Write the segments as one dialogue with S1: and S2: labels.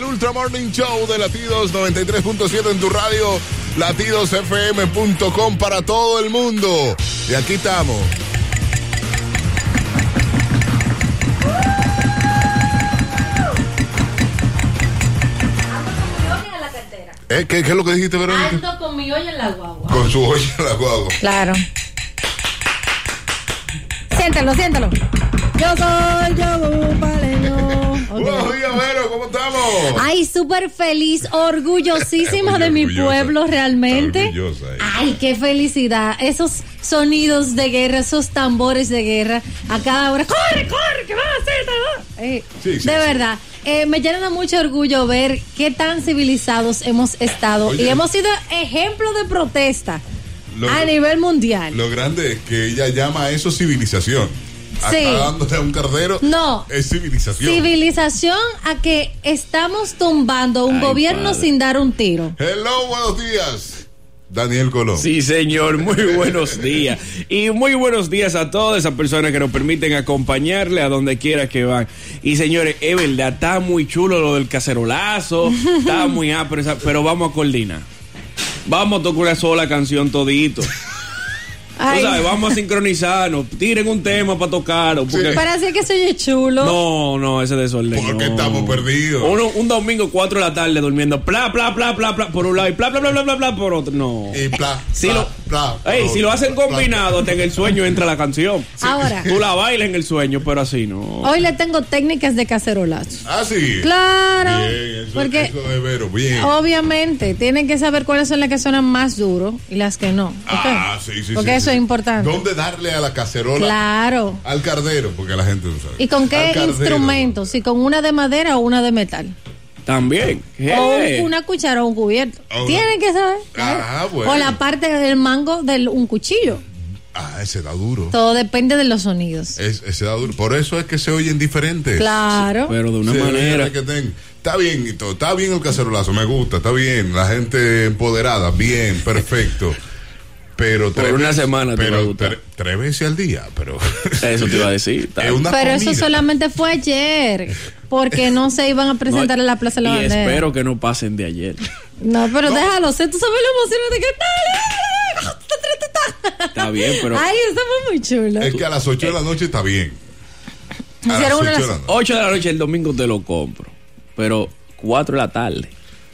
S1: nuestro Morning Show de Latidos 93.7 en tu radio, latidosfm.com para todo el mundo. Y aquí estamos. ¿Eh? ¿Qué, ¿Qué es lo que dijiste, Verónica?
S2: Ando con mi olla en la guagua.
S1: Con su olla en la guagua.
S3: Claro. Siéntalo, siéntalo. Yo soy Yodu Paleno.
S1: Buenos días, Vero, ¿cómo estamos?
S3: Ay, súper feliz, orgullosísima de mi
S1: Orgullosa.
S3: pueblo realmente.
S1: Orgullosa, eh.
S3: Ay, qué felicidad. Esos sonidos de guerra, esos tambores de guerra, a cada hora. ¡Corre, corre! ¿Qué vas a hacer? Te va". Eh,
S1: Sí, sí, sí.
S3: de verdad, eh, me llena de mucho orgullo ver qué tan civilizados hemos estado
S1: Oye.
S3: y hemos sido ejemplo de protesta
S1: Lo-
S3: a nivel mundial.
S1: Lo grande es que ella llama a eso civilización.
S3: Sí.
S1: Acá dándole a un cardero.
S3: No.
S1: Es civilización.
S3: Civilización a que estamos tumbando un
S4: Ay,
S3: gobierno
S4: padre.
S3: sin dar un tiro.
S1: Hello, buenos días. Daniel Colón.
S4: Sí, señor, muy buenos días. Y muy buenos días a todas esas personas que nos permiten acompañarle a donde quiera que van. Y señores, es verdad, está muy chulo lo del cacerolazo, está muy apro, esa- pero vamos a coordinar. Vamos a tocar una sola canción todito. Tú
S3: Ay,
S4: sabes, vamos a sincronizarnos, tiren un tema para tocarlo. Porque...
S1: Sí.
S3: Parece que soy chulo.
S4: No, no, ese desorden.
S1: Porque
S4: no.
S1: estamos perdidos.
S4: Uno- un domingo, 4 de la tarde, durmiendo, pla, pla, pla, pla, pla, por un lado y pla, pla, bla, bla, bla, bla, por otro. No.
S1: Y pla,
S4: Si
S1: pla,
S4: lo,
S1: pla,
S4: Ey,
S1: pla,
S4: si lo hacen
S1: pla,
S4: combinado, hasta en el sueño entra la canción.
S3: Ahora,
S4: Tú la bailas en el sueño, pero así no.
S3: hoy le tengo técnicas de cacerolazo.
S1: Ah, sí.
S3: Claro,
S1: Bien, eso,
S3: porque
S1: eso es Vero, bien.
S3: obviamente tienen que saber cuáles son las que suenan más duro y las que no. ¿ok?
S1: Ah, sí, sí, sí,
S3: Porque
S1: sí, sí.
S3: eso es importante.
S1: ¿Dónde darle a la cacerola?
S3: Claro.
S1: Al cardero, porque la gente no sabe.
S3: ¿Y con
S1: Al
S3: qué
S1: cardero.
S3: instrumento? Si con una de madera o una de metal.
S4: También.
S3: O
S4: Hey.
S3: un- una cuchara o un cubierto.
S1: Ahora.
S3: Tienen que saber.
S1: Ah, bueno.
S3: O la parte del mango de un cuchillo.
S1: Ah, ese da duro.
S3: Todo depende de los sonidos.
S1: Es- ese da duro. Por eso es que se oyen diferentes.
S3: Claro.
S4: Pero de una
S1: Sí,
S4: manera.
S1: que ten- Está bien, y todo, está bien el cacerolazo, me gusta, está bien, la gente empoderada, bien, perfecto. Pero
S4: Por
S1: tres
S4: una
S1: veces-
S4: semana te va a
S1: pero
S4: gustar.
S1: tre- tres veces al día, pero
S4: Eso te iba a decir.
S1: es una
S3: Pero eso
S1: comida.
S3: solamente fue ayer, porque no se iban a presentar en la Plaza de la
S4: y
S3: Bandera.
S4: espero que no pasen de ayer.
S3: No, pero déjalo ser. Tú sabes lo emocionante que está.
S4: Está bien, pero-
S3: Ay, eso fue muy chulo.
S1: Es que a las 8 de la noche está bien. A las
S3: Hicieron una
S1: 8 de
S3: las-
S1: la noche.
S4: 8 de la noche el domingo te lo compro. Pero 4 de la tarde.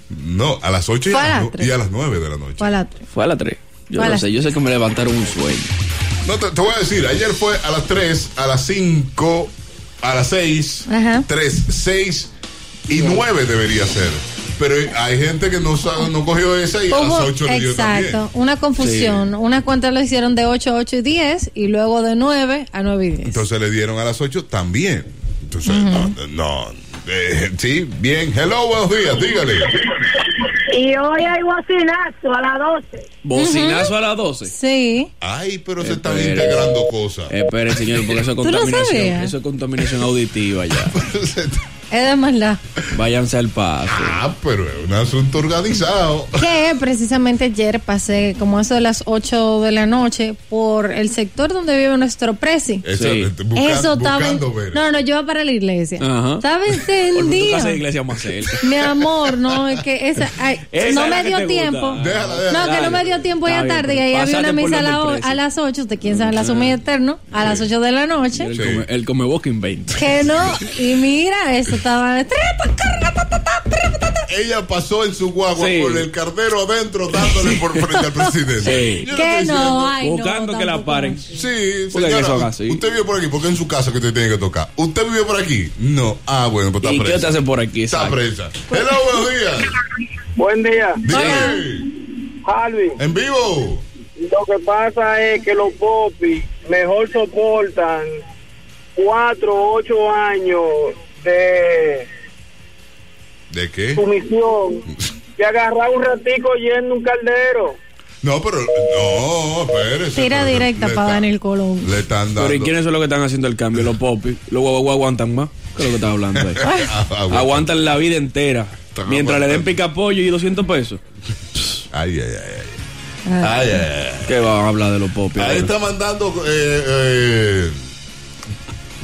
S1: No, a las 8 y,
S3: Fue
S1: a
S3: a
S1: las
S3: las
S1: nu-
S3: tres.
S1: y a las 9 de la noche.
S3: Fue a la-
S4: Fue a las 3. Yo
S3: Fue a
S4: no
S3: las-
S4: sé, yo sé que me levantaron un sueño.
S1: No, te, te voy a decir, ayer fue a las 3, a las 5, a las 6,
S3: Ajá.
S1: 3, 6 y 9 debería ser. Pero hay gente que no, sa- no cogió esa y a las
S3: Hubo-
S1: 8 le dio también.
S3: exacto, una confusión. Unas cuentas lo hicieron de 8 a 8 y 10 y luego de 9 a 9 y 10.
S1: Entonces le dieron a las 8 también. Entonces, no, no, eh, sí, bien. Hello, buenos días, dígale.
S5: Y hoy hay bocinazo a las 12.
S4: Bocinazo a las 12.
S3: sí.
S1: Ay, pero se están
S4: Espere.
S1: integrando cosas.
S4: Espere, señor, porque eso es
S3: ¿Tú no
S4: contaminación.
S3: sabías?
S4: eso es contaminación auditiva ya.
S1: Se está-
S3: Es de maldad.
S4: Váyanse al paso.
S1: ah, pero es un asunto organizado.
S3: Que precisamente ayer pasé como eso de las 8 de la noche por el sector donde vive nuestro presi.
S1: Esa-
S4: Sí.
S1: busca-
S3: eso estaba. en-
S1: buscando ver.
S3: No, no, yo iba para la iglesia.
S4: Ajá.
S3: Estaba
S4: Por tu
S3: encendido.
S4: casa de iglesia más cerca.
S3: Mi amor, no, es que esa, ay,
S4: Esa
S3: no
S4: es la
S3: me
S4: que te
S3: dio tiempo.
S4: gusta.
S1: Déjala, déjala.
S3: No, que no me dio tiempo ya
S4: Está bien,
S3: tarde. Y
S4: pero
S3: ahí había una
S4: pásate por
S3: misa a,
S4: donde
S3: la o-
S4: el precio.
S3: a las 8, usted quién sabe, la suma y eterno, a las 8 de la noche.
S4: El,
S1: Sí.
S4: come, el come boca inventa.
S3: Que no, y mira, eso estaba.
S1: Ella pasó en su guagua
S4: Sí.
S1: por el cardero adentro dándole por frente al presidente.
S4: Sí.
S1: Yo le
S3: Que
S1: estoy
S3: no,
S1: diciendo,
S3: ay, no,
S4: Buscando que la
S3: tampoco.
S4: paren.
S1: Sí,
S4: Porque
S1: señora,
S4: eso haga
S1: usted
S4: así.
S1: vive por aquí, porque en su casa que te tiene que tocar. ¿Usted vive por aquí? No. Ah, bueno, pues está
S4: ¿Y
S1: presa.
S4: qué te hace por aquí?
S1: Está
S4: exacto?
S1: presa. Hello, buenos días.
S6: Buen día,
S1: Dígame.
S6: Harvey.
S1: En vivo.
S6: Lo que pasa es que los popis mejor soportan cuatro, ocho años de
S1: ¿De qué?
S6: sumisión que agarrar un ratico yendo un caldero.
S1: No, pero. eh, No, espérese.
S3: Tira
S1: pero le-
S3: directa
S1: le
S3: para
S1: está-
S3: Daniel Colón.
S1: Le están dando.
S4: Pero ¿y quiénes son los que están haciendo el cambio? Los popis. Los guaguaguas aguantan más. ¿Qué es lo que estás hablando ahí?
S1: Ah, ah, bueno.
S4: aguantan la vida entera.
S1: Están
S4: Mientras le den
S1: aguantando.
S4: pica pollo y 200 pesos.
S1: Ay, ay, ay. Ay, ay, ay.
S4: ¿Qué van a hablar de los popis?
S1: Ahí
S4: ahora?
S1: está mandando eh, eh,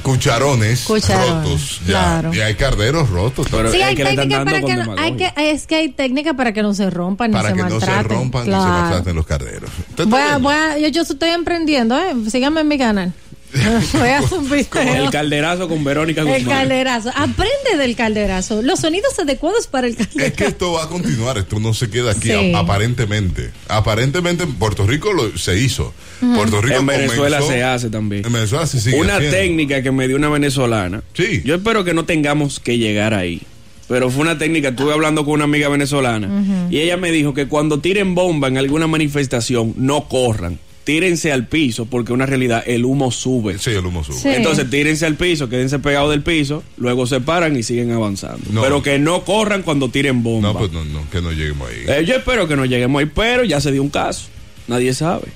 S1: cucharones
S3: Cucharones,
S1: rotos. Ya.
S3: claro.
S1: Y hay carderos rotos.
S4: Pero-
S3: Sí,
S4: hay
S3: hay
S4: que le están
S3: técnica
S4: dando
S3: para
S4: con
S3: que no, hay
S4: demagogia.
S3: que- es que hay técnica para que no se rompan
S1: para
S3: ni
S1: que
S3: se
S1: no se
S3: maltraten.
S1: rompan ni se
S3: Claro.
S1: maltraten los carderos. ¿Usted está
S3: Voy a-
S1: viendo?
S3: voy a- yo, yo estoy emprendiendo, ¿eh? Síganme en mi canal. Voy a hacer un video.
S4: El calderazo con Verónica
S3: El
S4: Guzmán.
S3: calderazo. Aprende del calderazo. Los sonidos adecuados para el
S1: Es que
S3: calderazo.
S1: esto va a continuar, esto no se queda aquí,
S3: Sí.
S1: ap- aparentemente. Aparentemente en Puerto Rico lo- se hizo. Puerto Rico
S4: En Venezuela
S1: comenzó-
S4: se hace también.
S1: En Venezuela se sigue
S4: una
S1: haciendo.
S4: técnica que me dio una venezolana.
S1: Sí.
S4: Yo espero que no tengamos que llegar ahí. Pero fue una técnica, estuve hablando con una amiga venezolana y ella me dijo que cuando tiren bomba en alguna manifestación, no corran, tírense al piso porque una realidad, el humo sube.
S1: Sí, el humo sube.
S3: Sí.
S4: Entonces tírense al piso, quédense pegados del piso, luego se paran y siguen avanzando.
S1: No.
S4: Pero que no corran cuando tiren bomba.
S1: No, pues no, no, que no lleguemos ahí.
S4: Eh, yo espero que no lleguemos ahí, pero ya se dio un caso, nadie sabe.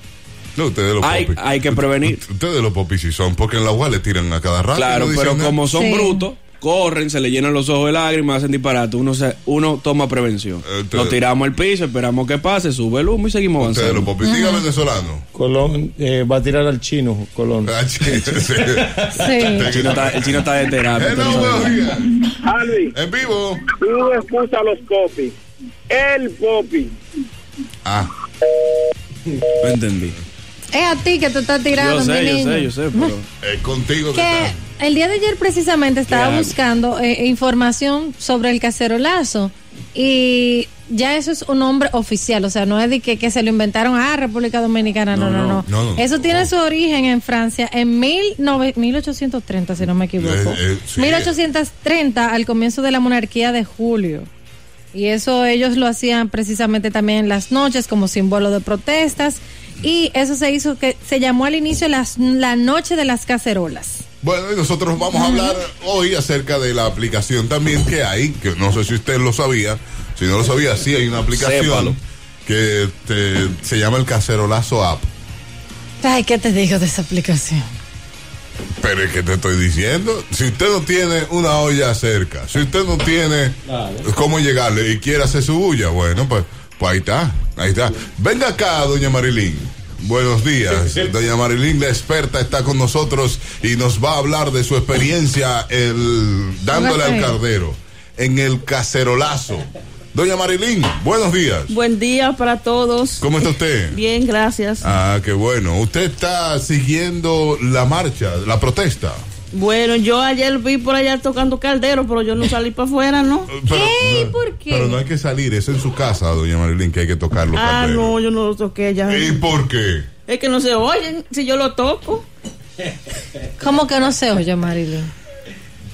S1: No, ustedes los
S4: Hay,
S1: popis.
S4: hay que prevenir.
S1: Ustedes los popis sí son, porque en la UAS le tiran a cada rato.
S4: Claro,
S1: y no dicen
S4: pero
S1: nada.
S4: como son
S3: Sí.
S4: brutos, corren, se le llenan los ojos de lágrimas, hacen disparate. Uno, se- uno toma prevención.
S1: Eh, te-
S4: Nos tiramos al piso, esperamos que pase, sube el humo y seguimos
S1: Ustedes los
S4: avanzando.
S1: popis. Diga venezolano.
S2: Colón eh, va a tirar al chino, Colón.
S1: Ah, sí, sí, Eh, sí.
S4: El chino está, el chino está de terapia.
S1: Hello,
S4: usted no
S1: buenos
S4: sabe.
S1: días.
S6: Alvin,
S1: En vivo.
S6: tú excusa a los popis. El popi.
S1: Ah,
S4: No entendí.
S3: Es a ti que te está tirando,
S4: Yo sé,
S3: mi niño.
S4: yo sé, yo sé, pero.
S1: es Eh, contigo que,
S3: que
S1: está.
S3: el día de ayer precisamente
S4: ¿Qué
S3: estaba
S4: hago?
S3: buscando eh, información sobre el cacerolazo y ya eso es un nombre oficial, o sea, no es de que, que se lo inventaron a República Dominicana, no,
S4: No,
S3: no,
S4: no.
S3: no.
S1: No, no,
S3: eso
S1: no.
S3: tiene su origen en Francia en 19 1830, si no me equivoco.
S1: Eh, eh, sí.
S3: 1830, al comienzo de la monarquía de Julio. Y eso ellos lo hacían precisamente también en las noches como símbolo de protestas. Y eso se hizo que se llamó al inicio las- la noche de las cacerolas.
S1: Bueno, y nosotros vamos a hablar hoy acerca de la aplicación también que hay, que no sé si usted lo sabía. Si no lo sabía, sí hay una aplicación
S4: Sépalo.
S1: que te- se llama el Cacerolazo App.
S3: Ay, ¿qué te digo de esa aplicación?
S1: Pero es que te estoy diciendo, si usted no tiene una olla cerca, si usted no tiene cómo llegarle y quiere hacer su bulla, bueno, pues, pues ahí está, ahí está. Venga acá, doña Marilyn. Buenos días, doña Marilyn, la experta, está con nosotros y nos va a hablar de su experiencia el, dándole al
S3: Póngase ahí.
S1: cardero en el cacerolazo. Doña Marilyn, buenos días.
S7: Buen día para todos.
S1: ¿Cómo está usted?
S7: Bien, gracias.
S1: Ah, qué bueno. ¿Usted está siguiendo la marcha, la protesta?
S7: Bueno, yo ayer vi por allá tocando caldero, pero yo no salí para afuera, ¿no?
S1: Eh, Pero,
S3: ¿Qué?
S1: no,
S3: ¿Por qué?
S1: Pero no hay que salir, eso en su casa, doña Marilyn, que hay que tocarlo.
S7: Ah,
S1: Carmelo.
S7: no, yo no lo toqué ya.
S1: ¿Y por qué?
S7: Es que no se oyen si yo lo toco.
S3: ¿Cómo que no se oye, Marilyn?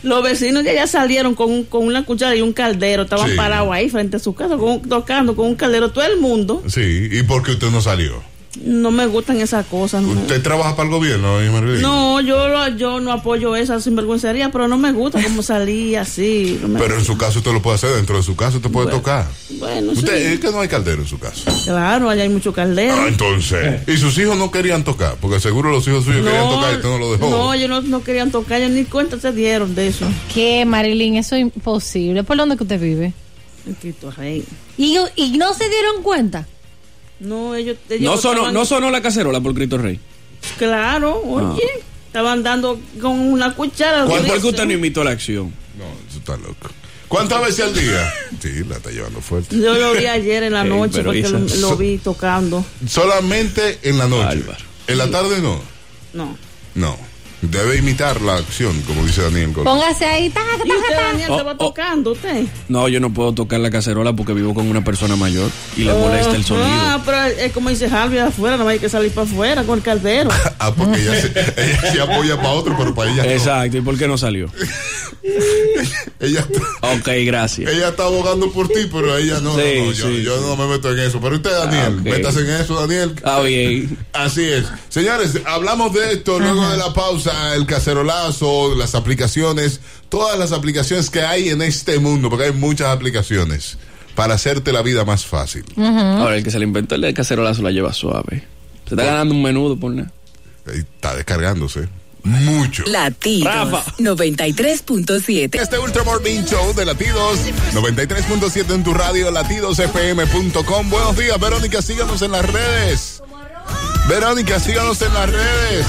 S7: Los vecinos ya, ya salieron con, un- con una cuchara y un caldero. Estaban
S1: Sí.
S7: parados ahí frente a su casa, con- tocando con un caldero. Todo el mundo.
S1: Sí, ¿y por qué usted no salió?
S7: No me gustan esas cosas. No,
S1: ¿Usted trabaja para el gobierno, doña Marilyn?
S7: No, yo, lo- yo no apoyo esa sinvergüencería, pero no me gusta cómo salí así. no me-
S1: Pero en su caso usted lo puede hacer, dentro de su casa usted puede
S7: Bueno,
S1: tocar.
S7: bueno,
S1: Usted, es
S7: sí.
S1: que no hay caldero en su casa.
S7: Claro, allá hay mucho caldero.
S1: Ah, entonces. Y sus hijos no querían tocar, porque seguro los hijos suyos querían tocar y usted no lo dejó.
S7: no, ellos no, no querían tocar, ellos ni cuenta se dieron de eso.
S3: ¿Qué, Marilyn? Eso es imposible. ¿Por dónde que usted vive?
S7: En Cristo Rey.
S3: ¿Y, y no se dieron cuenta?
S7: No, ellos, ellos
S4: No sonó,
S7: estaban-
S4: no sonó Ah. la cacerola por Cristo Rey.
S7: Claro, oye, estaban dando con una cuchara.
S4: ¿Y
S1: ¿Cuál-
S4: por qué
S7: Dice,
S4: usted no invitó a la acción?
S1: No, eso está loco. ¿Cuántas veces al día? Sí, la está llevando fuerte.
S7: Yo lo vi ayer en la
S4: Ey,
S7: noche
S4: pero
S7: porque
S4: esa-
S7: lo, lo vi tocando.
S1: Solamente en la noche.
S4: Bárbaro.
S1: En la tarde no.
S7: No.
S1: No. Debe imitar la acción, como dice Daniel Colón.
S3: Póngase ahí. taca,
S7: ¿Y
S3: taca,
S7: usted,
S3: taca.
S7: Daniel,
S4: Oh,
S7: estaba
S4: oh.
S7: tocando usted?
S4: No, yo no puedo tocar la cacerola porque vivo con una persona mayor y le molesta el
S7: Ah,
S4: sonido.
S7: pero es como dice Harvey afuera, no hay que salir para afuera con el caldero.
S1: Ah, porque ella se, ella se apoya para otro, pero para ella no.
S4: Exacto, ¿y por qué no salió?
S1: Ella, está-
S4: Ok, gracias.
S1: ella está abogando por ti, pero ella no. no,
S4: Sí,
S1: no, yo
S4: sí,
S1: yo
S4: sí.
S1: no me meto en e-. eso. Pero usted, Daniel,
S4: Ah, ok.
S1: métase en eso, Daniel.
S4: Está bien.
S1: Así es. Señores, hablamos de esto luego de la pausa, el cacerolazo, las aplicaciones, todas las aplicaciones que hay en este mundo, porque hay muchas aplicaciones para hacerte la vida más fácil.
S4: Ahora, el que se le inventó el cacerolazo la lleva Ah, suave. Se está ganando un menudo por nada.
S1: Ahí Está descargándose. Mucho.
S8: Latidos
S4: Rafa.
S8: 93.7.
S1: Este Ultra Morning Show de Latidos 93.7 en tu radio, latidosfm.com. Buenos días, Verónica, síganos en las redes. Verónica, síganos en las redes.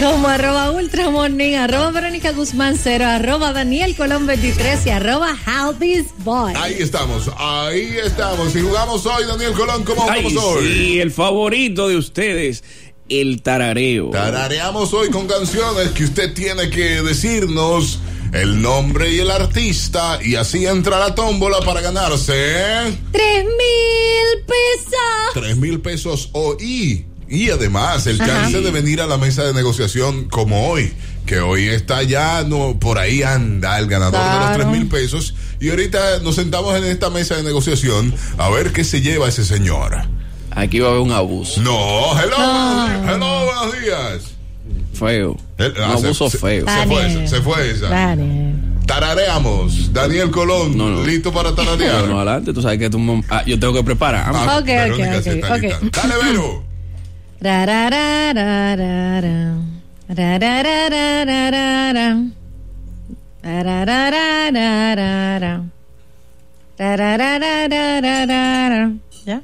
S3: Como arroba ultramorning, arroba Verónica Guzmán Cero, arroba Daniel Colón 23 y arroba Halby's Boy.
S1: Ahí estamos, ahí estamos. Y jugamos hoy, Daniel Colón, ¿cómo jugamos
S4: Ay,
S1: hoy?
S4: sí, el favorito de ustedes, el tarareo.
S1: Tarareamos hoy con canciones que usted tiene que decirnos el nombre y el artista y así entra la tómbola para ganarse ¿eh?
S3: ¡Tres mil pesos!
S1: tres mil pesos o y, y además el chance de venir a la mesa de negociación como hoy. Que hoy está ya, no, por ahí anda el ganador de los
S3: Claro.
S1: tres mil pesos. Y ahorita nos sentamos en esta mesa de negociación a ver qué se lleva ese señor.
S4: Aquí va a haber un abuso
S1: No, Oh, hello,
S3: No.
S1: hello, buenos días.
S4: feo.
S1: El-
S4: Un
S1: ah, se-
S4: abuso
S1: se-
S4: feo.
S1: Se fue esa, se fue esa.
S3: Daniel.
S1: Tarareamos. Daniel Colón,
S4: No, no.
S1: listo para tararear.
S4: No, adelante, tú sabes que tú, mom- ah, yo tengo que prepararme.
S1: Ah,
S3: Ok, ok,
S1: Verónica se
S3: ok,
S1: está
S3: ok.
S1: agitando. Dale, Vero.
S3: Ra, ra, ra, ra, ra, ra. Ra, ra, ra, ra, ra, ra, ra. Ra, ra, ra, ra, ra, ra, ra. Ra, ra, ra, ra, ra, ra, ra, ra. ¿Ya?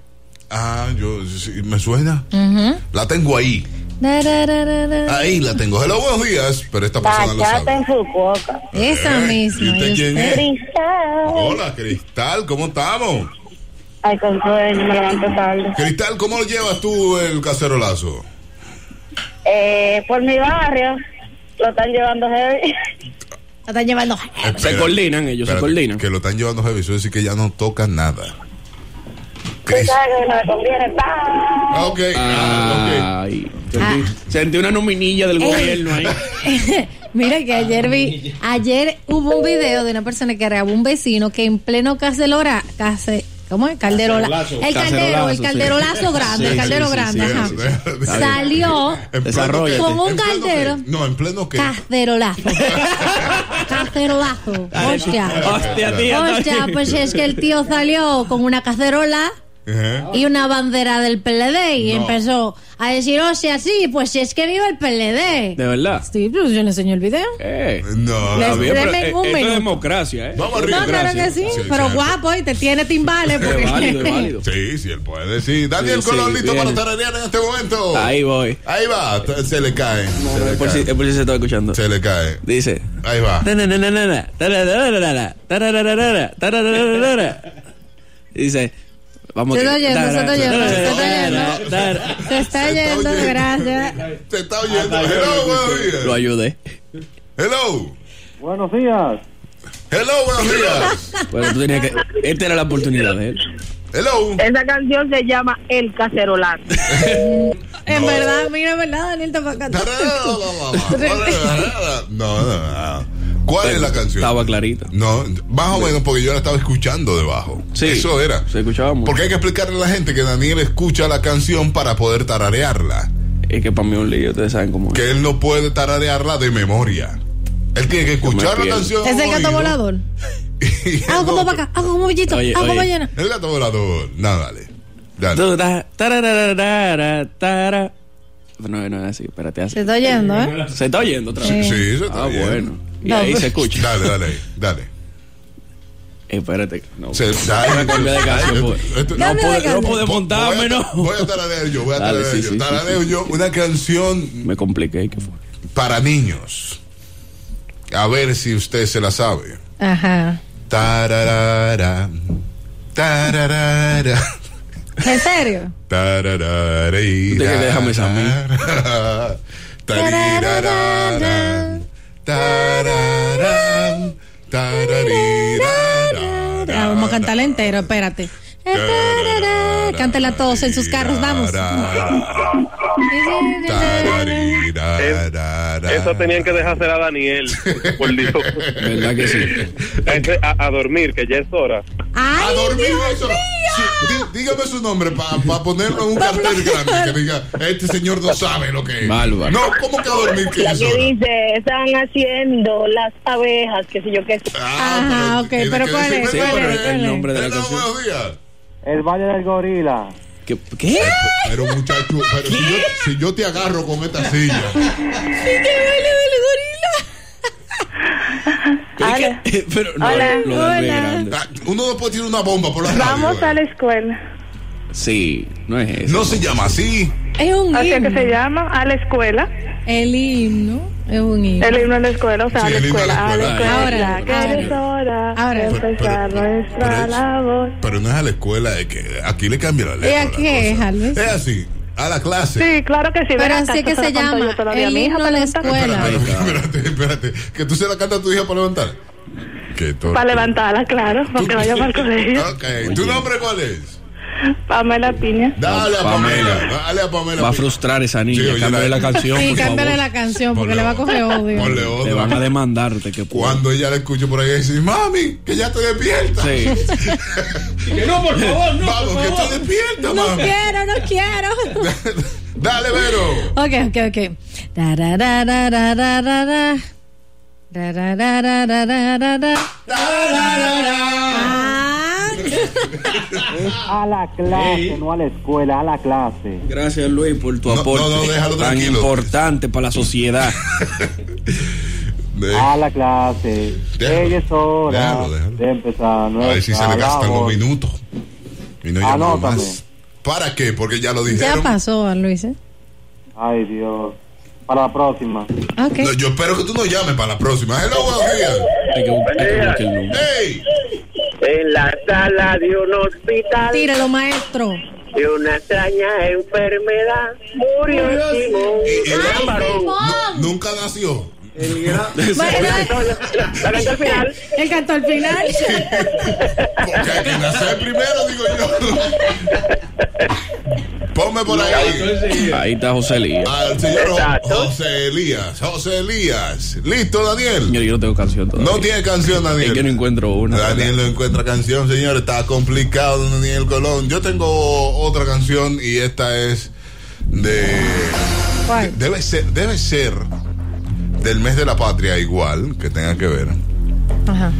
S1: Ah, yo, sí, ¿me suena?
S3: Ujú.
S1: La tengo ahí.
S3: Ra, ra, ra, ra, ra.
S1: Ahí la tengo. Hello, buenos días. Pero esta persona lo
S5: Bachata
S1: sabe.
S5: en su boca.
S3: Esa
S1: Eh,
S3: misma.
S1: ¿y usted
S3: ¿y
S1: quién
S3: usted?
S1: es?
S5: Cristal.
S1: Hola, Cristal, ¿cómo estamos?
S5: Ay, con sueño, me levanto tarde.
S1: Cristal, ¿cómo lo llevas tú el cacerolazo?
S5: Eh, por mi barrio, lo están llevando heavy.
S3: La están llevando.
S4: Se
S1: Espérate,
S4: coordinan, ellos se
S1: espérate,
S4: coordinan.
S1: Que lo están llevando heavy, eso es decir que ya no toca nada.
S5: Tú
S1: Cris-
S5: sabes que no me conviene. Bye.
S1: Ah, ok. Ah, ok.
S4: Ay, sentí, sentí una nominilla
S3: Eh.
S4: del gobierno ahí.
S3: Mira que ayer vi, ayer hubo un video de una persona que grabó un vecino que en pleno cacerola, case, ¿cómo es? Calderola.
S2: Cacerolazo.
S3: El caldero, el
S4: Ah, Cacerolazo,
S3: calderolazo
S4: sí.
S3: grande,
S4: Sí,
S3: el
S4: sí,
S3: caldero
S4: sí, sí,
S3: grande,
S4: sí,
S3: ajá.
S4: sí,
S1: Está bien.
S3: Salió
S1: ¿En pleno
S4: Desarrolla.
S1: qué?
S3: Con un
S1: ¿En pleno qué?
S3: caldero.
S1: No, en pleno que.
S3: cacerolazo. cacerolazo. Hostia.
S4: Hostia, tía.
S3: Hostia,
S4: también.
S3: pues es que el tío salió con una cacerola y una bandera del PLD y
S1: No.
S3: empezó a decir, o sea, sí, pues si es que viva el PLD.
S4: De verdad.
S3: Sí, pues yo le enseño el video.
S4: Eh.
S1: No,
S3: Les-
S4: Está bien, pero,
S3: denme
S4: eh,
S3: un
S4: esto es
S3: minuto.
S4: democracia, ¿eh?
S1: Vamos arriba.
S3: No, claro que sí, pues.
S1: Sí,
S3: pero
S1: sí.
S3: guapo y te tiene timbales porque
S4: Es válido, es válido.
S1: Sí, sí, él puede. Sí, Daniel
S4: Sí,
S1: Colón,
S4: sí,
S1: listo
S4: viene.
S1: para tararear en este momento.
S4: Ahí voy.
S1: Ahí va, t- se le cae. se, le
S4: Es por, si,
S1: cae.
S4: es por si se está escuchando.
S1: se le cae.
S4: Dice.
S1: Ahí va.
S4: "Tananana, tarararara, tarararara, tarararara". Dice. Vamos
S3: Se
S4: que-
S3: está oyendo, se está oyendo, se está
S4: tarararara,
S3: oyendo.
S4: tarara.
S3: Se está yendo, gracias.
S1: Se está
S4: Ah,
S1: oyendo. Hello, buenos
S4: Lo
S1: días.
S4: ayudé.
S1: Hello.
S6: Buenos días.
S1: Hello, buenos días.
S4: Bueno, tú tenías que. Esta era la oportunidad eh. de él.
S1: Hello.
S5: Esa canción se llama El Cacerolazo.
S3: En verdad, mira, en verdad, Daniel está para cantar.
S1: No, no, no. ¿Cuál es la canción?
S4: Estaba clarita.
S1: No, más o menos porque yo la estaba escuchando debajo.
S4: Sí.
S1: Eso era.
S4: Se escuchaba mucho.
S1: Porque hay que explicarle a la gente que Daniel escucha la canción para poder tararearla.
S4: Es que para mí es un lío, ustedes saben cómo es.
S1: Que él no puede tararearla de memoria. Él tiene que escuchar la
S4: pierdo.
S1: canción.
S3: Es el
S1: oído,
S3: gato volador.
S1: y
S3: Hago como
S1: no-
S3: para acá, hago como billito,
S4: Oye,
S3: hago
S4: oye.
S3: como llena.
S1: El gato volador. Nada, dale. Dale.
S4: Tú, ta- tarararara, tara. No, no es así, espérate.
S3: Se
S4: Así.
S3: está oyendo, ¿eh?
S4: Se está oyendo otra vez.
S1: Sí, eso está
S4: Ah,
S1: bien.
S4: bueno. Y
S3: No,
S4: ahí
S3: pues.
S4: se escucha.
S1: Dale, dale, dale.
S4: Espérate. No,
S1: Se- dale.
S4: Cambia de canción, pues.
S1: Esto-
S4: no,
S3: Cambia de
S4: puedo, no
S3: canción.
S4: puedo montarme,
S1: voy, a,
S4: no.
S1: voy a tararear yo, voy a
S4: Dale,
S1: tararear
S4: sí,
S1: yo.
S4: sí, sí,
S1: Tarareo
S4: sí.
S1: yo una canción
S4: Me compliqué. ¿qué fue?
S1: para niños. A ver si usted se la sabe.
S3: Ajá.
S1: Tararara. Tararara.
S3: ¿En serio?
S1: Tararari,
S4: Tú tienes que dejarme esa a mí.
S1: tarara, tarirarara, tarararam, tararirarara.
S3: Ya, vamos a cantarla entero, espérate.
S1: Tararara,
S3: Cántela todos en sus carros, vamos.
S1: tararara, tararirarara.
S6: Eso tenían que dejársela a Daniel. Por Dios.
S4: ¿Verdad que sí?
S6: Ese- A, a dormir, que ya es hora.
S1: A
S3: ¡Ay,
S1: dormir
S3: Dios
S1: eso.
S3: mío!
S1: Sí, di- dígame su nombre para ponerlo en un cartel grande que diga, este señor no sabe lo que es.
S4: Bárbaro.
S1: No, ¿cómo que a dormir que
S5: La
S1: es
S5: que
S1: hora?
S5: dice, están haciendo las abejas, qué sé yo qué.
S3: Ajá,
S1: Ah,
S3: ok,
S1: tiene
S3: pero
S1: que
S3: ¿cuál
S1: decirme
S3: es?
S4: Sí,
S3: ¿Cuál
S4: pero
S3: es?
S1: nombre.
S3: ¿Cuál
S4: el
S3: es?
S4: nombre de la
S1: Hello,
S4: canción.
S1: buenos días.
S6: El Valle del Gorila.
S4: ¿Qué? ¿Qué?
S1: Pero muchacho, pero si yo, si yo te agarro con esta silla.
S4: ¿Qué? ¿Qué? Pero no,
S5: Hola.
S4: lo del B
S5: Hola.
S4: grande.
S1: ah, Uno no puede tirar una bomba por la radio.
S5: Vamos
S1: eh.
S5: a la escuela.
S4: Sí, no es eso.
S1: No se llama así.
S3: Es un
S5: Así que
S3: himno.
S5: se llama a la escuela.
S3: El himno es un himno.
S5: El himno en la escuela, o sea,
S1: Sí,
S5: a la
S1: el himno en la
S5: escuela, a la
S1: escuela.
S5: escuela,
S3: Ahora,
S5: que
S3: ahora.
S5: es hora
S3: Ahora.
S5: de
S3: Pero-
S1: pero-
S5: empezar
S1: pero- pero
S5: nuestra
S1: es-
S5: labor.
S1: Pero no es a la escuela, es que aquí le cambia la letra.
S3: ¿Y a
S1: la
S3: qué,
S1: cosa.
S3: Jalves?
S1: Es así, a la clase.
S5: Sí, claro que sí. ven
S3: Pero
S5: acá,
S3: así es
S5: eso
S3: que se
S5: lo canto
S3: llama,
S5: yo todavía a
S3: el
S5: mi hija
S3: himno
S5: para
S3: de la
S5: levantar.
S3: escuela.
S1: Espérate,
S4: Ahí está.
S1: espérate, espérate. Que tú se la cantas a tu hija para levantar. Que todo.
S5: Para levantarla, claro, para que vaya para el colegio.
S1: Ok, ¿tu nombre cuál es?
S5: Pamela Piña.
S1: Ah. Dale a
S4: Pamela.
S1: Pamela. Dale a Pamela.
S4: Va a frustrar esa
S1: Sí,
S4: niña.
S1: oye,
S4: Cámbiale
S1: la-
S4: la canción.
S3: Sí,
S4: por
S3: cámbiale
S4: favor.
S3: la canción porque
S1: Ponle
S3: le va a
S1: otra.
S3: coger odio.
S1: Ponle
S4: Te
S1: otra.
S4: van a demandarte que
S1: Cuando ella la escuche por ahí, dice: Mami, que ya te despierta.
S4: Sí.
S1: que no, por favor, no. Vamos, que te despierta,
S3: No
S1: mami.
S3: quiero, no quiero.
S1: Dale, Vero.
S3: Ok, ok, ok. Tararararararara. Tararararararara. Ah.
S9: A la clase, no a la escuela, a la clase.
S4: Gracias Luis por tu
S1: No,
S4: aporte
S1: no, no, déjalo
S4: tan
S1: tranquilo.
S4: importante para la sociedad.
S1: De-
S9: A la clase.
S1: Déjalo,
S9: Ella es hora
S1: déjalo, déjalo.
S9: de empezar
S1: A ver si se le
S9: nuestra
S1: gastan los
S9: labor.
S1: minutos. Y no
S9: Ah,
S1: llamo
S9: Anótame.
S1: más. ¿Para qué? Porque ya lo dijeron.
S3: Ya pasó, Juan Luis. ¿eh?
S9: Ay, Dios. Para la próxima.
S1: No,
S3: Ok.
S1: yo espero que tú no llames para la próxima. Hello, buenos días.
S4: Hay que buscar hay que buscar el número.
S1: ¡Hey!
S6: En la sala de un hospital
S3: Tíralo, maestro.
S6: de una extraña enfermedad murió Simón.
S1: Y- y-
S6: Gran varón.
S1: Nu- nunca nació.
S6: La canté al final.
S3: El canto al final.
S1: Porque hay que nacer primero, digo yo. Ponme por ahí.
S4: Ahí está José Lía.
S1: Al señor Jo-
S6: Exacto.
S1: José Elías. José Elías. ¿Listo, Daniel?
S4: Yo, yo no tengo canción todavía.
S1: No tiene canción,
S4: Es
S1: Daniel.
S4: que no encuentro una.
S1: Daniel no encuentra canción, señor. Está complicado, Daniel Colón. Yo tengo otra canción y esta es de.
S3: ¿Cuál?
S1: Debe ser, debe ser del mes de la patria, igual que tenga que ver.
S3: Ajá.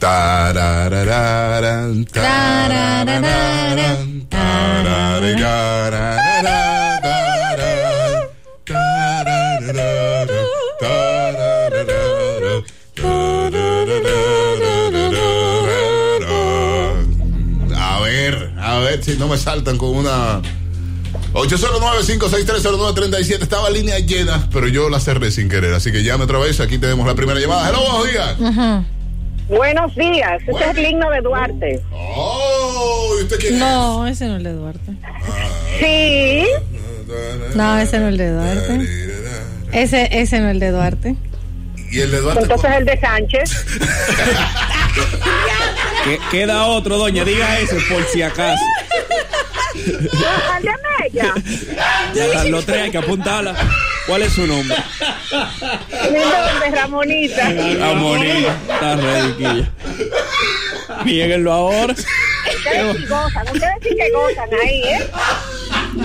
S1: Tararararán, tararararán, tarararararán, tararararán, tararararán, tararararán. A ver, a ver si no me saltan con una 809-56309-37 Estaba línea llena, pero yo la cerré sin querer Así que llame otra vez, aquí tenemos la primera llamada Hello, buenos días
S5: Buenos días. Este es el himno de Duarte.
S1: Oh, ¿y usted quién
S3: No, ese no es el de Duarte.
S1: es?
S5: Sí.
S3: No, ese no es el de Duarte. Ese, ese no es el de Duarte.
S1: Y el de Duarte
S5: Entonces el de Sánchez.
S4: Que- Queda otro, doña. Diga eso por si acaso.
S5: Ah, El de Mella.
S4: Ya están los tres, hay que apuntarla. ¿Cuál es su nombre?
S5: Mi nombre es Ramonita.
S4: Amonía. Está ready, Quilla. Niéguenlo ahora.
S5: Ustedes sí gozan. Ustedes sí que gozan ahí, ¿eh?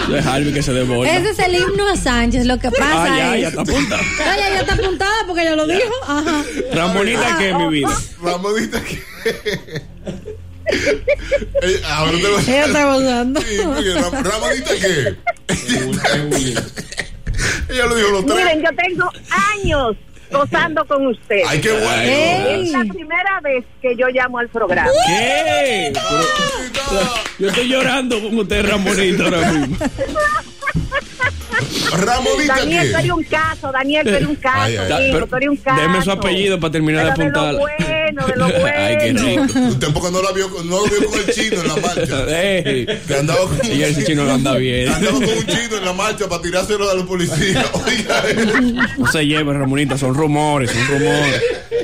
S4: Eso es Harvey que se devuelve.
S3: Ese es el himno a Sánchez. Lo que pasa
S4: Ah, ya,
S3: es.
S4: ya está apuntada.
S3: No, ya, ya está apuntada porque ya lo dijo. Ajá.
S4: Ramonita, ¿qué, mi vida?
S1: Ramonita que... Eh, Ahora te voy
S3: Ella está gozando.
S1: Sí, porque Ram- Ramonita que... Ella lo dijo los tres
S5: Miren, yo tengo años gozando con ustedes.
S1: Ay, qué bueno
S3: Ey.
S5: Es la primera vez que yo llamo al programa.
S4: ¿Qué? Pero- yo estoy llorando con usted, Ramonita, ahora mismo.
S1: Ramonita
S5: Daniel, tú eres
S1: que...
S5: un caso, Daniel, tú eres un caso,
S1: Ay, ay.
S5: hijo,
S4: Pero-
S5: tú eres un caso.
S4: deme su apellido para terminar de
S5: Pero
S4: apuntar.
S5: De lo bueno, de lo bueno.
S4: Ay, qué rico.
S1: Usted tampoco no la vio, no lo vio con el chino en la marcha
S4: Ey.
S1: Que andaba con
S4: Eh. Y ese chino lo anda bien.
S1: Andaba con un chino en la marcha para tirárselo a los policías. Oiga, eh.
S4: No se lleve, Ramonita, son rumores, son rumores.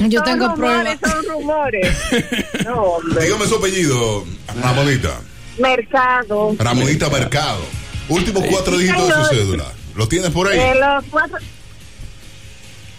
S3: Yo
S5: Son
S3: tengo pruebas.
S5: rumores, Son rumores. No, hombre.
S1: dígame su apellido, Ramonita.
S5: Mercado.
S1: Ramonita Mercado. Últimos cuatro dígitos de su cédula. ¿Los tienes por
S5: De
S1: ahí?
S5: los cuatro.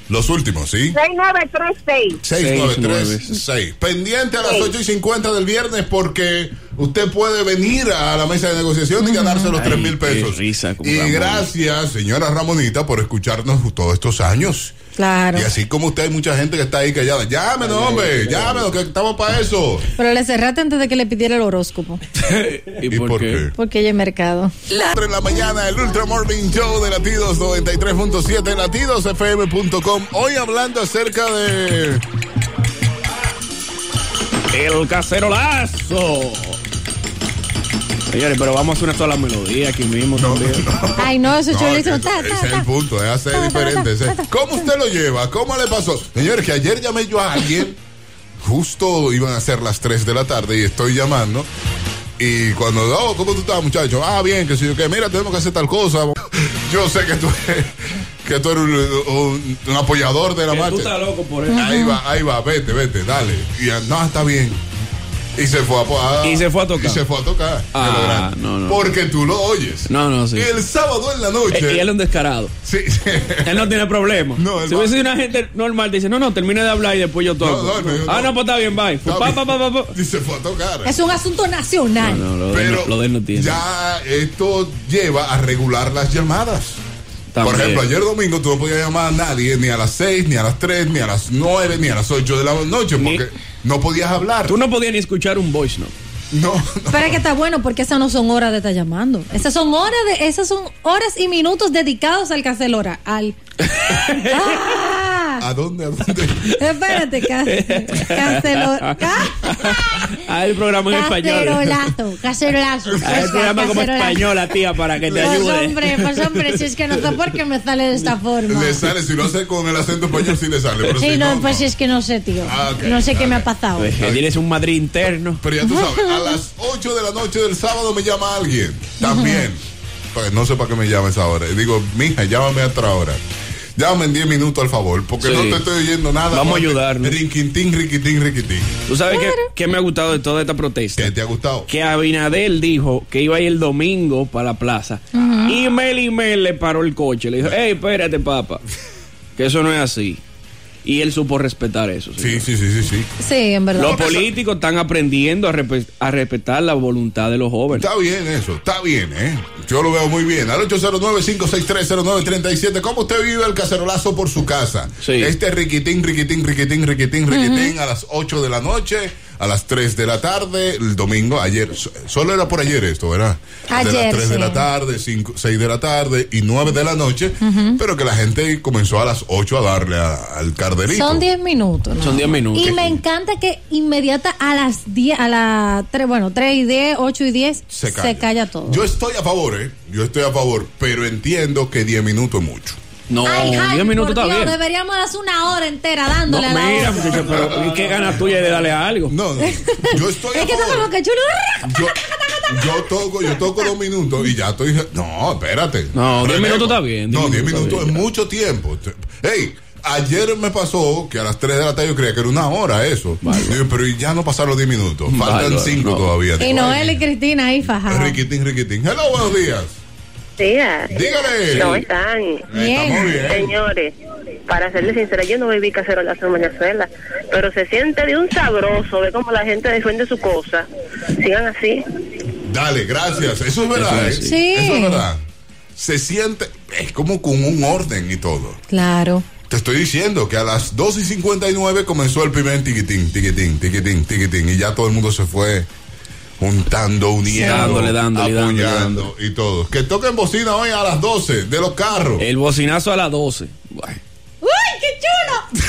S1: Los últimos, ¿sí?
S5: 6936.
S1: 693-6. Pendiente a las 8 y 50 del viernes porque usted puede venir a la mesa de negociación y ganarse los
S4: Ay,
S1: 3 mil
S4: qué
S1: pesos.
S4: risa con
S1: y
S4: Ramón.
S1: gracias, señora Ramonita, por escucharnos todos estos años.
S3: Claro.
S1: Y así como usted, hay mucha gente que está ahí callada. Llámenos, hombre, llámenos, que estamos para eso.
S3: Pero le cerraste antes de que le pidiera el horóscopo.
S4: ¿Y, por, qué?
S3: Porque ella es mercado.
S1: 4 en la mañana, el Ultra Morning Show de Latidos 93.7, latidosfm.com. Hoy hablando acerca de.
S4: El cacerolazo. Señores, pero vamos a hacer una sola melodía aquí mismo también.
S3: Ay, no, eso
S1: No,
S3: yo le
S1: es que
S3: hice
S1: eso- ese es el punto, es hacer diferente. ese- ¿Cómo usted lo lleva? ¿Cómo le pasó? Señores, que ayer llamé yo a alguien, justo iban a ser las 3 de la tarde y estoy llamando. Y cuando, oh, ¿cómo tú estás, muchacho? Ah, bien, que si yo, que mira, tenemos que hacer tal cosa. Yo sé que tú eres, que tú eres un, un- un apoyador de la
S4: Que tú
S1: marcha.
S4: estás loco por eso.
S1: Ahí va, ahí va, vete, vete, dale. Y ah, no, está bien. Y se fue a, po- ah,
S4: Y se fue a tocar.
S1: Y se fue a tocar.
S4: Ah,
S1: Que lo grande.
S4: no, no.
S1: Porque tú lo oyes.
S4: No, no, sí.
S1: Y el sábado en la noche.
S4: Eh, Y él es un descarado.
S1: Sí, sí.
S4: Él no tiene problema.
S1: No, él
S4: si
S1: va-
S4: hubiese sido una gente normal, dice, no, no, termina de hablar y después yo toco.
S1: No, no, no,
S4: ah,
S1: no.
S4: no, pues está bien, bye. Pa, pa, pa, pa, pa.
S1: Y se fue a tocar.
S3: Es un asunto nacional.
S4: No, lo de él
S1: Pero
S4: no- lo de él no tiene.
S1: ya esto lleva a regular las llamadas.
S4: También.
S1: Por ejemplo, ayer domingo tú no podías llamar a nadie ni a las 6, ni a las 3, ni a las 9, ni a las 8 de la noche
S4: Ni-
S1: porque no podías hablar.
S4: Tú no podías ni escuchar un voice, ¿no?
S1: No, no.
S3: Pero es que está bueno porque esas no son horas de estar llamando. Esas son horas de, esas son horas y minutos dedicados al cacelora. Al. ¡Ah!
S1: ¿A dónde? ¿A dónde?
S3: Espérate, cacelora.
S4: Ah, el programa en español.
S3: Cacerolazo, cacerolazo.
S4: Ah, el programa como
S3: Cacerolazo.
S4: española, tía, para que te
S3: Pues
S4: ayude.
S3: hombre, pues hombre, si es que no sé por qué me sale de esta forma.
S1: Le sale, si lo hace con el acento español, sí le sale. Pero
S3: Sí,
S1: si
S3: no,
S1: no, no.
S3: pues es que no sé, tío.
S1: Ah, ok,
S3: no sé qué me
S1: ok.
S3: ha pasado.
S4: Pues, que Tienes un Madrid interno.
S1: Pero ya tú sabes, a las 8 de la noche del sábado me llama alguien. También. Pues no sé para qué me llama a esa hora. Y digo, mija, llámame a otra hora. Llámame en 10 minutos, al favor, porque
S4: Sí.
S1: no te estoy oyendo nada.
S4: Vamos a
S1: Porque
S4: ayudarnos.
S1: Riquitín, riquitín, riquitín.
S4: ¿Tú sabes qué, qué me ha gustado de toda esta protesta?
S1: ¿Qué te ha gustado?
S4: que Abinadel dijo que iba a ir el domingo para la plaza. Y Mel y Mel le paró el coche. Le dijo, hey, espérate, papá. Que eso no es así. Y él supo respetar eso.
S1: Sí,
S4: señor.
S1: sí, sí, sí, sí.
S3: Sí, en verdad.
S4: Los políticos están aprendiendo a, respe- a respetar la voluntad de los jóvenes.
S1: Está bien eso, está bien, ¿eh? Yo lo veo muy bien. Al 809-56309-37, ¿cómo usted vive el cacerolazo por su casa?
S4: Sí.
S1: Este riquitín, riquitín, riquitín, riquitín, riquitín, a las 8 de la noche, a las 3 de la tarde, el domingo, ayer, so- solo era por ayer esto, ¿verdad? de las
S3: Ayer,
S1: 3 de
S3: sí.
S1: la tarde, 5, 6 de la tarde y 9 de la noche, pero que la gente comenzó a las 8 a darle a- al cardelito.
S3: Son 10 minutos. ¿no?
S4: Son 10 minutos.
S3: Y me encanta que inmediata a las 10, a las 3, bueno, 3 y 10, 8 y 10, se calla, todo.
S1: Yo estoy a favor, ¿eh? Yo estoy a favor, pero entiendo que 10 minutos es mucho.
S4: No,
S3: Ay, Javi,
S4: 10 minutos
S3: por
S4: está
S3: Dios,
S4: bien.
S3: deberíamos hacer una hora entera
S4: No,
S3: dándole a la
S4: mira,
S3: otra.
S4: muchacho, pero ¿y qué ganas tuya de darle a algo?
S1: No, no. Yo estoy a
S3: Es que está
S1: favor.
S3: como que chulo.
S1: Yo, yo toco, yo toco dos minutos y ya estoy. No, espérate.
S4: No, diez
S1: Renego.
S4: minutos está bien, diez
S1: No, diez
S4: minutos está
S1: minutos es
S4: bien, ya.
S1: mucho tiempo. Ey, ayer me pasó que a las 3 de la tarde yo creía que era una hora eso. Digo, pero ¿y ya no pasaron los 10 minutos. Faltan
S4: Bárbaro,
S1: 5
S4: no.
S1: todavía.
S3: Y
S10: Eh,
S1: Digo,
S3: Noel
S1: ay,
S3: y Cristina ahí fajadas.
S1: Riquitín, riquitín. Hello, buenos días.
S5: Días.
S1: Dígale.
S5: ¿Cómo están?
S1: Estamos bien.
S5: Señores, para serles sincera, yo no viví cacerolazo en Venezuela, pero se siente de un sabroso, ve cómo la gente defiende su cosa. Sigan así.
S1: Dale, gracias. Eso es verdad.
S4: Eso es
S1: ¿eh?
S3: así. Sí.
S1: Eso es verdad. Se siente, es como con un orden y todo.
S3: Claro.
S1: Te estoy diciendo que a las 2 y 59 comenzó el primer tiquitín, tiquitín, tiquitín, tiquitín. Y ya todo el mundo se fue juntando, uniendo,
S4: Dándole, dándole, dándole,
S1: apoyando y todo. Que toquen bocina hoy a las 12 de los carros.
S4: El bocinazo a las 12. Bueno,
S3: ¡Uy, qué chulo!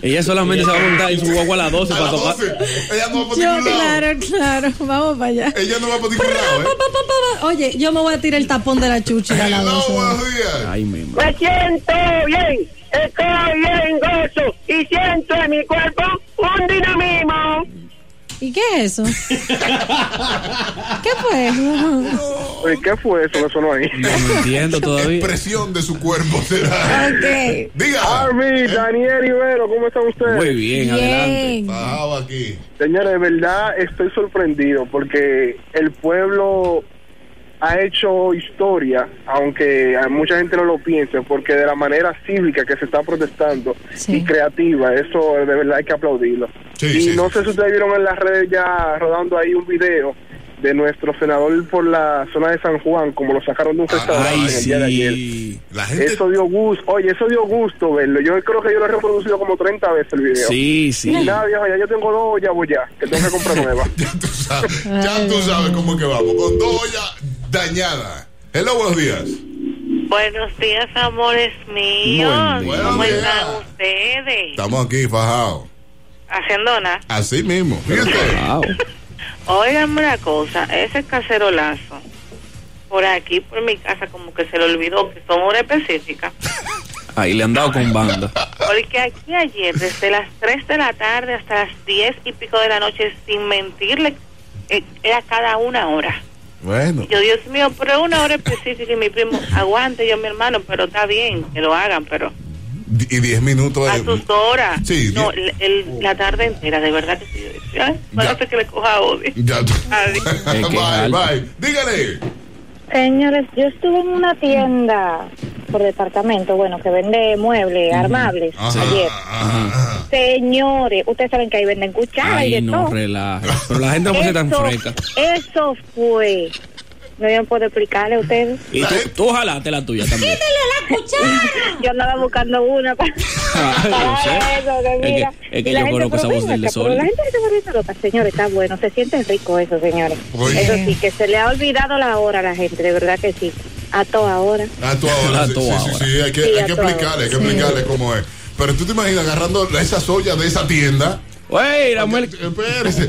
S4: ella solamente se va a montar en su guagua a las 12
S1: a
S4: para
S1: las
S4: tocar.
S1: 12. Ella no va por
S3: Yo,
S1: ningún lado.
S3: claro, claro. Vamos para allá.
S1: Ella no va por ningún lado. ¿eh?
S3: Oye, yo me voy a tirar el tapón de la chucha. a la
S1: Hello,
S3: doce.
S1: Oh, buenos días.
S4: Ay, mi madre.
S6: Me siento bien, estoy bien gozo y siento en mi cuerpo un dinamismo.
S3: ¿Y qué es eso? ¿Qué fue eso?
S6: ¿Qué fue eso que sonó ahí?
S4: No, no entiendo todavía.
S1: Expresión de su cuerpo será.
S3: Ok.
S1: Diga.
S6: Arby, Daniel Ibero, ¿cómo están ustedes?
S4: Muy bien, adelante.
S3: Bien.
S1: Bajado aquí.
S6: Señores, de verdad estoy sorprendido porque el pueblo ha hecho historia, aunque a mucha gente no lo piense, porque de la manera cívica que se está protestando
S3: Sí.
S6: y creativa, eso de verdad hay que aplaudirlo.
S1: Sí,
S6: y
S1: sí,
S6: no
S1: sí.
S6: sé si ustedes vieron en las redes ya rodando ahí un video de nuestro senador por la zona de San Juan, como lo sacaron
S1: Ah,
S6: de un restaurante en
S4: Ay,
S6: el día de ayer.
S4: sí.
S1: La gente.
S6: Eso dio gusto, oye, eso dio gusto verlo. Yo creo que yo lo he reproducido como 30 veces el video.
S4: Sí, sí.
S6: Y nada, viejo, ya yo tengo dos ollas ya, que tengo que comprar nuevas.
S1: Ya tú sabes, ya tú sabes cómo es que vamos. Con dos ollas dañadas. Hello, buenos días.
S5: Buenos días, amores míos.
S1: Buen día.
S5: ¿Cómo
S1: Buen
S5: están
S1: día.
S5: ustedes?
S1: Estamos aquí, fajado.
S5: Haciendo nada.
S1: Así mismo. Fíjate.
S4: Wow.
S5: Óigame una cosa, ese cacerolazo, por aquí, por mi casa, como que se le olvidó que son hora específica.
S4: Ahí le han dado con banda.
S5: Porque aquí ayer, desde las 3 de la tarde hasta las 10 y pico de la noche, sin mentirle, eh, era cada una hora.
S1: Bueno.
S5: Yo, Dios mío, pero una hora específica y mi primo, aguante yo, mi hermano, pero está bien, que lo hagan, pero
S1: di- Y 10 minutos.
S5: a
S1: de-
S5: sus horas.
S1: Sí,
S5: no,
S1: die-
S5: el- el- la tarde entera, de verdad que sí. Ay, parece que le coja odio.
S1: Ya tú-
S5: Adiós.
S4: Es que
S1: bye,
S4: algo.
S1: bye. Dígale.
S11: Señores, yo estuve en una tienda por departamento, bueno, que vende muebles, armables,
S1: Ajá,
S11: ayer.
S1: ajá.
S11: Señores, ustedes saben que ahí venden cucharas y de
S4: Ay, no,
S11: todo.
S4: relaja. Pero la gente no ser tan
S11: Eso-
S4: fresca.
S11: Eso fue. No yo no puedo explicarle a ustedes.
S4: Y tú, tú jalate la tuya también.
S11: Yo andaba buscando una para.
S4: Ah, yo
S11: para
S4: sé.
S11: eso, que
S4: Es que-
S11: mira.
S4: es que
S11: Y la
S4: yo
S11: gente,
S4: conozco
S11: pero
S4: esa voz
S11: venga,
S4: del
S11: pero
S4: desorden.
S11: La gente se volviendo loca, señores, está bueno. Se siente rico eso, señores.
S1: Oye.
S11: Eso sí, que se le ha olvidado la hora a la gente, de verdad que sí. A toda hora.
S1: A tu ahora.
S4: A
S1: Sí,
S4: tu
S1: sí, sí,
S4: ahora.
S1: sí, Hay que,
S11: Sí,
S1: hay
S11: a
S1: que
S11: tu ahora.
S1: explicarle, hay que explicarle cómo es. Pero tú te imaginas agarrando esas ollas de esa tienda.
S4: Güey, la mujer,
S1: Espérese.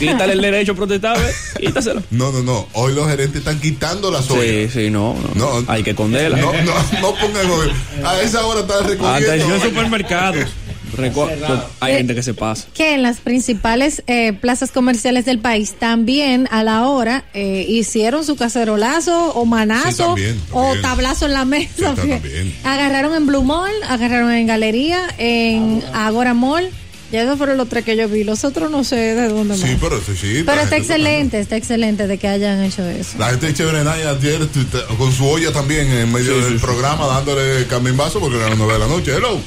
S4: quítale el derecho a protestar, ¿ves? Quítaselo.
S1: No, no, no. Hoy los gerentes están quitando las
S4: Sí,
S1: ollas.
S4: sí, no. no.
S1: No.
S4: Hay que esconderla.
S1: No, no, no pongan hoy. A esa hora están recogiendo.
S4: Atención,
S1: ollas.
S4: supermercados. Reco- Hay gente que se pasa.
S3: que en las principales eh, plazas comerciales del país también a la hora eh, hicieron su cacerolazo o manazo
S1: Sí, también,
S3: o
S1: también.
S3: tablazo en la
S1: Sí,
S3: mesa.
S1: también.
S3: Agarraron en Blue Mall, agarraron en Galería, en Agora Mall. Ya esos fueron los tres que yo vi. Los otros no sé de dónde más.
S1: Sí, pero sí, sí.
S3: Pero
S1: la gente tocando.
S3: está excelente, está excelente de que hayan hecho eso.
S1: La gente de Chévere Naya ayer tu- te- con su olla también en medio del programa dándole vaso porque era las 9 de la noche. Hello.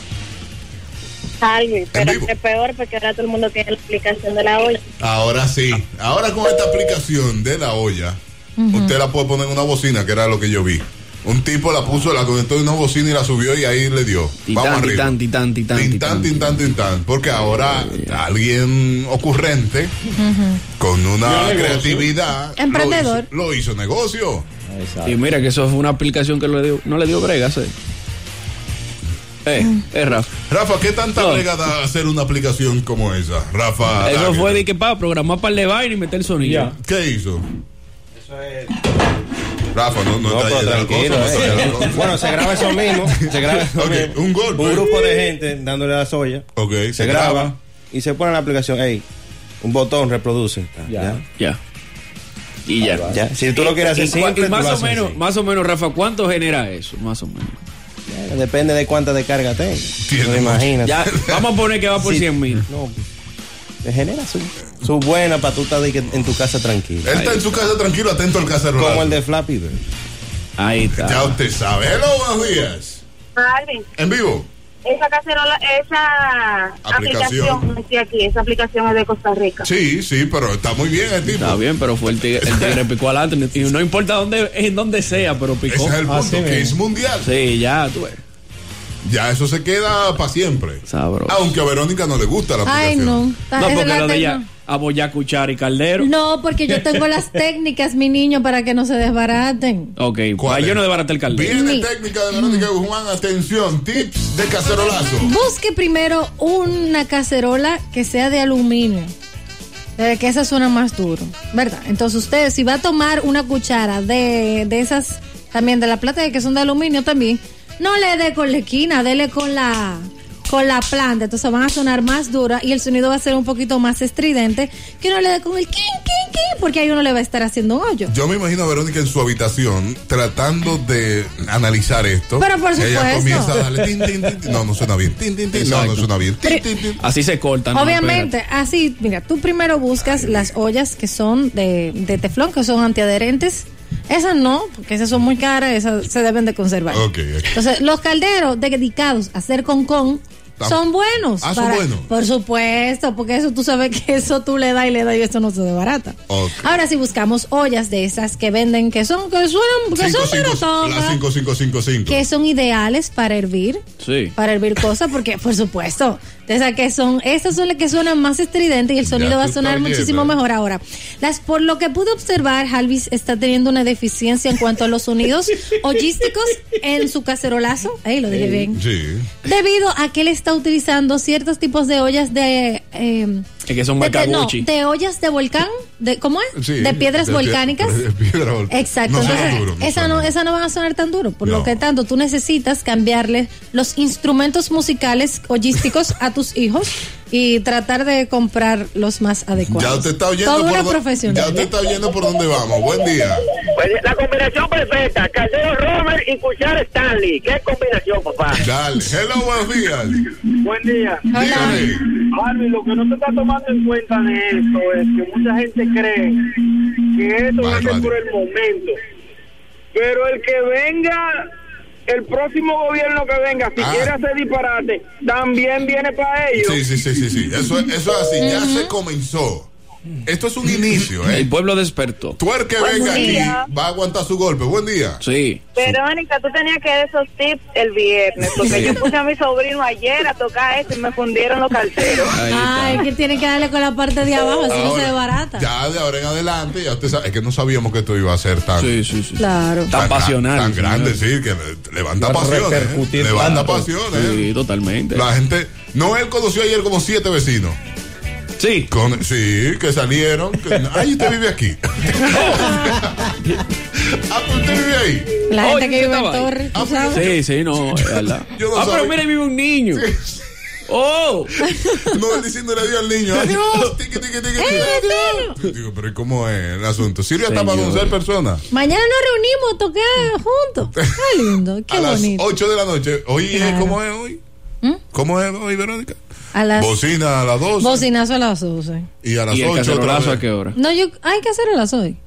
S11: Ay, pero
S1: vivo.
S11: es peor porque ahora todo el mundo tiene la aplicación de la olla.
S1: Ahora sí. Ahora con esta aplicación de la olla, usted la puede poner en una bocina, que era lo que yo vi. Un tipo la puso, la conectó en una bocina y la subió y ahí le dio. Vamos
S4: Titán,
S1: arriba.
S4: titán, titán, titán,
S1: Tintán, tintán, tintán. Porque ahora
S4: Oh,
S1: alguien ocurrente, con una creatividad, lo
S3: Emprendedor.
S1: hizo- lo hizo negocio.
S4: Y mira que eso fue una aplicación que le dio, no le dio bregas. Eh, eh, eh, Rafa.
S1: Rafa, ¿qué tanta
S4: No.
S1: brega da hacer una aplicación como esa? Rafa.
S4: Eso
S1: Dávila.
S4: fue de que para programar para el de vaina y meter el sonido.
S2: Ya.
S1: ¿Qué hizo? Rafa, no, no,
S12: No,
S1: está
S12: pero
S1: llena la
S12: tranquilo.
S1: cosa, no está llena
S12: eh.
S1: la cosa.
S12: Bueno, se graba eso mismo. Se graba eso
S1: Ok,
S12: mismo.
S1: un golpe.
S12: grupo de gente dándole a la soya.
S1: Ok,
S12: Se, graba, y se pone en la aplicación. Ey, un botón reproduce. Ah,
S2: Ya.
S4: Ya. Y ya.
S2: Ah,
S12: ya. Ya. Si tú lo quieres hacer
S4: Y cua-
S12: simple,
S4: y
S12: tú
S4: más
S12: lo
S4: o
S12: haces
S4: menos,
S12: así.
S4: más o menos, Rafa, ¿cuánto genera eso? Más o menos.
S12: Depende de cuánta descarga tengas.
S1: Tiene
S12: No imaginas.
S4: Ya, vamos a poner que va por
S12: Sí.
S4: 100 mil.
S12: No. Te genera su, su buena para tú estar de que en tu casa tranquilo.
S1: Él está en su casa tranquilo, atento al cacerolazo.
S12: Como el de Flappy Bird.
S4: Ahí
S1: Ya
S4: está.
S1: usted sabe. Hello, buenos días.
S11: Alvin,
S1: En vivo.
S11: esa cacerola, esa
S1: Aplicación. aplicación,
S11: estoy aquí, esa aplicación es de Costa Rica.
S1: Sí, sí, pero está muy bien el tipo.
S4: Está bien, pero fue el tigre, el tigre picó adelante. Y no importa dónde, en dónde sea, pero
S1: Ese
S4: picó.
S1: es el punto,
S2: Así
S1: que
S2: mismo.
S1: es mundial.
S4: Sí, ya, tú ves.
S1: Ya eso se queda para siempre.
S4: Sabroso.
S1: Aunque a Verónica no le gusta la
S3: Ay,
S1: aplicación.
S3: no.
S4: No,
S3: Esa
S4: porque
S3: la
S4: lo
S3: tengo.
S4: de ella, abollá, cuchara y caldero.
S3: No, porque yo tengo las técnicas, mi niño, para que no se desbaraten.
S4: Ok,
S1: ¿Cuál
S4: para
S1: es?
S4: yo no desbaraté el caldero.
S1: Viene
S3: Ni-
S1: técnica de Verónica Guzmán. Atención, tips de cacerolazo.
S3: Busque primero una cacerola que sea de aluminio. eh, Que esa suena más duro, ¿verdad? Entonces usted, si va a tomar una cuchara de, de esas, también de la plata, que son de aluminio también, no le dé con la esquina, dele con la con la planta. Entonces van a sonar más duras y el sonido va a ser un poquito más estridente que uno le dé con el quin, quin, quin, porque ahí uno le va a estar haciendo un hoyo.
S1: Yo me imagino a Verónica en su habitación tratando de analizar esto.
S3: Pero por
S1: Ella
S3: supuesto.
S1: comienza a darle. tin, tin, tin, tin. No, no suena bien. Tin, tin, tin. No, no
S4: Exacto.
S1: suena bien. Tin, tin, tin.
S4: Así se cortan.
S3: Obviamente, así, mira, tú primero buscas las ollas que son de, de teflón, que son antiadherentes. Esas no, porque esas son muy caras, esas se deben de conservar.
S1: Ok, ok.
S3: Entonces, los calderos dedicados a hacer concón
S1: Tam-
S3: son buenos.
S1: Ah, son buenos.
S3: Por supuesto, porque eso tú sabes que eso tú le das y le das y esto no se desbarata.
S1: Ok.
S3: Ahora, si buscamos ollas de esas que venden, que son, que suenan, que
S1: Cinco,
S3: son
S1: cinco,
S3: baratonas,
S1: la 5555.
S3: que son ideales para hervir
S4: Sí.
S3: para hervir cosas, porque por supuesto, de esas que son, esas son las que suenan más estridentes y el
S1: Ya
S3: sonido va a
S1: tú
S3: sonar
S1: estás
S3: muchísimo
S1: llena.
S3: mejor ahora. Las por lo que pude observar, Halvis está teniendo una deficiencia en cuanto a los sonidos hollísticos en su cacerolazo. Ey, lo dije bien.
S1: Sí.
S3: Debido a que él está utilizando ciertos tipos de ollas de eh,
S4: Es que son
S3: De, te- no,
S4: macaguchi.
S3: de ollas de volcán, de, ¿cómo es? de piedras
S4: de pie-
S3: volcánicas.
S4: de piedra vol-
S3: Exacto,
S4: No suena
S3: entonces
S4: duro, no
S3: esa, no, esa no van a sonar tan duro, por lo que tanto tú necesitas cambiarle los instrumentos musicales hollísticos a tus hijos y tratar de comprar los más adecuados.
S1: Ya usted está oyendo
S3: Todo
S1: por
S3: una
S1: do-
S3: profesional.
S1: Ya usted está oyendo por dónde vamos. Buen día.
S13: Pues, La combinación perfecta, Caldero Romer y Cuchara Stanley. ¿Qué combinación, papá?
S1: Dale. Hello, buenos días.
S13: Buen día.
S1: Hola.
S13: Marvin, lo que no se está tomando en cuenta de esto es que mucha gente cree que esto va a ser por el momento. Pero el que venga, el próximo gobierno que venga, si quiere hacer disparate, también viene para ellos.
S1: Ah. Sí, sí, sí, sí, sí. Eso, es- eso es así. Ya se comenzó. Esto es un inicio, ¿eh? El
S4: pueblo despertó.
S1: Tú el que
S11: Buen
S1: venga
S11: día.
S1: aquí va a aguantar su golpe. Buen día.
S4: Sí.
S11: Verónica, tú tenías que dar esos tips el viernes, porque
S1: Sí.
S11: yo puse a mi sobrino ayer a tocar eso y me fundieron los calceros.
S3: Ay, que tiene que darle con la parte de abajo, eso no se
S1: Ahora,
S3: desbarata.
S1: Ya de ahora en adelante, ya usted sabe. Es que no sabíamos que esto iba a ser tan.
S3: Claro.
S1: Tan pasional. Tan grande, sí, que le- levanta pasiones. ¿eh? Levanta pasiones. ¿eh?
S4: Sí, totalmente.
S1: La gente. No, él conoció ayer como siete vecinos.
S4: Sí.
S1: sí, que salieron. que- ay, usted vive aquí. ah, pues usted vive ahí.
S3: La gente
S4: Oye,
S3: que
S4: yo
S3: vive en
S4: estaba ahí.
S3: Torres, tú sabes.
S4: Sí, sí, no, es verdad.
S1: Ah, Yo no
S4: ah, pero
S1: sabía.
S4: mira, ahí vive un niño. ¡Oh!
S1: No, él diciéndole adiós al niño. Adiós. Tiqui, tiqui, tiqui, tiqui.
S3: ¡Eh, Antonio!
S1: Digo, pero ¿y ¿cómo es el asunto? ¿Sirve hasta para
S4: Señores.
S1: conocer personas?
S3: Mañana nos reunimos, tocar juntos. Qué lindo, qué
S1: a las
S3: bonito.
S1: 8 de la noche. Oye,
S3: Claro.
S1: ¿cómo es hoy? ¿Cómo es hoy, Verónica?
S3: A las
S1: Bocina a las 12
S3: bocinazo a las 12.
S1: y a las
S4: ¿Y
S1: 8
S4: el
S1: otra
S4: cacerolazo
S1: vez.
S4: a qué hora?
S3: No, yo, hay que hacerlas hoy.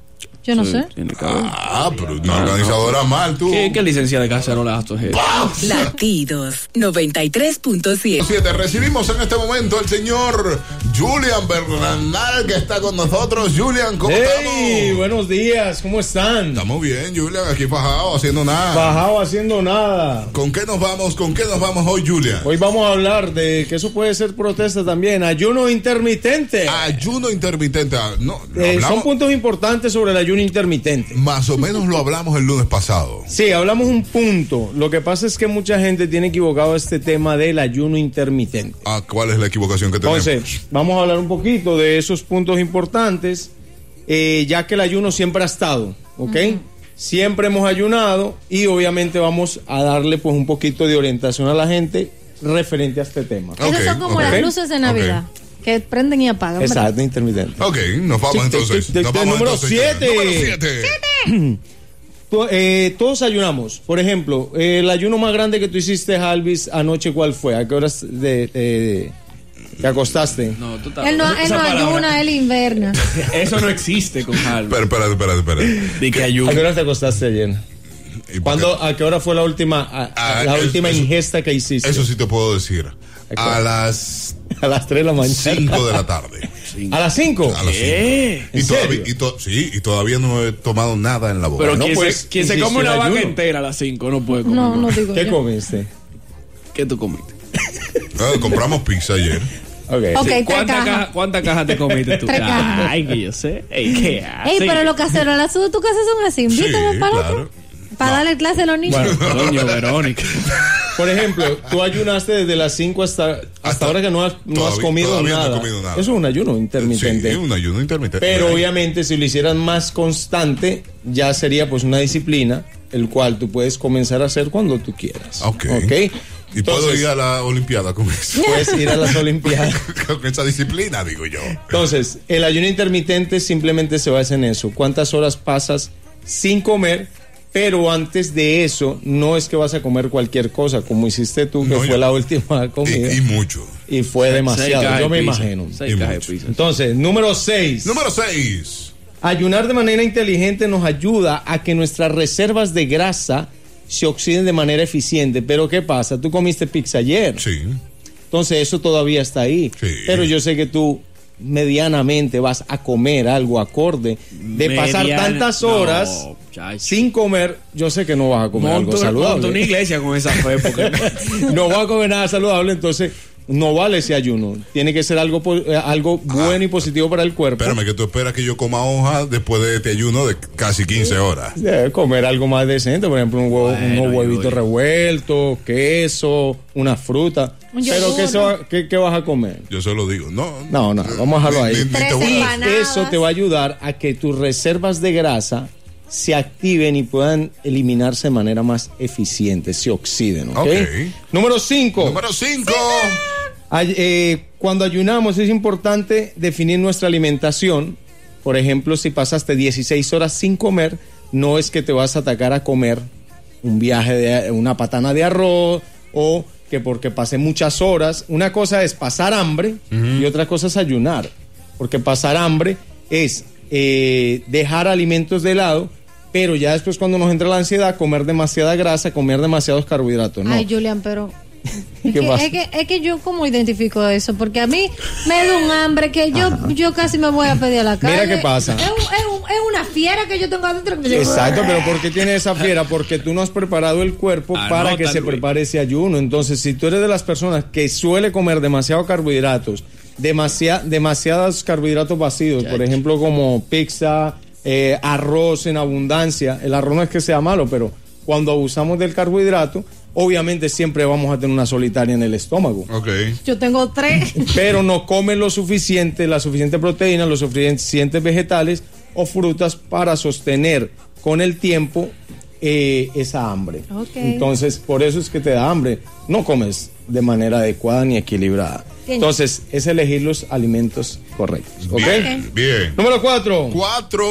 S3: Yo no sé.
S1: Ah, pero una organizadora mal, tú.
S4: ¿Qué, qué licencia de cacerolazo es esta?
S8: Latidos 93.7.
S1: 7. Recibimos en este momento al señor Julian Bernal que está con nosotros. Julian, ¿cómo
S2: Hey, buenos días, ¿cómo están?
S1: Estamos bien, Julian, aquí bajado, haciendo nada.
S2: Bajado haciendo nada.
S1: ¿Con qué nos vamos? ¿Con qué nos vamos hoy, Julian?
S2: Hoy vamos a hablar de que eso puede ser protesta también. Ayuno intermitente.
S1: Ayuno intermitente. ah, No, lo
S2: Eh, son
S1: hablamos-
S2: puntos importantes sobre el ayuno intermitente.
S1: Más o menos lo hablamos el lunes pasado.
S2: Sí, hablamos un punto. Lo que pasa es que mucha gente tiene equivocado este tema del ayuno intermitente.
S1: Ah, ¿cuál es la equivocación que tenemos?
S2: Entonces, vamos a hablar un poquito de esos puntos importantes, eh, ya que el ayuno siempre ha estado, ¿ok? Siempre hemos ayunado y obviamente vamos a darle pues un poquito de orientación a la gente referente a este tema.
S3: Esas son como las luces de Navidad. Que prenden y apagan. ¿verdad?
S2: Exacto, intermitente.
S1: Ok, nos vamos entonces. Nos vamos
S2: número
S1: entonces, Julian.
S2: 7.
S1: Número siete.
S2: To- eh, todos ayunamos. Por ejemplo, eh, el ayuno más grande que tú hiciste, Alvis, anoche, ¿cuál fue? ¿A qué horas de, eh, te acostaste?
S4: No, tú
S3: Él no, él no ayuna, él inverna.
S4: Eso no existe con Harvey.
S1: Espera, espera, espera, espera.
S4: De que ayuno.
S2: ¿A qué hora te acostaste ayer? ¿Cuándo, ¿A qué hora fue la última, a- a- la
S1: Ah, eso-
S2: última ingesta que hiciste?
S1: Eso sí te puedo decir. A las
S2: a las 3 de la mañana.
S1: 5 de la tarde.
S2: ¿A las 5?
S1: A las
S4: ¿Qué?
S1: Y todavía, y to- sí, y todavía no he tomado nada en la boca.
S4: Pero
S1: no,
S4: quien,
S1: pues,
S4: se, quien se
S1: sí,
S4: come
S1: sí,
S4: una
S1: el
S4: vaca
S1: ayuno.
S4: entera a las 5 no puede comer.
S3: No, no digo
S2: ¿Qué
S3: yo.
S2: comiste?
S4: ¿Qué tú comiste?
S1: Ah, compramos pizza ayer.
S3: Ok, tres
S4: ¿Cuántas
S3: cajas.
S4: cajas cuánta caja te comiste tú?
S3: Tres cajas.
S4: Ay, que yo sé. Ey, ¿qué
S3: Ey,
S4: haces?
S3: pero los cacerolazos de tu casa son así. Invítame para otro. Para darle clase a los niños.
S4: Doña Verónica.
S2: Por ejemplo, tú ayunaste desde las 5 hasta, hasta, ahora que no has, no has
S1: todavía-
S2: comido,
S1: todavía no he
S2: nada.
S1: comido nada.
S2: Eso es un ayuno
S1: Sí,
S2: intermitente.
S1: un ayuno intermitente.
S2: Pero obviamente si lo hicieran más constante, ya sería pues una disciplina, el cual tú puedes comenzar a hacer cuando tú quieras.
S1: Ok.
S2: ¿Ok?
S1: Y puedo
S2: Entonces,
S1: ir a la Olimpiada con eso.
S2: Puedes ir a las Olimpiadas.
S1: con esa disciplina, digo yo.
S2: Entonces, el ayuno intermitente simplemente se basa en eso. ¿Cuántas horas pasas sin comer? Pero antes de eso, no es que vas a comer cualquier cosa, como hiciste tú, que fue la última comida. Y,
S1: mucho.
S2: Y fue demasiado, yo me imagino.
S4: Seis cajas de pizza.
S2: Entonces, número 6.
S1: Número 6.
S2: Ayunar de manera inteligente nos ayuda a que nuestras reservas de grasa se oxiden de manera eficiente. Pero ¿qué pasa? Tú comiste pizza ayer.
S1: Sí.
S2: Entonces eso todavía está ahí. Pero yo sé que tú medianamente vas a comer algo acorde. De pasar
S4: Mediana-
S2: tantas
S4: No,
S2: horas sin comer, yo sé que no vas a comer
S4: Monta
S2: algo
S4: una- monta una
S2: saludable.
S4: iglesia con esa fe. Porque
S2: no vas a comer nada saludable, entonces no vale ese ayuno. Tiene que ser algo, po- eh, algo bueno y positivo para el cuerpo.
S1: Ah. Espérame, que tú esperas que yo coma hoja después de este ayuno de casi 15 horas.
S2: Debe comer algo más decente, por ejemplo, un huevo, unos huevitos revueltos, queso, una fruta.
S3: Un
S2: Pero
S3: yogur,
S2: ¿qué, se va- qué- qué vas a comer?
S1: Yo se lo digo. No,
S2: No, no, vamos a dejarlo
S1: Ni-
S2: ahí.
S1: ni- ni te voy a-
S2: Y
S3: empanadas.
S2: eso te va a ayudar a que tus reservas de grasa se activen y puedan eliminarse de manera más eficiente, se oxiden, ¿ok?
S1: Ok.
S2: Número 5.
S1: Número 5.
S2: eh, cuando ayunamos es importante definir nuestra alimentación. Por ejemplo, si pasaste 16 horas sin comer, no es que te vas a atacar a comer un viaje de una patana de arroz o que porque pasé muchas horas. Una cosa es pasar hambre y otra cosa es ayunar. Porque pasar hambre es eh, dejar alimentos de lado, pero ya después cuando nos entra la ansiedad, comer demasiada grasa, comer demasiados carbohidratos. No.
S3: Ay, Julian, pero. Es
S2: ¿Qué
S3: que,
S2: pasa?
S3: es, que, es que yo como identifico eso, porque a mí me da un hambre que yo, yo casi me voy a pedir a la calle.
S2: Mira qué pasa.
S3: Es, un- es un- es una fiera que yo tengo adentro. que me-
S2: Exacto, pero ¿por qué tiene esa fiera? Porque tú no has preparado el cuerpo para que se prepare ese ayuno. Entonces, si tú eres de las personas que suele comer demasiados carbohidratos, demasiada, demasiados carbohidratos vacíos, por ejemplo, como pizza, eh, arroz en abundancia, el arroz no es que sea malo, pero cuando abusamos del carbohidrato, obviamente siempre vamos a tener una solitaria en el estómago.
S3: Yo tengo tres.
S2: Pero no comen lo suficiente, la suficiente proteína, los suficientes vegetales o frutas para sostener con el tiempo eh, esa hambre.
S3: Ok.
S2: Entonces, por eso es que te da hambre. No comes de manera adecuada ni equilibrada.
S3: Bien.
S2: Entonces, es elegir los alimentos correctos. ¿ok?
S1: Bien, bien.
S2: Número cuatro.
S1: Cuatro.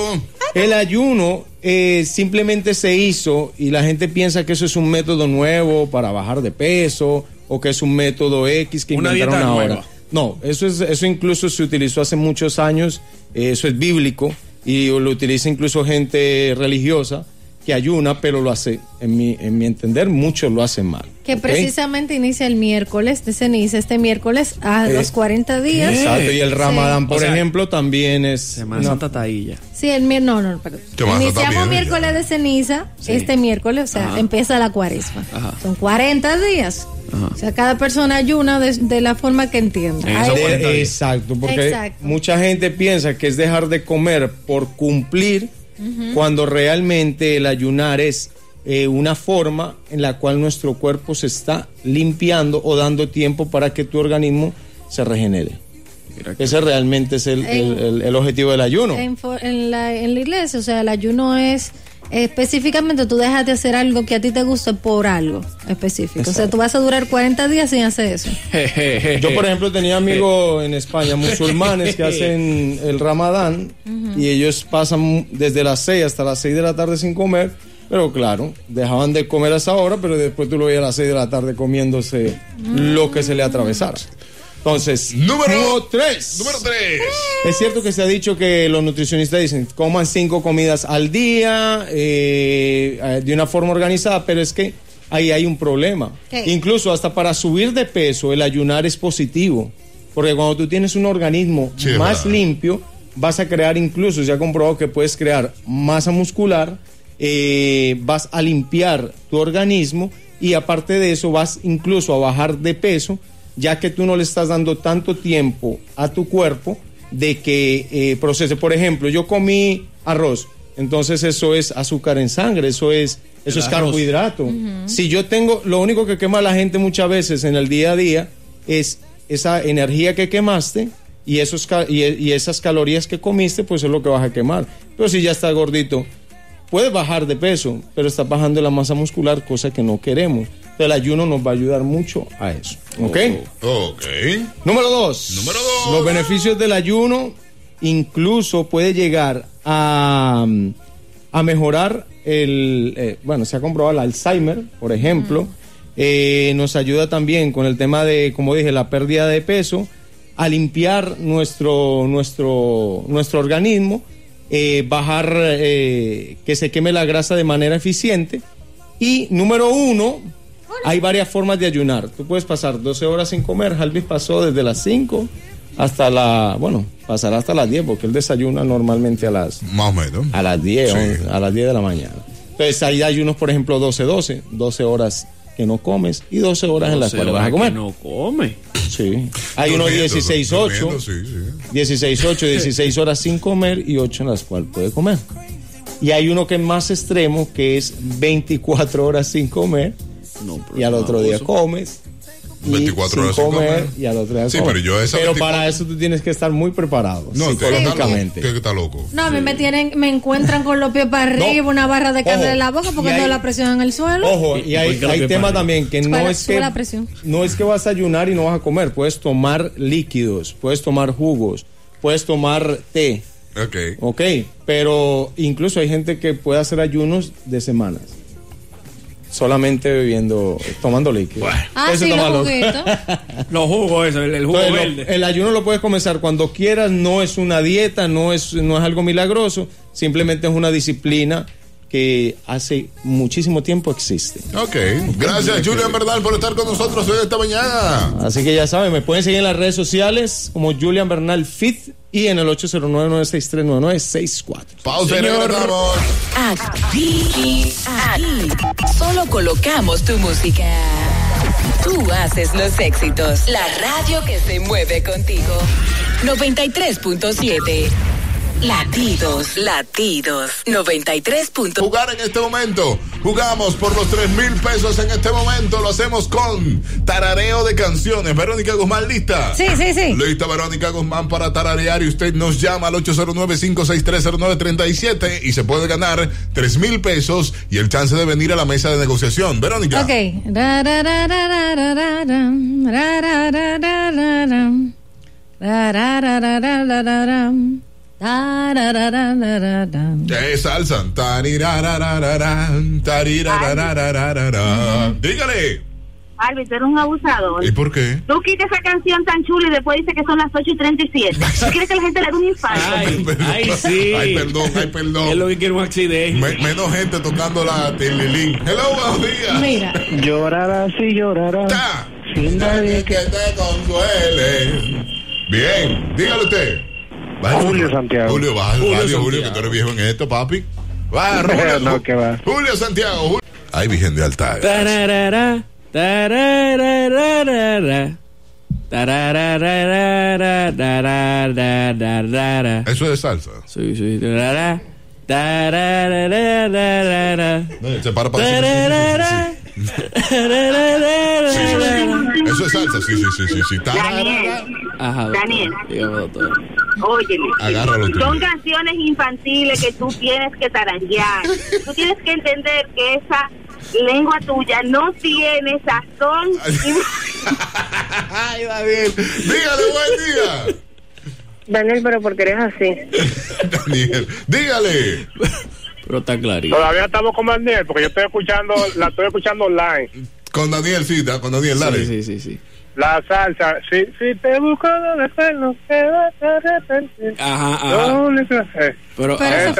S2: El ayuno eh, simplemente se hizo y la gente piensa que eso es un método nuevo para bajar de peso o que es un método X que
S4: Una
S2: inventaron
S4: dieta
S2: ahora.
S4: nueva.
S2: No, eso es, eso incluso se utilizó hace muchos años, eh, eso es bíblico y lo utiliza incluso gente religiosa que ayuna, pero lo hace, en mi, en mi entender, muchos lo hacen mal.
S3: Que
S2: ¿ok?
S3: precisamente inicia el miércoles de ceniza, este miércoles a
S2: Eh,
S3: los 40 días.
S2: Exacto, y el
S3: Sí.
S2: ramadán, por
S4: O sea,
S2: ejemplo, también es...
S4: Semana
S2: una-
S4: Santa Tailla.
S3: Sí, el miércoles. No, no, perdón.
S2: Tomás, no,
S3: Iniciamos
S2: también,
S3: miércoles de ceniza, este miércoles, o sea,
S2: Ajá.
S3: empieza la cuaresma.
S2: Ajá.
S3: Son 40 días. O sea, cada persona ayuna de, de la forma que entienda.
S2: De-
S3: Hay-
S2: exacto, porque
S3: Exacto.
S2: mucha gente piensa que es dejar de comer por cumplir,
S3: Ujú.
S2: cuando realmente el ayunar es eh, una forma en la cual nuestro cuerpo se está limpiando o dando tiempo para que tu organismo se regenere. Ese realmente es el, el- el- el objetivo del ayuno.
S3: En, for- en la, en la iglesia, o sea, el ayuno es eh, específicamente tú dejas de hacer algo que a ti te guste por algo específico. O sea,
S2: Exacto.
S3: tú vas a durar 40 días sin hacer eso.
S2: Yo, por ejemplo, tenía amigos en España, musulmanes, que hacen el ramadán y ellos pasan desde las 6 hasta las 6 de la tarde sin comer. Pero claro, dejaban de comer a esa hora, pero después tú lo veías a las 6 de la tarde comiéndose lo que se le atravesara. Entonces, número 3.
S1: Número tres.
S2: Es cierto que se ha dicho que los nutricionistas dicen coman cinco comidas al día eh, eh, de una forma organizada, pero es que ahí hay un problema.
S14: ¿Qué?
S2: Incluso hasta para subir de peso el ayunar es positivo, porque cuando tú tienes un organismo
S14: Sí, es
S2: más
S14: verdad.
S2: limpio vas a crear incluso, se ha comprobado que puedes crear masa muscular, eh, vas a limpiar tu organismo y aparte de eso vas incluso a bajar de peso, ya que tú no le estás dando tanto tiempo a tu cuerpo de que eh, procese. Por ejemplo, yo comí arroz, entonces eso es azúcar en sangre, eso es, eso es
S4: El arroz.
S2: carbohidrato.
S4: Ujú.
S2: Si yo tengo, lo único que quema a la gente muchas veces en el día a día es esa energía que quemaste y, esos, ca- y, e- y esas calorías que comiste, pues es lo que vas a quemar. Pero si ya estás gordito, puedes bajar de peso, pero estás bajando la masa muscular, cosa que no queremos. Entonces, el ayuno nos va a ayudar mucho a eso. Oh, ¿Ok?
S1: Ok.
S2: Número dos. Los beneficios del ayuno incluso puede llegar a, mm, a mejorar el... eh, bueno, se ha comprobado el Alzheimer, por ejemplo. Eh, nos ayuda también con el tema de, como dije, la pérdida de peso, a limpiar nuestro, nuestro, nuestro organismo, eh, bajar eh, que se queme la grasa de manera eficiente. Y número uno, hay varias formas de ayunar. Tú puedes pasar 12 horas sin comer. Jalvis pasó desde las 5 hasta la. Bueno, pasará hasta las 10, porque él desayuna normalmente a las.
S1: Más o menos.
S2: A las 10, once- a las 10 de la mañana. Entonces, hay ayunos, por ejemplo, 12-12. 12 horas que no comes y 12 horas en las
S4: 12
S2: cuales vas a
S4: horas
S2: comer.
S4: que no come.
S2: Sí. Hay unos
S4: Durmiendo,
S2: 16-8.
S4: durmiendo, sí,
S2: 16-8, 16 horas sin comer y 8 en las cuales puede comer. Y hay uno que es más extremo, que es 24 horas sin comer y al otro día comes.
S1: 24 horas
S2: sin
S1: sin
S2: comer,
S1: comer.
S2: y al otro día
S1: Sí,
S2: comer.
S1: pero yo esa
S2: Pero
S1: 24
S2: para eso tú tienes que estar muy preparado
S1: No, usted está
S2: psicológicamente.
S1: loco, usted está loco.
S3: No, a mí me tienen, me encuentran con los pies para arriba, una barra de carne
S2: Ojo.
S3: en la boca porque
S2: Y ahí-
S3: tengo la presión en el suelo.
S2: Ojo, y hay,
S3: Porque lo
S2: hay
S3: que
S2: tema
S3: pare.
S2: también que no
S3: Para-
S2: es
S3: sube
S2: que
S3: la presión.
S2: no es que vas a ayunar y no vas a comer, puedes tomar líquidos, puedes tomar jugos, puedes tomar té.
S1: Ok.
S2: Ok, pero incluso hay gente que puede hacer ayunos de semanas. Solamente bebiendo, tomando líquidos.
S3: Ah,
S2: Eso
S3: sí,
S2: toma
S3: los
S2: loco.
S3: juguetos.
S4: Los jugos, eso, el, el jugo
S2: Entonces, lo-
S4: verde.
S2: el ayuno lo puedes comenzar cuando quieras, no es una dieta, no es, no es algo milagroso, simplemente es una disciplina que hace muchísimo tiempo existe.
S1: Ok, gracias Julian Bernal por estar con nosotros hoy esta mañana.
S2: Así que ya saben, me pueden seguir en las redes sociales como Julian Bernal Fit y en el 809-963-9964.
S1: Pausa y regresamos.
S8: Aquí, aquí. Solo colocamos tu música. Tú haces los éxitos. La radio que se mueve contigo. 93.7. Latidos, latidos. 93.
S1: Jugar en este momento. Jugamos por los 3 mil pesos en este momento. Lo hacemos con tarareo de canciones. Verónica Guzmán, ¿lista?
S3: Sí, sí, sí.
S1: Lista Verónica Guzmán para tararear y usted nos llama al 809-5630937 y se puede ganar 3 mil pesos y el chance de venir a la mesa de negociación. Verónica.
S3: Ok. Ra, ra, ra, ra, ra, ra, ra, ram. Ra, ra, ra, ra, ra, ram. Ra, ra, ra, ra, ra, ra, ra, ram. Ra, ra, ra, ra, ra, ra, ram.
S1: Es salsa. Tarirararararán, tarirarararararán. Dígale.
S14: Albi, tú eres un abusador.
S1: ¿Y por qué?
S14: Tú quitas esa canción tan chula y después dices que son las 8 y 37. ¿Tú quieres que la gente le dé un infarto?
S4: Ay, sí.
S1: Ay, perdón, ay, perdón. Es lo
S4: que quiero un accidente.
S1: menos gente tocando la telilín. Hello, buenos días.
S3: Mira.
S9: Llorarás y llorarás. Sin nadie que
S1: te consuele. Bien, dígale usted. Julio Santiago. Julio, baja el
S9: Julio
S1: radio, Julio, que
S9: Santiago.
S1: tú eres viejo en esto, papi. Va, Julio.
S9: No, que va.
S1: Julio Santiago. Julio. Ay, Virgen de Altar.
S4: Tararara, tararararara, tarararararararararara.
S1: Eso es salsa.
S4: Sí, sí. tarara, tarararararara.
S1: Se para para decir-
S4: Tararara, tarararararara.
S1: Eso es salsa, sí, sí, sí, sí. sí.
S14: Daniel,
S4: Ajá, doctor.
S14: Daniel,
S4: Dígame, doctor.
S14: óyeme.
S1: Agárralo tú.
S14: Son canciones infantiles que tú tienes que taranguear. Tú tienes que entender que esa lengua tuya no tiene sazón.
S1: Ay, Daniel. Dígale, buen día.
S5: Daniel, pero porque eres así.
S1: Daniel, dígale.
S4: Pero está clarito.
S13: Todavía estamos con Daniel porque yo estoy escuchando, la estoy escuchando online.
S1: Con Daniel, sí, da- con Daniel, dale.
S4: Sí, sí, sí.
S13: La salsa, si, si te busco no me acuerdo, te vas a arrepentir.
S4: Ajá, ajá.
S13: No, no, no.
S4: Pero, ah,
S13: Pero esa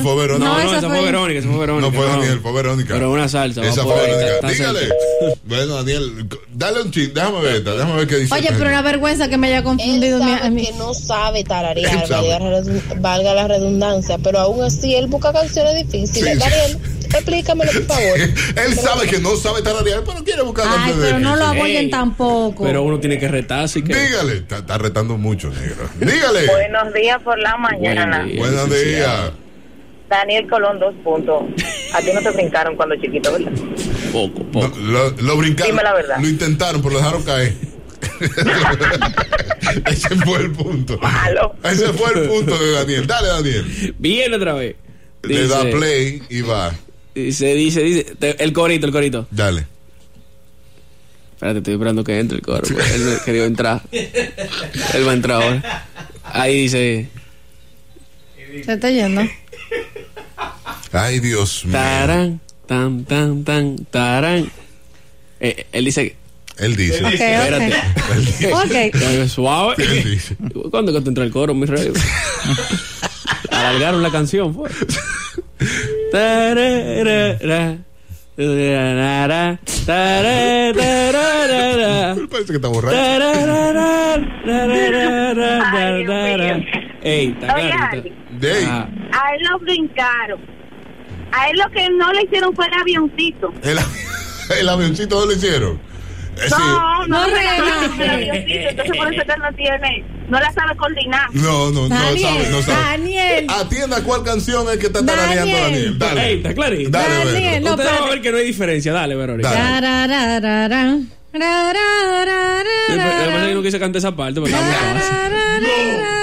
S13: fue Verónica.
S1: Esa fue Verónica.
S4: No, no, esa fue Verónica, esa fue Verónica.
S1: No fue Daniel, fue Verónica.
S4: Pero una salsa. va
S1: Esa
S4: por
S1: fue
S4: ahí,
S1: Verónica.
S4: está- está
S1: Dígale.
S4: cerca.
S1: Bueno, Daniel, dale un ching. Déjame ver, esta, déjame ver qué dice.
S3: Oye,
S1: esta
S3: pero
S1: gente.
S3: una vergüenza que me haya confundido mi- a mí.
S15: que no sabe
S1: Él
S15: tararear,
S1: sabe.
S15: valga la, redun- valga la redundancia, pero aún así él busca canciones difíciles.
S1: Sí.
S15: Daniel, explícamelo, por favor.
S1: Él sabe que no sabe pues. tararear, pero quiere buscar
S3: Ay,
S1: canciones
S3: pero no lo
S1: difíciles.
S3: apoyen tampoco.
S4: Pero uno tiene que retar, así que.
S1: Dígale. Está, está retando mucho, negro. Dígale.
S5: Buenos días por la mañana.
S1: Buenos
S4: ah,
S1: días.
S5: Daniel Colón, dos puntos. A ti no te brincaron cuando chiquito, ¿verdad?
S4: Poco,
S1: poco. lo, lo brincaron.
S5: Dime la verdad.
S1: Lo intentaron, pero lo dejaron caer. Ese fue el punto. Ese fue el punto de Daniel. Dale, Daniel.
S4: Bien otra vez.
S1: Le da play y va.
S4: Dice, dice, dice. Te- El corito, el corito.
S1: Dale.
S4: Espérate, estoy esperando que entre el coro. porque Él no quería entrar. Él va a entrar ahora. Ahí dice.
S3: Se está yendo.
S1: Ay, Dios mío.
S4: Tarán, tan, tan, tan, tarán. Eh, él dice.
S1: Él dice.
S3: Ok,
S4: Espérate.
S3: ok. Ok.
S4: Dame Suave. ¿Cuándo que te entró el coro, mi rey? Alargaron la canción, fue. Tararara, tararara, tararara,
S1: Parece que está borracho.
S4: tararara, tararara, tararara. Ey, está
S14: Oye,
S4: claro.
S14: Andy.
S1: Ey.
S4: Ah,
S14: A él lo brincaron. A él lo que no le hicieron fue el avioncito.
S1: El, el avioncito no lo hicieron. Eh, sí.
S14: No, no,
S3: No,
S14: le
S3: relaje.
S14: fue el avioncito. Entonces por eso que él no tiene, no la sabe coordinar.
S1: No, no, no
S14: Daniel,
S1: sabe, no sabe.
S3: Daniel.
S1: Atienda cuál canción es que está tarareando Daniel.
S4: Daniel.
S1: Dale.
S4: Ey, está clarito.
S1: Dale,
S3: Daniel,
S1: Verónica.
S3: no,
S4: Usted va a
S3: espérate.
S4: ver que no hay diferencia. Dale, Verónica.
S3: Ra, ra, ra, ra, ra. Ra, ra, ra, ra.
S4: Además, yo no quise cantar esa parte, pero estaba muy fácil.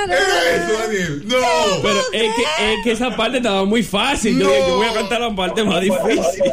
S1: No.
S4: Pero es que, es que esa parte estaba muy fácil. Yo, dije, yo voy a cantar la parte más difícil.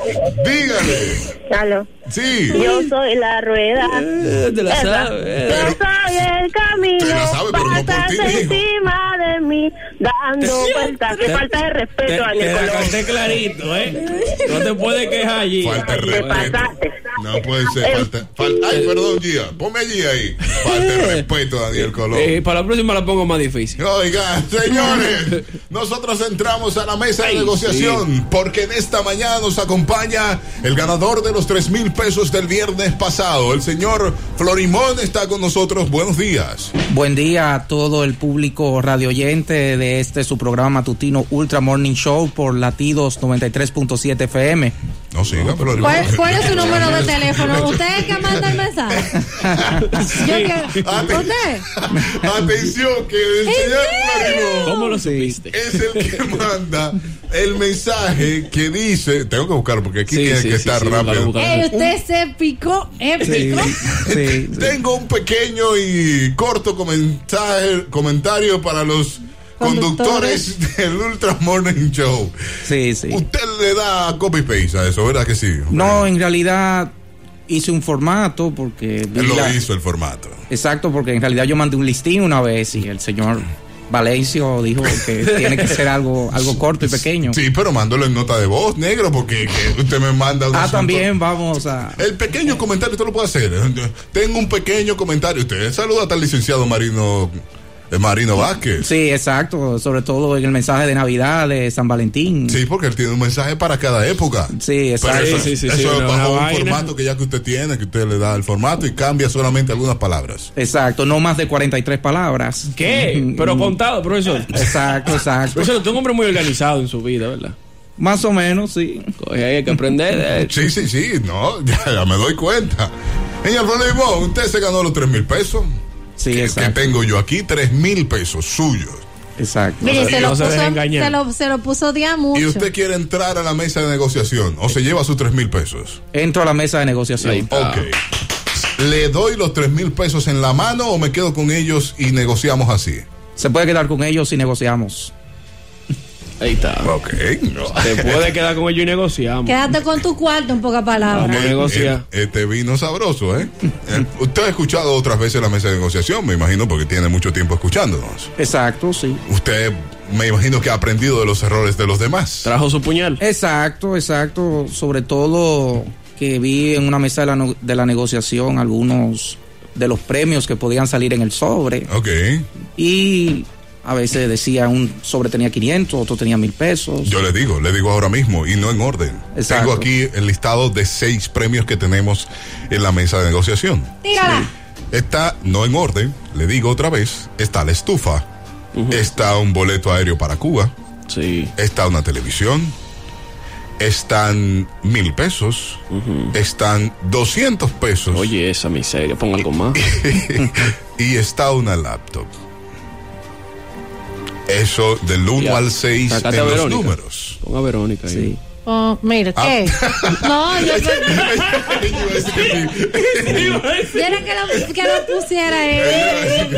S1: Dígale.
S14: Aló.
S1: Sí.
S14: Yo soy la rueda.
S4: Eh, te la sabes.
S14: Yo soy el camino.
S4: Te la sabes, pero no
S14: pasas
S4: por ti, mijo.
S14: encima de mí, dando vueltas. Qué falta de
S4: Te,
S14: respeto,
S4: te la
S14: Daniel Colón.
S4: canté clarito, ¿eh? No te puedes quejar allí.
S1: Falta de respeto. No puede ser. Falta, falta- ay, perdón, Gia. Ponme allí ahí. Falta de respeto, Daniel Colón.
S4: Eh, para la próxima la pongo más difícil.
S1: Oiga, señores, nosotros entramos a la mesa de negociación porque en esta mañana nos acompaña el ganador de los 3 mil pesos del viernes pasado. El señor Florimón está con nosotros. Buenos días.
S16: Buen día a todo el público radioyente de este su programa matutino Ultra Morning Show por Latidos 93.7 FM.
S1: No siga,
S16: pues,
S3: ¿Cuál, cuál es su número de teléfono? ¿Usted es el que manda el mensaje? Yo que-
S4: Ah,
S3: ¿Usted?
S1: Atención, que el
S3: ¿En
S1: señor
S3: serio?
S1: Florimón.
S4: ¿Cómo lo supiste?
S1: Es el que manda el mensaje que dice. Tengo que buscar porque aquí
S4: Sí,
S1: tiene
S4: sí,
S1: que
S4: sí,
S1: estar
S4: sí,
S1: rápido.
S3: Ey, Eh, usted se picó épico.
S1: Tengo un pequeño y corto comentario, comentario para los conductores, del Ultra Morning Show.
S16: Sí, sí.
S1: Usted le da copy paste a eso, ¿verdad que sí?
S16: No, en realidad hice un formato porque... vi
S1: Él lo
S16: la-
S1: hizo el formato.
S16: Exacto, porque en realidad yo mandé un listín una vez y el señor Valencio dijo que eh, tiene que ser algo, algo corto y pequeño.
S1: Sí, pero mándalo en nota de voz, negro, porque que usted me manda un
S16: Ah,
S1: asunto-
S16: también vamos a...
S1: El pequeño comentario usted lo puede hacer. Tengo un pequeño comentario. Usted saluda al licenciado Marino eh, Marino Vázquez.
S16: Sí, exacto, sobre todo en el mensaje de Navidad, de San Valentín.
S1: Sí, porque él tiene un mensaje para cada época.
S16: Sí,
S1: Pero
S16: exacto.
S1: eso, eso es bajo un formato que ya que usted tiene, que usted le da el formato y cambia solamente algunas palabras.
S16: Exacto, no más de 43 palabras.
S4: ¿Qué? Pero contado, profesor.
S16: Exacto, exacto.
S4: Profesor, usted es un hombre muy organizado en su vida, ¿verdad?
S16: Más o menos, sí.
S4: hay que aprender. eh.
S1: Sí, sí, sí, no, ya, ya me doy cuenta. Señor Ronaldo, usted se ganó los 3 mil pesos.
S16: Sí,
S1: que, que tengo yo aquí 3 mil pesos suyos.
S16: Exacto.
S3: Mire, se, lo puso, se, lo, se lo puso día
S1: Y
S3: mucho.
S1: usted quiere entrar a la mesa de negociación o se lleva sus 3 mil pesos.
S16: Entro a la mesa de negociación.
S1: Ok. ¿Le doy los 3 mil pesos en la mano o me quedo con ellos y negociamos así?
S16: Se puede quedar con ellos si negociamos.
S4: Ahí está.
S1: Ok, no.
S4: Te puede quedar con ellos y negociamos.
S3: Quédate con tu cuarto, en pocas palabras.
S1: Eh, eh, Este vino sabroso, ¿eh? Eh, Usted ha escuchado otras veces la mesa de negociación, me imagino, porque tiene mucho tiempo escuchándonos.
S16: Exacto, sí.
S1: Usted, me imagino que ha aprendido de los errores de los demás.
S4: Trajo su puñal.
S16: Exacto, exacto. Sobre todo que vi en una mesa de la, no- de la negociación algunos de los premios que podían salir en el sobre.
S1: Ok.
S16: Y a veces decía un sobre tenía 500, otro tenía 1000 pesos.
S1: Yo le digo, le digo ahora mismo y no en orden. Tengo aquí el listado de seis premios que tenemos en la mesa de negociación.
S3: Tírala.
S1: Está no en orden, le digo otra vez, está la estufa, está un boleto aéreo para Cuba, está una televisión, están mil pesos, están 200 pesos.
S4: Oye, esa miseria, ponga algo más.
S1: y está una laptop. Eso del 1 al 6
S4: Sacate
S1: en
S4: a
S1: los
S4: Verónica.
S1: números.
S4: Ponga a Verónica ahí.
S3: Oh, mira, ¿qué? No, yo Quieren que lo, que lo pusiera él.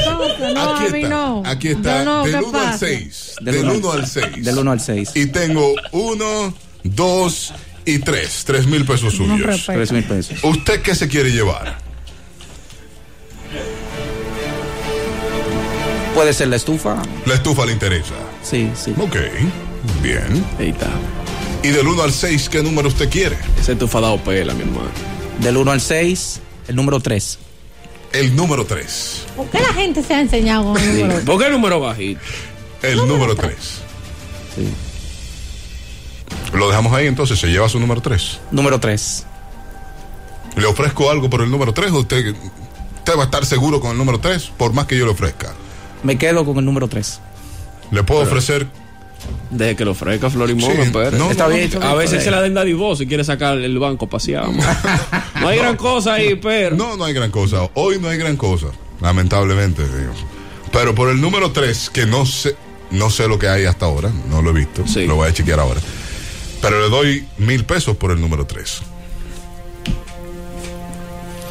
S3: No, a mí no.
S1: Ah, Aquí está,
S3: Oh, Yo no,
S1: del
S3: ¿qué
S1: 1 al
S3: pasa?
S1: 6.
S16: Del
S1: Del
S16: uno
S1: 1
S16: al-
S1: al 6.
S16: Del 1 al 6.
S1: Y tengo 1, 2 y 3. 3 mil pesos suyos.
S16: Tres mil pesos.
S1: ¿Usted qué se quiere llevar?
S16: Puede ser la estufa.
S1: La estufa le interesa.
S16: Sí, sí.
S1: Ok, bien.
S4: Ahí está.
S1: Y del 1 al 6, ¿qué número usted quiere?
S4: Ese estufa dado pela, mi hermano.
S16: Del 1 al 6, el número 3.
S1: El número 3.
S3: ¿Por qué la gente se ha enseñado con el número?
S4: ¿Por qué el número bajito?
S1: El número 3. Lo dejamos ahí entonces, se lleva su número 3.
S16: Número 3.
S1: ¿Le ofrezco algo por el número 3 o usted, usted va a estar seguro con el número 3 por más que yo le ofrezca?
S16: Me quedo con el número 3.
S1: ¿Le puedo ofrecer?
S4: Desde que lo ofrezca Florimón,
S1: Sí,
S4: espere.
S1: no, Está no, bien, no, está
S4: A
S1: bien.
S4: veces se la den dadivoso y quiere sacar el banco paseado. No hay gran cosa ahí, pero.
S1: No, no hay gran cosa. Hoy no hay gran cosa, lamentablemente. digo. Pero por el número 3, que no sé, no sé lo que hay hasta ahora, no lo he visto, lo voy a chequear ahora. Pero le doy mil pesos por el número 3.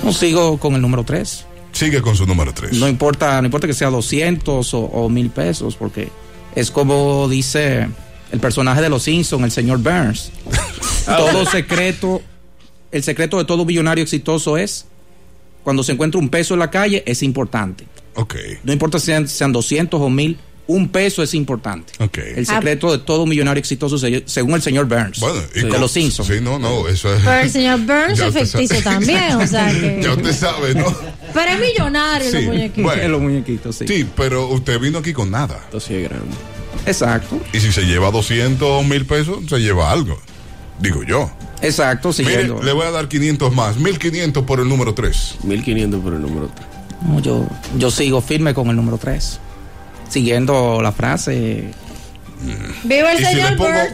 S16: No sigo con el número 3.
S1: Sigue con su número 3.
S16: No importa, no importa que sea 200 o, o 1000 pesos, porque es como dice el personaje de los Simpsons, el señor Burns. todo secreto, el secreto de todo millonario exitoso es cuando se encuentra un peso en la calle, es importante.
S1: Ok.
S16: No importa si sean, sean 200 o 1000, un peso es importante.
S1: Ok.
S16: El secreto de todo millonario exitoso, se- según el señor Burns.
S1: Bueno, y
S16: de
S1: con-
S16: los Simpsons.
S1: Sí, no, no, eso es.
S3: Pero el señor Burns
S1: Ya
S3: es
S1: usted sabe.
S3: ficticio también, o sea que.
S1: Ya usted sabe, ¿no?
S3: Pero es millonario los muñequitos.
S1: los
S16: muñequitos,
S1: sí. Sí, pero usted vino aquí con nada.
S4: Entonces es grande.
S16: Exacto.
S1: Y si se lleva 200 o 1000 pesos, se lleva algo. Digo yo.
S16: Exacto,
S1: Mire,
S16: siguiendo.
S1: le voy a dar 500 más. 1500 por el número 3.
S4: 1500 por el número 3.
S16: No, yo, yo sigo firme con el número 3. Siguiendo la frase.
S3: Viva el
S1: Y si le
S3: señor
S1: pongo-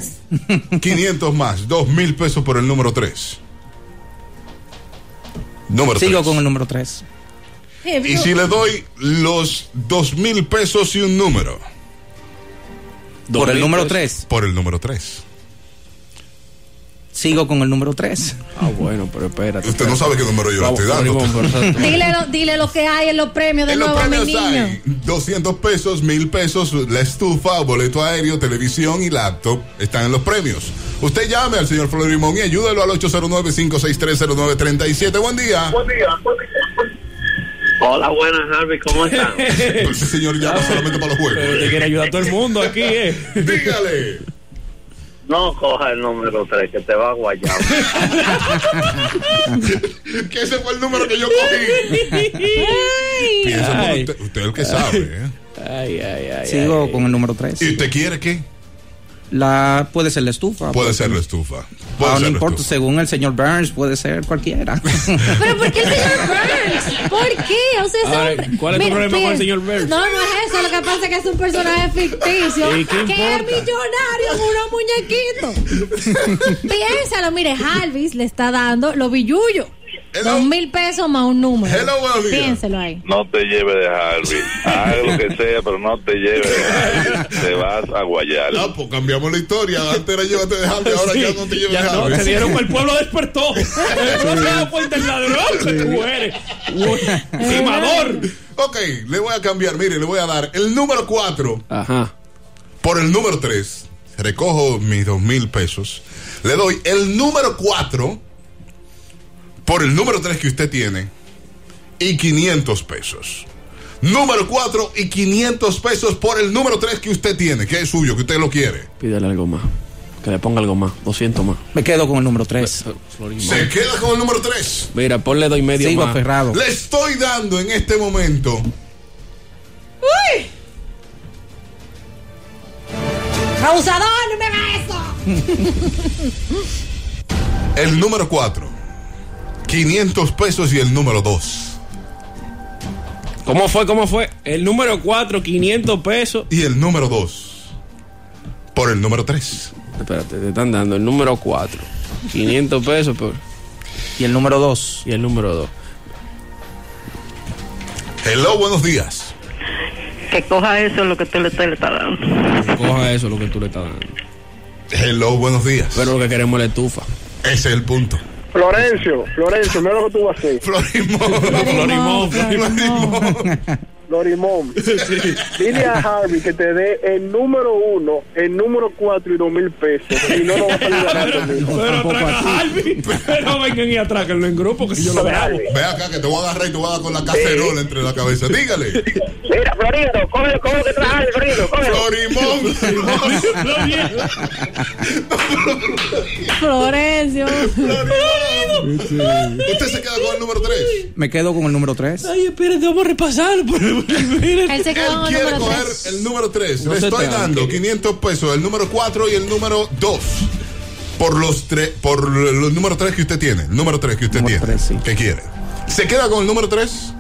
S3: Burns.
S1: 500 más, 2000 pesos por el número 3. Número
S16: sigo
S1: tres.
S16: con el número 3.
S3: Eh,
S1: Y
S3: viva-
S1: si le doy los 2000 pesos y un número.
S16: Por el número 3.
S1: Por el número 3.
S16: Sigo con el número 3.
S4: Ah, bueno, pero espérate.
S1: Usted no sabe qué número yo le estoy dando.
S3: Dile lo, dile lo que hay en los premios de
S1: En los
S3: nuevo a mi
S1: premios
S3: niño.
S1: hay 200 pesos, 1000 pesos, la estufa, boleto aéreo, televisión y laptop están en los premios. Usted llame al señor Florimón y ayúdelo al 809-5630937. Buen día.
S13: Buen día. Hola, Ah, buenas, Harvey, ¿cómo están?
S1: Pero ese señor llama solamente para los juegos.
S4: Te quiere ayudar a todo el mundo aquí, ¿eh?
S1: Dígale.
S13: No coja el número 3, que te va a guayar.
S1: que ese fue el número que yo cogí. Piensa por
S4: Ay.
S1: usted, usted es el que sabe. ¿eh?
S4: Ay, ay, ay.
S16: Sigo con el número 3.
S1: ¿Y usted quiere qué?
S16: La, puede ser la estufa.
S1: Puede ser la estufa. Puede
S16: Ah,
S1: ser la
S16: no importa,
S1: estufa.
S16: según el señor Burns, puede ser cualquiera.
S3: Pero ¿por qué el señor Burns? ¿Por qué? O sea, ese
S16: Ahora,
S3: hombre-
S16: ¿cuál es tu
S3: Mira,
S16: problema con el
S3: Pierce,
S16: señor Burns?
S3: No, no es eso. Lo que pasa es que es un personaje ficticio
S4: ¿Y
S3: que
S4: qué
S3: es
S4: importa?
S3: millonario con unos muñequitos. Piénsalo, mire, Halvis le está dando lo billuyo. Dos mil pesos más un número.
S13: Hello, buenos días.
S3: Piénselo ahí.
S17: No te lleves de Harvey. Haz lo que sea, pero no te lleves de Harvey. Te vas a guayar.
S1: No, pues cambiamos la historia. Antes era llévate de Harvey, ahora
S4: Sí,
S1: ya no te lleves
S4: ya
S1: de
S4: no,
S1: Harvey.
S4: te dieron el pueblo despertó. El pueblo se da cuenta el pues, ladrón que tú eres. Timador.
S1: Ok, le voy a cambiar. Mire, le voy a dar el número 4.
S4: Ajá.
S1: Por el número 3. Recojo mis dos mil pesos. Le doy el número 4 por el número 3 que usted tiene y 500 pesos. Número 4 y 500 pesos por el número 3 que usted tiene, que es suyo, que usted lo quiere.
S4: Pídele algo más. Que le ponga algo más. 200 más.
S16: Me quedo con el número 3.
S1: Se queda con el número 3.
S4: Mira, ponle dos y medio
S16: Sigo
S4: más.
S16: aferrado.
S1: Le estoy dando en este momento
S3: ¡Uy! ¡Abusador! ¡No me hagas eso!
S1: el número 4, 500 pesos y el número 2.
S4: ¿Cómo fue? ¿Cómo fue? El número 4, 500 pesos.
S1: Y el número 2. Por el número 3.
S4: Espérate, te están dando el número 4. 500 pesos por.
S16: Y el número 2.
S4: Y el número 2.
S1: Hello, buenos días.
S5: Que coja eso lo que usted le está, le está dando.
S4: Coja eso lo que tú le estás dando.
S1: Hello, buenos días.
S4: Pero lo que queremos es la estufa.
S1: Ese es el punto.
S6: Florencio, Florencio, mira lo que tú vas a hacer.
S1: Florimón.
S4: Florimón,
S6: Florimón. Dile a Harvey que te dé el número uno, el número cuatro y dos mil pesos. Y no lo vas a salir ganando, mijo.
S4: Pero atraca a Harvey. Pero vengan y atráquenlo en grupo que si yo lo grabo.
S1: Ve acá que te voy a agarrar y te voy a dar con la cacerola entre la cabeza. Dígale.
S13: Mira, Florido, cógelo, cógelo que trae el Florido, cógelo.
S1: Florimón.
S3: Florencio.
S1: Usted se queda con el número 3.
S16: Me quedo con el número 3.
S4: Ay, espérate, vamos a repasar.
S3: Él se quedó con el
S1: Quiere
S3: número
S1: coger
S3: tres.
S1: el número 3.
S4: No
S1: Le
S4: se
S1: estoy
S4: traba.
S1: dando 500 pesos, el número 4 y el número 2. Por los tres, por el número 3 que usted tiene. El número 3 que usted tiene. ¿Qué quiere? ¿Se queda con el número 3?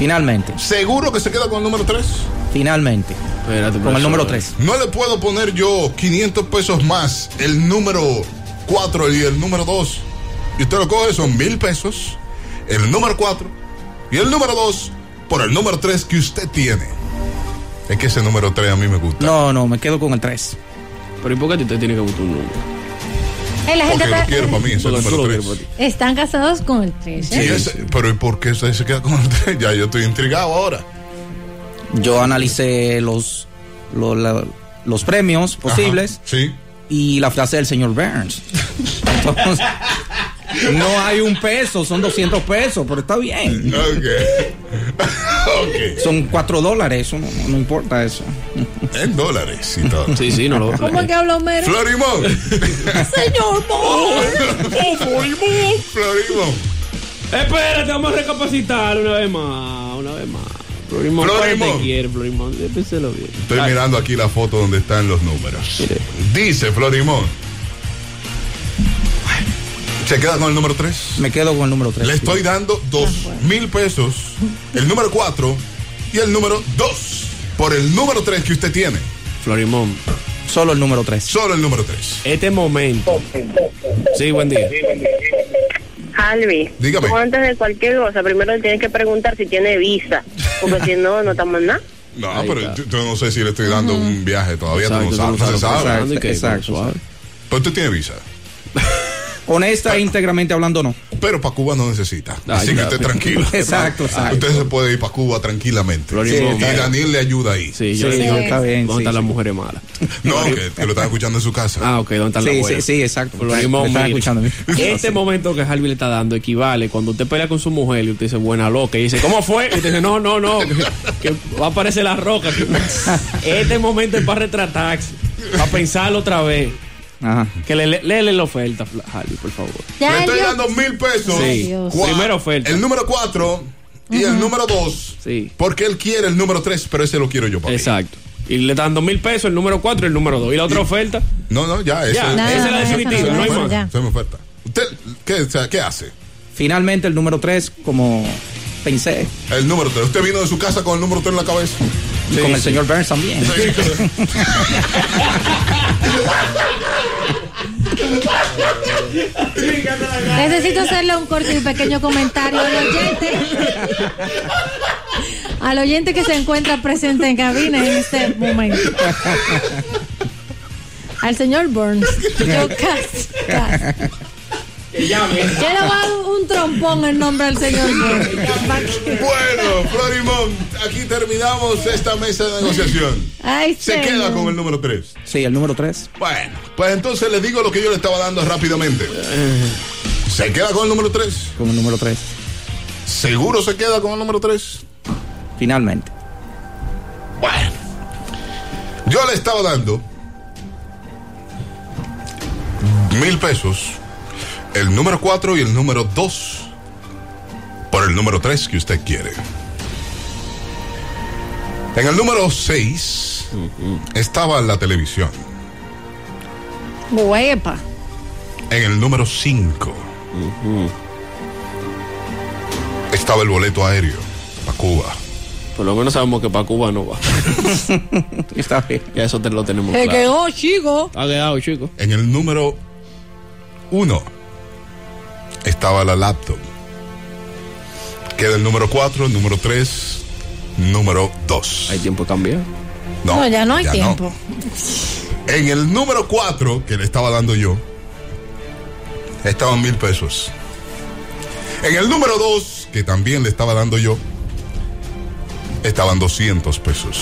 S16: Finalmente.
S1: ¿Seguro que se queda con el número 3?
S16: Finalmente. con el número 3.
S1: No le puedo poner yo 500 pesos más el número 4 y el número 2. Y usted lo coge, son mil pesos. El número 4 y el número 2 por el número 3 que usted tiene. Es que ese número 3 a mí me gusta.
S16: No, no, me quedo con el 3.
S4: Pero ¿y por qué a ti te tiene que gustar un número?
S3: Eh, la gente
S1: Porque lo
S3: está-
S1: quiero para mí, es el número 3.
S3: están casados con ¿eh? el 3.
S1: Sí, ese- pero ¿y por qué usted se queda con el 3? Ya yo estoy intrigado ahora.
S16: Yo analicé los, lo- la- los premios posibles y la frase del señor Burns. Entonces, no hay un peso, son 200 pesos, pero está bien. Son 4 dólares, eso no, no importa eso.
S1: En dólares y todo.
S4: Sí, sí, no lo
S3: ¿Cómo que habla Homero?
S1: Florimón.
S3: Señor
S1: Florimón. Florimón.
S4: Espérate, vamos a recapacitar una vez más, una vez más. Florimón,
S1: Florimón.
S4: ¿cuál te quiere, Florimón? Piénselo bien.
S1: Estoy mirando aquí la foto donde están los números. Dice Florimón. ¿Se queda con el número 3?
S16: Me quedo con el número 3.
S1: Le estoy dando dos mil pesos, el número 4 y el número 2 por el número 3 que usted tiene.
S4: Florimón.
S16: Solo el número 3.
S1: Solo el número 3.
S4: Este momento. Sí, buen día.
S5: Albi,
S4: Dígame.
S5: tú antes de cualquier cosa, primero le tienes que preguntar si tiene visa, porque si no, no estamos en nada.
S1: No, pero yo, yo no sé si le estoy dando un viaje todavía, tú
S4: Exacto,
S1: no
S4: tú no
S1: sabes, se
S4: sabes,
S1: sabe.
S4: exacto, exacto,
S1: Pero usted tiene visa.
S16: Honesta e íntegramente hablando, no.
S1: Pero para Cuba no necesita.
S16: Ay,
S1: así que
S16: claro.
S1: usted tranquilo.
S16: Ah, Exacto, exacto.
S1: Usted se puede ir para Cuba tranquilamente.
S4: Florimón.
S1: Sí,
S4: Está
S1: y
S4: bien.
S1: Daniel le ayuda ahí.
S4: Sí, yo
S16: Sí,
S4: le digo,
S16: está bien,
S4: ¿dónde
S16: sí,
S4: están las
S16: sí.
S4: mujeres malas?
S1: No, que, que lo están escuchando en su casa.
S4: Ah, ok, ¿dónde están
S16: Sí,
S4: las
S16: sí,
S4: mujeres?
S16: sí, exacto.
S4: Florimón,
S16: Me están
S4: mire,
S16: escuchando a mí.
S4: Este momento que Harvey le está dando equivale cuando usted pelea con su mujer y usted dice, buena loca, y dice, ¿cómo fue? Y usted dice, no, no, no, que, que va a aparecer la roca. Este momento es para retratarse, para pensarlo otra vez. Que le, le- léele la oferta, Harvey, por favor.
S1: Le estoy dando mil pesos.
S4: Sí. Dios.
S1: Cua-
S4: Primera oferta.
S1: El número cuatro y el número dos. Porque él quiere el número tres, pero ese lo quiero yo para
S4: Exacto. Y le están dos mil pesos, el número cuatro y el número dos. ¿Y la otra oferta?
S1: No, no, ya, ese-
S4: Ya,
S1: Nada,
S4: esa es la
S1: no, esa
S4: definitiva,
S1: no,
S4: no hay
S1: esa
S4: más.
S1: ya. Esa es mi oferta. ¿Usted qué, o sea, qué hace?
S16: Finalmente el número 3, como pensé.
S1: El número tres. ¿Usted vino de su casa con el número tres en la cabeza?
S16: Y con el señor Burns también.
S3: Necesito hacerle un corte y un pequeño comentario al oyente. Al oyente que se encuentra presente en cabina en este momento. Al señor Burns. Yo casi, casi. Yo le voy a dar un trompón en nombre del señor Burns.
S1: Bueno, Florimón, aquí terminamos esta mesa de negociación.
S3: Ay,
S1: Se
S3: señor.
S1: queda con el número 3.
S16: Sí, el número 3.
S1: Bueno, pues entonces le digo lo que yo le estaba dando rápidamente. ¿Se queda con el número 3?
S16: Con el número 3.
S1: ¿Seguro se queda con el número 3?
S16: Finalmente.
S1: Bueno, yo le estaba dando mil pesos, el número 4 y el número 2, por el número 3 que usted quiere. En el número 6 estaba la televisión.
S3: Huepa.
S1: En el número 5 estaba el boleto aéreo a Cuba.
S4: Por lo menos sabemos que para Cuba no va.
S16: Está bien.
S4: Ya eso te lo tenemos
S3: Se
S4: claro.
S3: quedó oh, chico.
S4: Ha quedado, chico.
S1: En el número 1 estaba la laptop. Queda el número 4, número 3, número 2. ¿Hay
S4: tiempo de cambiar?
S1: No,
S3: No, ya no hay
S1: ya
S3: tiempo.
S1: En el número 4 que le estaba dando yo, estaban mil pesos. En el número 2, que también le estaba dando yo, estaban 200 pesos.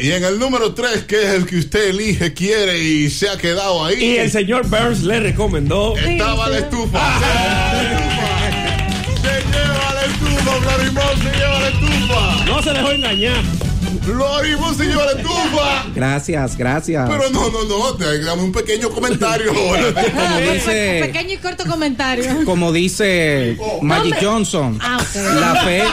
S1: Y en el número 3, que es el que usted elige, quiere y se ha quedado ahí.
S4: Y el señor Burns le recomendó.
S1: Estaba la estufa. Se lleva la estufa, Florimón se lleva la estufa.
S4: No se dejó engañar.
S1: Florimón se lleva la estufa.
S16: Gracias, gracias.
S1: Pero no, no, no, te dame un pequeño comentario
S16: Como
S1: ahora.
S16: dice,
S3: pues, Pequeño y corto comentario.
S16: como dice
S1: Oh.
S16: Magic
S3: Hombre.
S16: Johnson,
S3: Ah, ok.
S16: la fe,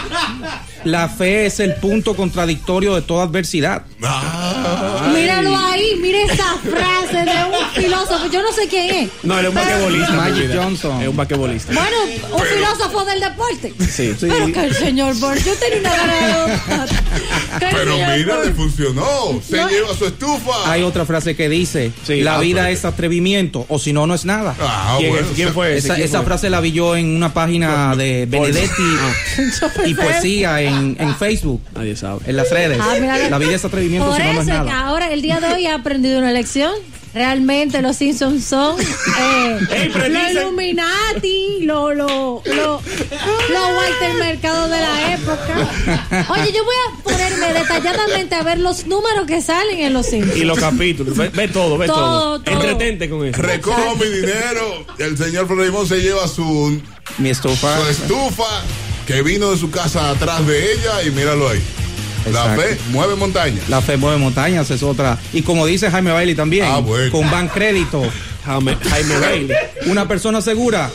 S16: la fe es el punto contradictorio de toda adversidad.
S1: Ah,
S3: Míralo ahí, mire esa frase de un filósofo. Yo no sé quién es.
S4: No, era un basquetbolista. mi
S16: Magic
S4: vida.
S16: Johnson.
S4: Es un basquetbolista.
S3: Bueno, un filósofo del deporte.
S4: Sí.
S3: Pero que el señor Borges, yo tenía una gana de adoptar. Que el
S1: Pero mira,
S3: señor
S1: le
S3: Borges-
S1: funcionó. Se
S3: No.
S1: lleva su estufa.
S16: Hay otra frase que dice, la
S1: ah,
S16: vida
S1: pero-
S16: es atrevimiento, o si no, no es nada.
S1: Ah,
S4: ¿Quién es? ¿Quién fue ese?
S16: Esa,
S4: ¿Quién
S16: esa
S4: fue?
S16: frase la vi yo en una página de Benedetti y poesía en, en Facebook.
S4: Nadie sabe.
S16: En las redes.
S3: Ah, mira,
S16: la vida es atrevimiento,
S3: Por
S16: si no,
S3: eso
S16: no es
S3: es que
S16: nada.
S3: ahora el día de hoy ha aprendido una lección. Realmente los Simpsons son eh, los Illuminati, lo, lo, lo, lo Walter Mercado de la época. Oye, yo voy a ponerme detalladamente a ver los números que salen en los Simpsons.
S4: Y los capítulos. Ve, ve todo, ve todo.
S3: Todo, todo.
S4: Entretente con eso.
S1: Recojo mi dinero. El señor Florimón se lleva su.
S16: Mi estufa.
S1: Su estufa que vino de su casa atrás de ella y míralo ahí. La
S16: Exacto.
S1: fe mueve montaña.
S16: La fe mueve montañas es otra. Y como dice Jaime Bailey también,
S1: Ah,
S16: con Ban Crédito, Jaime, Jaime Bailey, una persona segura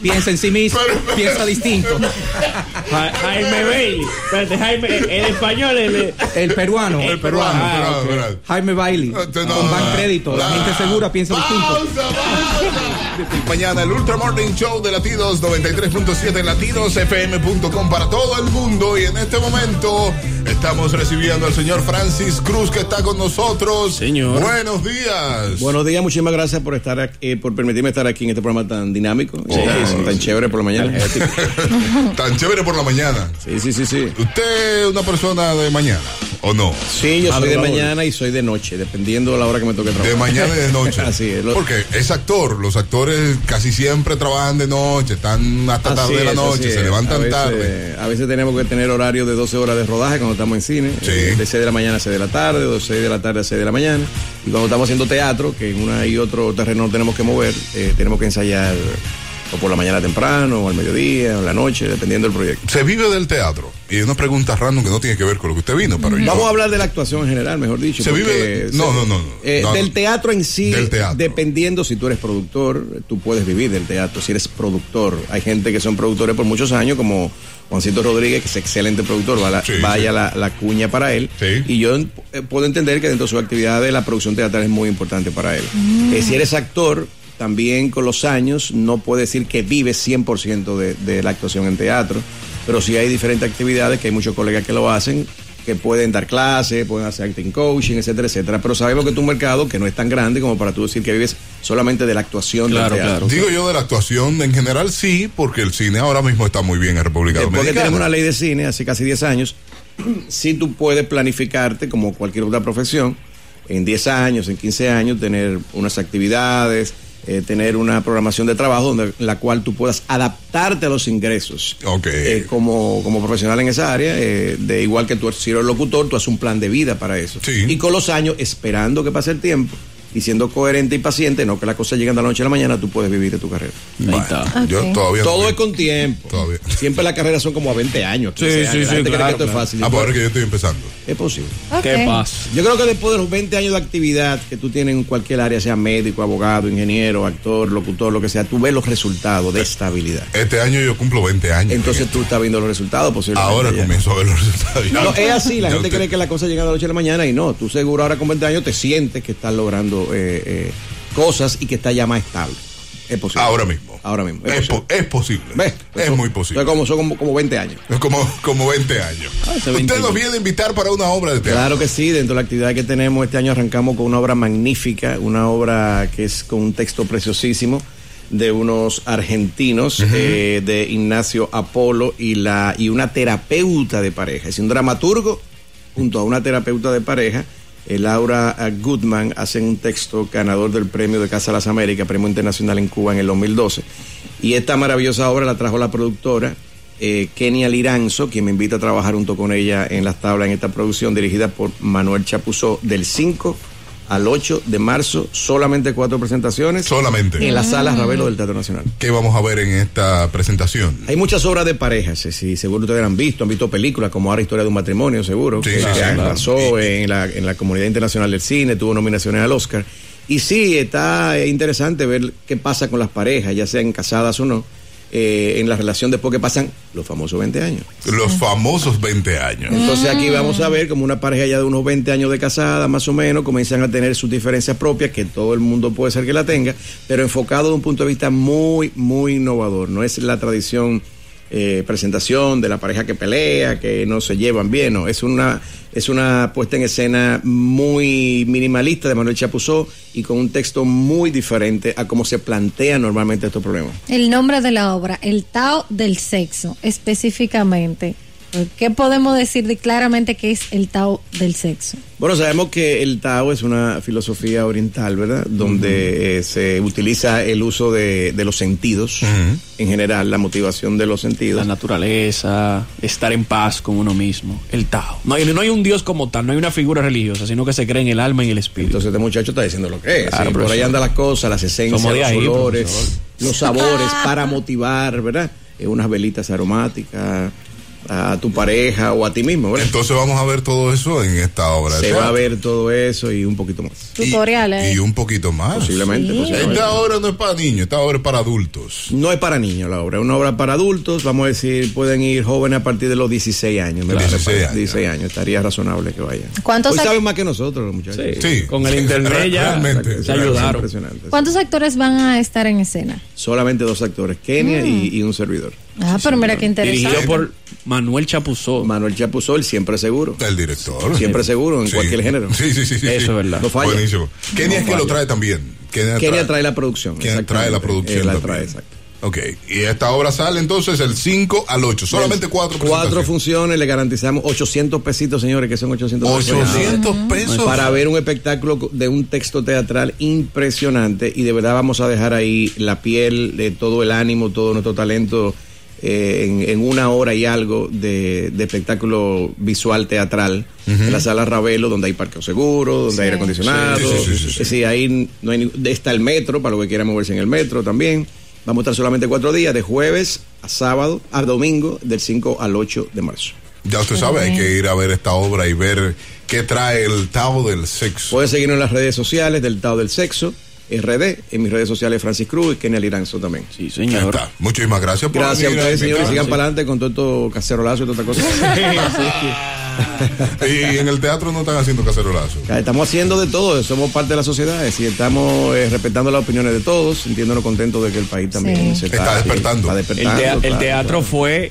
S16: piensa en sí misma, piensa distinto.
S4: Ja- Jaime Bailey. Espérate, Jaime, el español, el,
S16: El peruano,
S4: El peruano,
S16: Ah,
S4: peruano,
S16: ok.
S4: peruano.
S16: Jaime Bailey,
S1: este
S16: con Ban Crédito, la gente segura piensa distinto.
S1: Y Mañana el Ultra Morning Show de Latidos 93.7 en latidosfm.com para todo el mundo. Y en este momento estamos recibiendo al señor Francis Cruz que está con nosotros.
S18: Señor.
S1: Buenos días.
S18: Buenos días, muchísimas gracias por estar aquí, eh, por permitirme estar aquí en este programa tan dinámico, tan- tan chévere por la mañana.
S1: Oh, tan chévere por la mañana.
S18: Sí, sí, sí, sí.
S1: ¿Usted es una persona de mañana o no?
S18: Sí, yo soy de mañana y soy de noche, dependiendo de la hora que me toque trabajar.
S1: De mañana y de noche.
S18: Así es. lo-
S1: Porque es actor. Los actores casi siempre trabajan de noche, están hasta
S18: Así
S1: tarde de la
S18: es,
S1: noche,
S18: así
S1: se
S18: es.
S1: levantan
S18: A veces-
S1: tarde.
S18: A veces tenemos que tener horario de 12 horas de rodaje cuando estamos en cine. eh, De 6 de la mañana a 6 de la tarde, de 6 de la tarde a 6 de la mañana. Y cuando estamos haciendo teatro, que en una y otro terreno no tenemos que mover, eh, tenemos que ensayar o por la mañana temprano, o al mediodía, o en la noche, dependiendo del proyecto.
S1: Se vive del teatro. Y es una pregunta random que no tiene que ver con lo que usted vino, pero yo-
S18: Vamos a hablar de la actuación en general, mejor dicho.
S1: Se
S18: porque
S1: vive de- no,
S18: se-
S1: no, no, no.
S18: eh,
S1: No,
S18: del
S1: no.
S18: teatro en sí,
S1: Del teatro.
S18: dependiendo si tú eres productor, tú puedes vivir del teatro. Si eres productor, hay gente que son productores por muchos años, como Juancito Rodríguez, que es excelente productor, va la- vaya La, la cuña para él. Y yo eh, puedo entender que dentro de su actividad de la producción teatral es muy importante para él.
S10: Mm.
S18: Eh, si eres actor, también con los años no puede decir que vives 100% de, de la actuación en teatro, pero sí hay diferentes actividades que hay muchos colegas que lo hacen, que pueden dar clases, pueden hacer acting coaching, etcétera, etcétera. Pero sabemos que tu mercado, que no es tan grande como para tú decir que vives solamente de la actuación del teatro.
S1: Digo yo de la actuación en general sí, porque el cine ahora mismo está muy bien en República
S18: Eh, Porque
S1: Dominicana.
S18: tenemos una ley de cine hace casi 10 años. Si tú puedes planificarte, como cualquier otra profesión, en 10 años, en 15 años, tener unas actividades, eh, tener una programación de trabajo donde la cual tú puedas adaptarte a los ingresos. Eh, como, como profesional en esa área, eh, de igual que tú si eres locutor, tú haces un plan de vida para eso. Y con los años, esperando que pase el tiempo y siendo coherente y paciente, no que las cosas lleguen de la noche a la mañana, tú puedes vivir de tu carrera.
S5: Ah,
S3: Ah,
S1: Bueno, yo Ok. todavía no
S18: Todo es con tiempo. Siempre las carreras son como a 20 años. 15 años. La gente cree que esto es fácil.
S1: Ah, pues ahora que yo estoy empezando.
S18: Es posible.
S1: Ok. ¿Qué pasa?
S18: Yo creo que después de los 20 años de actividad que tú tienes en cualquier área, sea médico, abogado, ingeniero, actor, locutor, lo que sea, tú ves los resultados de estabilidad.
S1: Este año yo cumplo 20 años.
S18: Entonces tú estás viendo los resultados posiblemente.
S1: Ahora
S18: ya.
S1: comienzo a ver los resultados.
S18: No, es así, la
S1: Ya
S18: gente
S1: usted-
S18: cree que la cosa llega de la noche a la mañana y no, tú seguro ahora con 20 años te sientes que estás logrando eh, eh, cosas y que estás ya más estable. Es posible.
S1: Ahora mismo.
S18: Ahora mismo.
S1: Es, po- es posible. Es muy posible.
S18: Como, son como, como 20 años.
S1: Como, como 20 años.
S18: Ah,
S1: Usted nos viene a invitar para una obra de teatro.
S18: Claro que sí, dentro de la actividad que tenemos este año arrancamos con una obra magnífica, una obra que es con un texto preciosísimo de unos argentinos, eh, de Ignacio Apolo y, la, y una terapeuta de pareja. Es un dramaturgo junto a una terapeuta de pareja. eh, Laura eh, Goodman hacen un texto ganador del premio de Casa de las Américas, premio internacional en Cuba en el 2012. Y esta maravillosa obra la trajo la productora eh, Kenia Liranzo, quien me invita a trabajar junto con ella en las tablas en esta producción dirigida por Manuel Chapuzó del 5 al 8 de marzo, solamente cuatro presentaciones.
S1: Solamente.
S18: En la sala
S1: Mm.
S18: Ravelo del Teatro Nacional.
S1: ¿Qué vamos a ver en esta presentación?
S18: Hay muchas obras de parejas, eh, sí, seguro ustedes han visto, han visto películas como Ahora Historia de un Matrimonio, seguro,
S1: Sí,
S18: que
S1: sí, sí,
S18: ya
S1: claro.
S18: pasó en, la, en la comunidad internacional del cine, tuvo nominaciones al Oscar. Y sí, está eh, interesante ver qué pasa con las parejas, ya sean casadas o no, eh, en la relación después que pasan los famosos 20 años.
S1: Los famosos 20 años.
S18: Entonces
S1: Mm.
S18: aquí vamos a ver como una pareja ya de unos 20 años de casada, más o menos, comienzan a tener sus diferencias propias, que todo el mundo puede ser que la tenga, pero enfocado de un punto de vista muy, muy innovador. No es la tradición eh, presentación de la pareja que pelea, que no se llevan bien, no. Es una, es una puesta en escena muy minimalista de Manuel Chapuzó y con un texto muy diferente a cómo se plantean normalmente estos problemas.
S3: El nombre de la obra, El Tao del Sexo, específicamente. ¿Qué podemos decir de claramente que es el Tao del sexo?
S18: Bueno, sabemos que el Tao es una filosofía oriental, ¿verdad? Donde eh, se utiliza el uso de, de los sentidos en general, la motivación de los sentidos.
S4: La naturaleza, estar en paz con uno mismo, el Tao. No hay, no hay un Dios como tal, no hay una figura religiosa, sino que se cree en el alma y en el espíritu.
S18: Entonces, este muchacho está diciendo lo que es.
S4: Claro,
S18: Eh, sí, por
S4: profesor.
S18: ahí andan las cosas, las esencias,
S4: Somos de
S18: los
S4: ahí,
S18: olores,
S4: profesor.
S18: los sabores para motivar, ¿verdad? Eh, unas velitas aromáticas a tu pareja o a ti mismo, ¿verdad?
S1: Entonces vamos a ver todo eso en esta obra.
S18: Se
S1: ¿cierto?
S18: va a ver todo eso y un poquito más.
S3: Tutoriales.
S1: Y un poquito más.
S18: Posiblemente, Sí. posiblemente.
S1: Esta obra no es para niños, esta obra es para adultos.
S18: No es para niños la obra, es una obra para adultos, vamos a decir, pueden ir jóvenes a partir de los 16 años, me parece,
S1: 16 años.
S18: 16 años, estaría razonable que vayan.
S3: ¿Cuántos
S18: Hoy
S3: ac-
S18: saben más que nosotros los muchachos.
S4: Sí, Sí. con el internet ya
S18: Realmente,
S4: se ayudaron.
S18: Impresionante.
S3: ¿Cuántos actores van a estar en escena?
S18: Solamente dos actores, Kenia y, y un servidor.
S3: Ah, pero mira qué interesante.
S18: Mm. Dirigido por Manuel Chapuzó. Manuel Chapuzó, el siempre seguro.
S1: El director.
S18: Siempre seguro en cualquier género.
S1: Sí, sí, sí. sí, sí.
S18: Eso es verdad. No falla.
S1: Buenísimo. Kenia
S18: No
S1: es que lo
S18: falla.
S1: trae también. Kenia
S18: Kenia trae la producción.
S1: Kenia trae la
S18: exactamente.
S1: producción.
S18: Él la
S1: también.
S18: trae, exacto.
S1: Ok. Y esta obra sale entonces el 5 al 8. Solamente cuatro
S18: Cuatro funciones, le garantizamos 800 pesitos, señores, que son 800
S1: 800 pesos.
S18: Para ver un espectáculo de un texto teatral impresionante y de verdad vamos a dejar ahí la piel, de todo el ánimo, todo nuestro talento eh, en, en una hora y algo de, de espectáculo visual teatral
S12: Ujú.
S18: en la sala Ravelo, donde hay parqueo seguro, donde hay aire acondicionado.
S12: Sí, sí, sí, sí,
S18: Es decir, ahí no hay ni- está el metro, para lo que quiera moverse en el metro también. Vamos a estar solamente cuatro días, de jueves a sábado, a domingo, del 5 al 8 de marzo.
S1: Ya usted sabe, hay que ir a ver esta obra y ver qué trae el Tao del Sexo.
S18: Puedes seguirnos en las redes sociales del Tao del Sexo, RD, en mis redes sociales Francis Cruz y Kenia Liranzo también.
S4: Sí,
S1: señor. Muchísimas gracias por
S18: Gracias a
S1: venir
S18: ustedes, señores.
S1: invitarnos.
S18: Sigan para adelante con todo esto cacerolazo y toda esta cosa.
S1: Y en el teatro no están haciendo cacerolazo.
S18: Estamos haciendo de todo, somos parte de la sociedad y estamos eh, respetando las opiniones de todos, sintiéndonos contentos de que el país también se
S1: Está despertando.
S18: está
S4: El, tea-
S18: despertando,
S4: el
S18: claro,
S4: teatro fue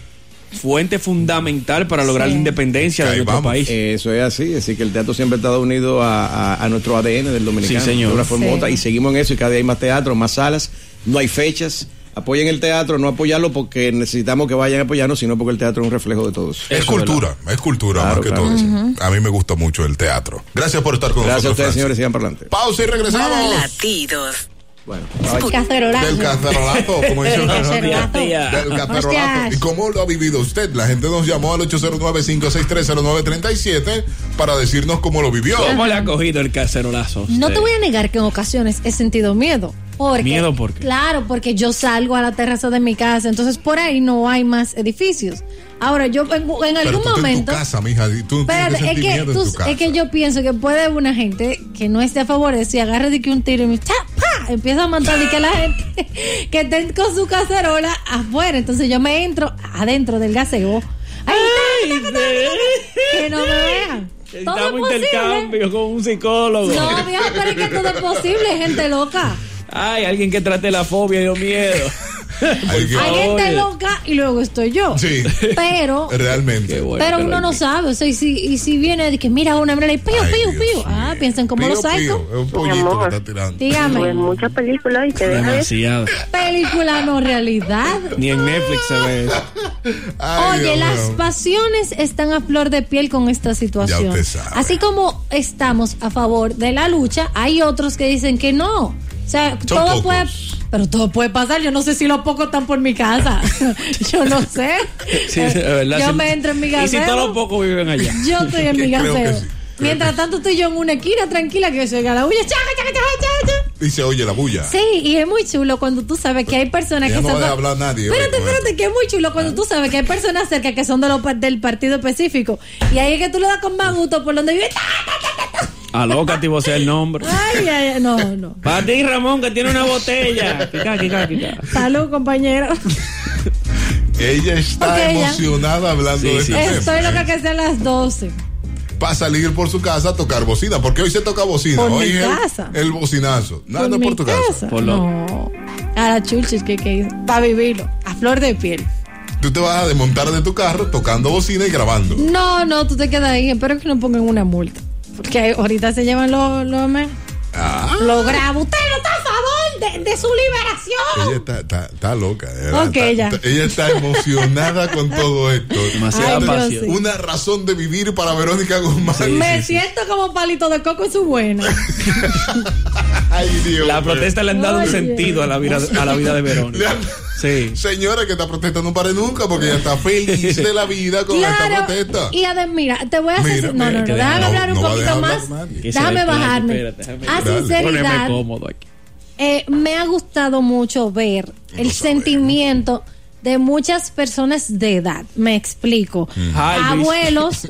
S4: fuente fundamental para lograr la independencia de nuestro país.
S18: Eso es así, así que el teatro siempre ha estado unido a, a- a nuestro ADN del dominicano.
S4: Sí, señor.
S18: De una forma u
S4: Sí.
S18: otra, y seguimos en eso, y cada día hay más teatro, más salas, no hay fechas. Apoyen el teatro, no apoyarlo porque necesitamos que vayan a apoyarnos, sino porque el teatro es un reflejo de todos.
S1: Es cultura, es cultura más que todo. A mí me gusta mucho el teatro. Gracias por estar con
S18: Gracias a
S1: nosotros. Francis.
S18: ustedes, señores, sigan parlante.
S1: Pausa y regresamos.
S8: Latidos.
S18: Bueno,
S1: Ay,
S3: Cacerolazo.
S1: Del cacerolazo, como dice
S3: Del cacerolazo.
S1: Del cacerolazo.
S3: Hostias.
S1: ¿Y cómo lo ha vivido usted? La gente nos llamó al 809-5630937 para decirnos cómo lo vivió.
S4: ¿Cómo le ha cogido el cacerolazo? a usted?
S3: No te voy a negar que en ocasiones he sentido miedo. Porque,
S4: ¿Miedo por qué?
S3: Claro, porque yo salgo a la terraza de mi casa, entonces por ahí no hay más edificios. Ahora, yo en, en
S1: Pero
S3: algún
S1: tú estás en tu
S3: momento...
S1: casa, mija. y Tú no
S3: Espérate,
S1: tienes que
S3: es
S1: sentir
S3: que,
S1: miedo en
S3: tú-
S1: tu casa.
S3: es que yo pienso que puede haber una gente que no esté a favor de si agarra de que un tiro y me ¡cha! ¡pa! empieza a matar y que la gente que estén con su cacerola afuera. Entonces yo me entro adentro del gazebo. Ahí está, ta, ta, ta, ta, ta, que no me vean. Todo es
S4: Necesitamos
S3: posible.
S4: intercambio con un psicólogo.
S3: No, viejo, pero es que todo es posible, gente loca.
S4: Ay, alguien que trate la fobia y los miedos.
S3: Hay gente loca y luego estoy yo.
S1: Sí.
S3: Pero
S1: Realmente.
S3: pero uno no sabe, o sea, y si, y si viene de que mira una hembra y pío, pío, pío. Ah, piensan como los psychos.
S1: Es un pollito que está tirando.
S3: Dígame.
S5: Pues muchas películas y te deja de
S4: Demasiado.
S3: Película no realidad.
S4: Ni en Netflix se ve eso.
S3: Oye, las pasiones están a flor de piel con esta situación.
S4: usted sabe.
S3: Así como estamos a favor de la lucha, hay otros que dicen que no. O sea, todo
S10: pocos.
S3: puede, pero todo puede pasar. Yo no sé si los pocos están por mi casa. Yo no sé.
S4: Sí, de verdad,
S3: Yo
S4: sí.
S3: me entro en mi
S4: Y si
S3: gazebo.
S4: todos los pocos viven allá.
S3: Yo estoy en mi
S4: Creo que
S3: gaseo.
S4: sí.
S3: Mientras tanto estoy yo en una esquina tranquila que llega la bulla. Chaca, chaca, chaca, chaca, chaca.
S1: Y se oye la bulla.
S3: Sí, y es muy chulo cuando tú sabes que hay personas
S1: Ya
S3: que
S1: no
S3: son.
S1: va a
S3: de-
S1: hablar nadie,
S3: Espérate,
S1: oye, con
S3: espérate, que es muy chulo cuando tú sabes que hay personas cerca que son de los, pa- del partido específico. Y ahí es que tú le das con más gusto por donde vive.
S4: Aló, Katy, vos el nombre.
S3: Ay, ay, ay, no, no.
S4: Para ti, Ramón, que tiene una botella. Quita, quita, quita.
S3: Salud, compañero.
S1: Ella está
S3: Ok, ya.
S1: emocionada hablando de este tema.
S3: Estoy loca que sean las 12.
S1: para salir por su casa a tocar bocina, porque hoy se toca bocina.
S3: Por
S1: hoy
S3: mi
S1: es el-
S3: casa.
S1: El, bocinazo. Nada
S3: Por
S1: no es por
S3: mi
S1: tu casa.
S3: casa. No. A la chulchis que, que para vivirlo. A flor de piel.
S1: Tú te vas a desmontar de tu carro tocando bocina y grabando.
S3: No, no, tú te quedas ahí. Espero que no pongan una multa. Porque ahorita se llevan los. Lo,
S1: Ah.
S3: lo grabo. ¡Usted no está a favor! de, de su
S1: Ella
S3: liberación.
S1: está, está- está loca. de verdad.
S3: Ok,
S1: Está-
S3: ya.
S1: está- ella está emocionada con todo esto.
S3: Demasiada Ay, Dios, pasión. sí.
S1: Una razón de vivir para Verónica Guzmán.
S3: Me siento como palito de coco en su buena.
S4: La protesta le han dado un
S3: Oye.
S4: sentido a la vida, a la vida de Verónica. Sí.
S1: Señora que está protestando no pare nunca porque ella está feliz de la vida con esta protesta.
S3: Y además, mira, te voy a
S1: Mira,
S3: hacer. No,
S1: mira,
S3: no, no.
S1: que
S3: Déjame
S1: deja-
S3: hablar
S1: no, no
S3: un
S1: va a
S3: poquito
S1: dejar hablar
S3: más.
S1: nadie.
S4: Que se
S3: Déjame
S4: desplaque,
S3: bajarme.
S4: espérate, déjame-
S3: A
S4: Dale. Poneme
S3: sinceridad,
S4: cómodo aquí.
S3: eh, me ha gustado mucho ver el sentimiento de muchas personas de edad. Me explico.
S19: Mm. Jalvis.
S3: Abuelos,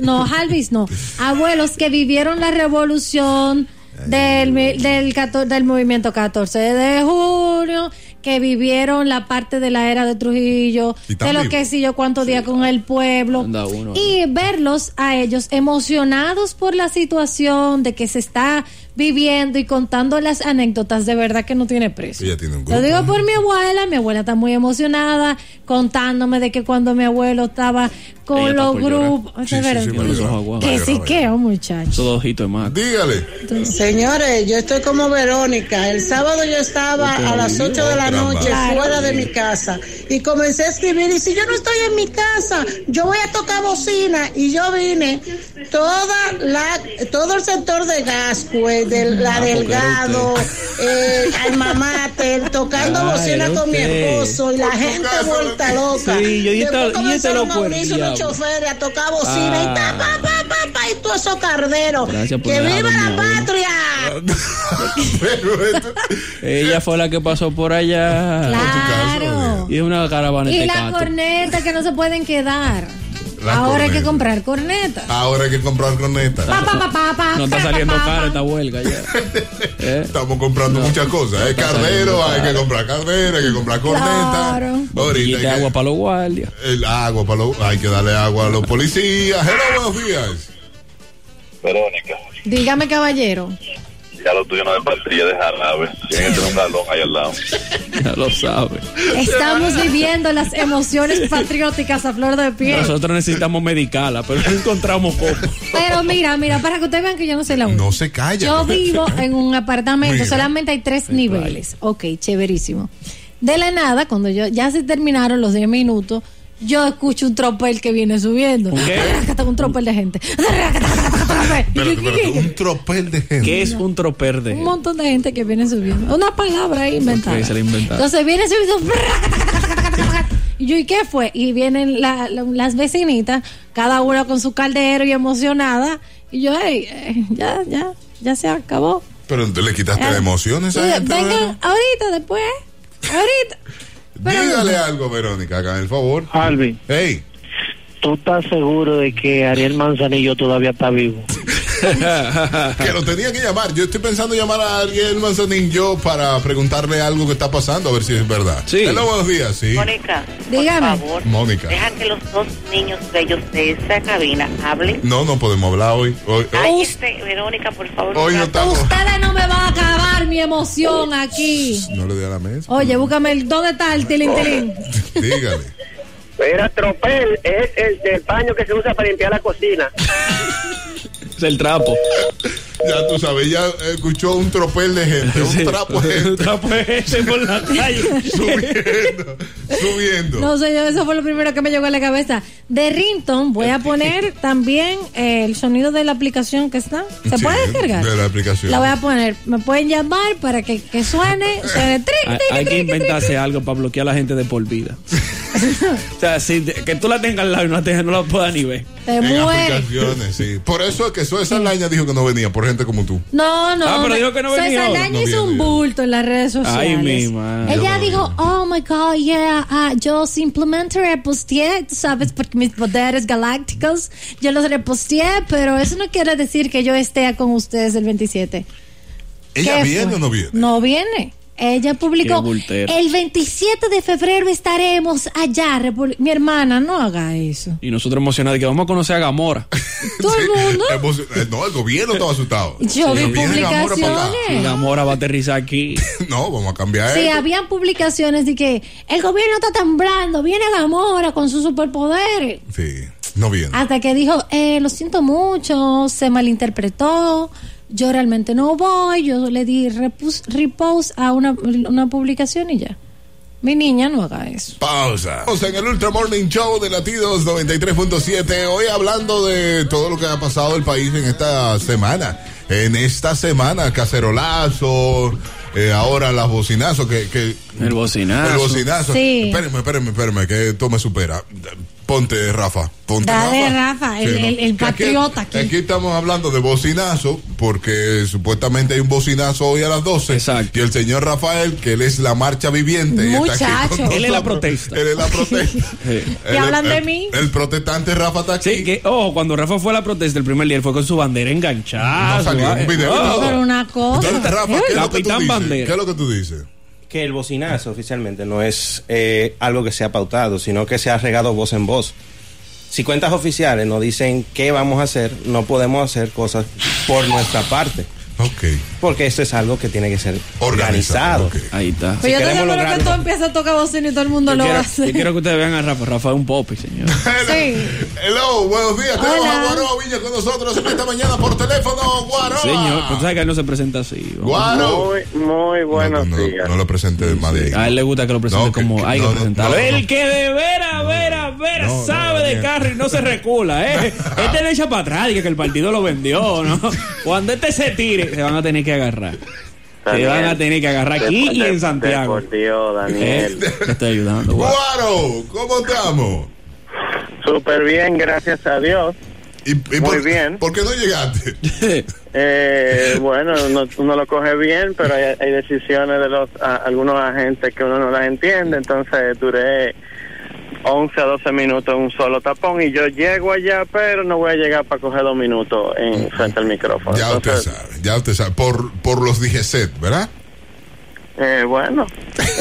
S3: no, Jalvis no. Abuelos que vivieron la revolución del, mi- del, cator- del movimiento 14 de junio, que vivieron la parte de la era de Trujillo,
S19: Y tan
S3: de lo
S19: vivo.
S3: que sé yo cuántos días con el pueblo.
S19: Anda uno
S3: Y verlos a ellos emocionados por la situación de que se está viviendo y contando las anécdotas, de verdad que no tiene precio.
S1: Ella tiene un
S3: Lo
S1: grupo.
S3: digo por mi abuela, mi abuela está muy emocionada contándome de que cuando mi abuelo estaba con
S4: Ella está
S3: los
S4: por llorar.
S3: grupos,
S4: Sí,
S3: de
S4: sí,
S3: verdad.
S4: sí, me lo dijo, guau.
S3: que sí que, oh, muchacho.
S4: Esos dos ojitos de más.
S1: Dígale.
S7: Señores, yo estoy como Verónica. El sábado yo estaba
S4: Otra
S7: a las
S4: vez,
S7: 8 de la
S4: otra
S7: noche
S4: más.
S7: fuera de mi casa y comencé a escribir. Y si yo no estoy en mi casa, yo voy a tocar bocina. Y yo vine toda la, todo el sector de Gascue, de la
S3: Ah, porque era
S7: Delgado, eh, Alma Mater, tocando
S3: Ah,
S7: bocina
S3: era
S7: con mi
S3: usted.
S7: esposo y la gente vuelta loca.
S3: Sí, yo-
S7: Después
S3: y esta- y esta
S7: comenzaron a
S3: locura,
S7: abrirse unos
S3: diablo.
S7: choferes a tocar bocina y
S3: Ah.
S7: ta, pa, pa, pa, pa, y todo eso cardero.
S4: Gracias por
S7: ¡Que
S4: dejarme
S7: viva
S4: mi
S7: la
S4: abuelo.
S7: patria!
S4: Ella fue la que pasó por allá.
S3: Claro.
S1: eh,
S4: Y es una caravana
S3: Y
S4: de
S3: las
S4: tecato.
S3: cornetas que no se pueden quedar.
S1: La
S3: Ahora hay que
S1: corneta.
S3: comprar cornetas.
S1: Ahora hay que comprar cornetas.
S3: Pa, pa, pa, pa, pa,
S4: No está
S3: pa, pa,
S4: saliendo
S3: pa,
S4: cara esta huelga ya. ¿Eh?
S1: Estamos comprando muchas cosas. ¿eh? Cardero, hay que comprar cardero, hay que comprar corneta. Ahorita hay que-
S4: agua para los guardias.
S1: El agua para los. Hay que darle agua a los policías. Hello, buenos días.
S20: Verónica,
S3: Dígame, caballero.
S20: ya lo tuyo no es partilla de jarabe. Tiene que tener un galón ahí al lado.
S4: Ya lo sabe.
S3: Estamos viviendo las emociones patrióticas a flor de piel.
S4: Nosotros necesitamos medicala, pero no encontramos cómo.
S3: Pero mira, mira, para que ustedes vean que yo no soy la única.
S1: No se calla.
S3: Yo vivo en un apartamento,
S1: Mira.
S3: solamente hay tres niveles. Ok, chéverísimo. De la nada, cuando yo ya se terminaron los 10 minutos, yo escucho un tropel que viene subiendo. Racata, Un tropel de gente.
S1: Espérate, espérate, Un tropel de gente.
S4: ¿Qué es un tropel de
S3: Un montón de gente que viene subiendo. Una palabra ahí inventada.
S4: se la inventaron.
S3: Entonces viene subiendo. Y yo, ¿y qué fue? Y vienen la- la- las vecinitas, cada una con su caldero y emocionada. Y yo, "Ey, eh, ya, ya, ya se acabó.
S1: Pero entonces le quitaste
S3: Eh,
S1: la emoción a esa
S3: Y,
S1: gente.
S3: Vengan ahorita, después. Ahorita.
S1: Verónica. Dígale algo, Verónica, hagan el favor.
S21: Alvin.
S1: Hey.
S21: ¿Tú estás seguro de que Ariel Manzanillo todavía está vivo?
S1: que lo tenía que llamar. Yo estoy pensando llamar a Ariel Manzanillo para preguntarle algo que está pasando, a ver si es verdad. Sí. Hello, buenos días. Sí.
S5: Mónica,
S3: Dígame.
S5: por favor,
S1: Mónica.
S5: deja que los dos niños bellos de esa cabina hablen.
S1: No, no podemos hablar hoy. Hoy,
S5: Ay, este, Verónica, por favor.
S1: hoy no estamos.
S3: Ustedes no me van a acabar mi emoción aquí.
S1: No le dé a la mesa.
S3: Oye, búscame el. ¿Dónde está el tilín tilín?
S1: Dígale.
S22: Era tropel, es el del baño que se usa para limpiar la cocina.
S4: Es el trapo.
S1: Ya tú sabes, ya escuchó un tropel de gente, un trapo de gente.
S4: por la calle.
S1: subiendo, subiendo.
S3: No, señor, eso fue lo primero que me llegó a la cabeza. De Rington, voy a poner también eh, el sonido de la aplicación que está. ¿Se
S1: Sí,
S3: puede descargar?
S1: De la aplicación.
S3: La voy a poner. Me pueden llamar para que, que
S1: Ah,
S3: suene. suene tri,
S4: Hay,
S3: tri, tri,
S4: hay que
S3: tri,
S4: inventarse algo para bloquear a la gente de por vida. o sea, si te- que tú la tengas al lado y no la, tengas, no la puedas ni ver.
S3: tri. Te
S1: En
S3: muere.
S1: aplicaciones, sí. Por eso es que Zoe Saldaña dijo que no venía, por gente como tú.
S3: No, no.
S1: Ah, pero
S3: me-
S1: dijo que no
S3: Soy
S1: venía.
S3: Saldaña
S1: No
S3: hizo un
S1: viene.
S3: bulto en las redes sociales.
S4: Ay, mi madre.
S3: Ella dijo, oh my God, yeah, ah, yo simplemente reposteé, tú sabes, porque mis poderes galácticos, yo los reposteé, pero eso no quiere decir que yo esté con ustedes el 27.
S1: ¿Ella
S3: ¿Qué
S1: viene
S3: fue?
S1: o no viene?
S3: No viene. Ella publicó
S1: Qué bultera.
S3: el 27 de febrero estaremos allá. Repul- Mi hermana, no haga eso.
S4: Y nosotros emocionados de que vamos a conocer a Gamora.
S3: Todo el mundo.
S1: Emo- eh, No, el gobierno estaba asustado.
S3: Yo vi
S1: viene Gamora para acá.
S3: publicaciones.
S4: Gamora va a aterrizar aquí.
S1: No, vamos a cambiar
S3: Sí,
S1: esto.
S3: habían publicaciones de que el gobierno está temblando, viene Gamora con sus superpoderes.
S1: Sí. No viene.
S10: Hasta que dijo, eh, lo siento mucho, se malinterpretó, yo realmente no voy, yo le di repus- repost a una, una publicación y ya. Mi niña no haga eso.
S1: Pausa. Pausa en el Ultra Morning Show de Latidos 93.7. Hoy hablando de todo lo que ha pasado el país en esta semana. En esta semana, cacerolazo, eh, ahora las bocinazos que, que-
S4: El bocinazo.
S1: El bocinazo.
S10: Sí.
S1: Espérame, espérame, espérame, que esto me supera. Ponte, Rafa. Ponte,
S10: Dale, Rafa, el-
S1: Sí, ¿no?
S10: el- el
S1: Que
S10: patriota aquí.
S1: Aquí estamos hablando de bocinazo, porque supuestamente hay un bocinazo hoy a las 12. Exacto. Y el señor Rafael, que él es la marcha viviente. y está aquí con
S4: Él es la
S1: nosotros.
S4: protesta.
S1: Él es la protesta.
S4: ¿Y
S1: Él es- el- El protestante Rafa está aquí.
S4: Sí, que, ojo, cuando Rafa fue a la protesta el primer día, él fue con su bandera enganchada.
S1: No salió
S4: su-
S1: un video,
S4: Ojo.
S10: Pero una cosa.
S1: Ah, Rafa, ¿qué es, lo que tú
S4: Capitán
S1: dices?
S4: Bandera.
S1: ¿qué es lo que tú dices?
S12: Que el bocinazo oficialmente no es eh, algo que se ha pautado, sino que se ha regado voz en voz. Si cuentas oficiales nos dicen qué vamos a hacer, no podemos hacer cosas por nuestra parte. Porque esto es algo que tiene que ser organizado.
S4: Ahí está.
S10: Pues yo te aseguro que tú empiezas a tocar bocina y todo el mundo
S4: Yo
S10: lo
S4: quiero,
S10: hace.
S4: yo quiero que ustedes vean a Rafa. Rafa es un popi, señor.
S10: Sí.
S1: Hello, buenos días. Tenemos
S10: Hola.
S1: a Guaroa Villa con nosotros en esta mañana por teléfono. Guaroa.
S4: Señor, pues tú sabes que él no se presenta así.
S1: Guaro.
S4: Muy, buenos días.
S1: No lo presenté más de ahí.
S4: A él le gusta que lo presente como hay que presentarlo. el que de veras, veras, veras sabe de carro y no se recula, ¿eh? este le echa para atrás, dice que el partido lo vendió, ¿no? Cuando este se tire, se van a tener que agarrar. Se
S21: Daniel,
S4: van a tener que agarrar aquí
S21: te-
S4: y en
S21: te-
S4: Santiago.
S21: te por Dios, Daniel.
S4: Eh, te estoy ayudando, Guaro.
S1: Guaro, ¿cómo estamos?
S21: Súper bien, gracias a Dios. Muy bien.
S1: ¿Por qué no llegaste?
S21: Eh, bueno, uno, uno lo coge bien, pero hay, hay decisiones de los a- algunos agentes que uno no las entiende, entonces duré 11 a 12 minutos en un solo tapón y yo llego allá, pero no voy a llegar para coger dos minutos en frente al micrófono.
S1: Ya usted
S21: Entonces,
S1: sabe, ya usted sabe. Por, por los DGCET, ¿verdad?
S21: eh, bueno,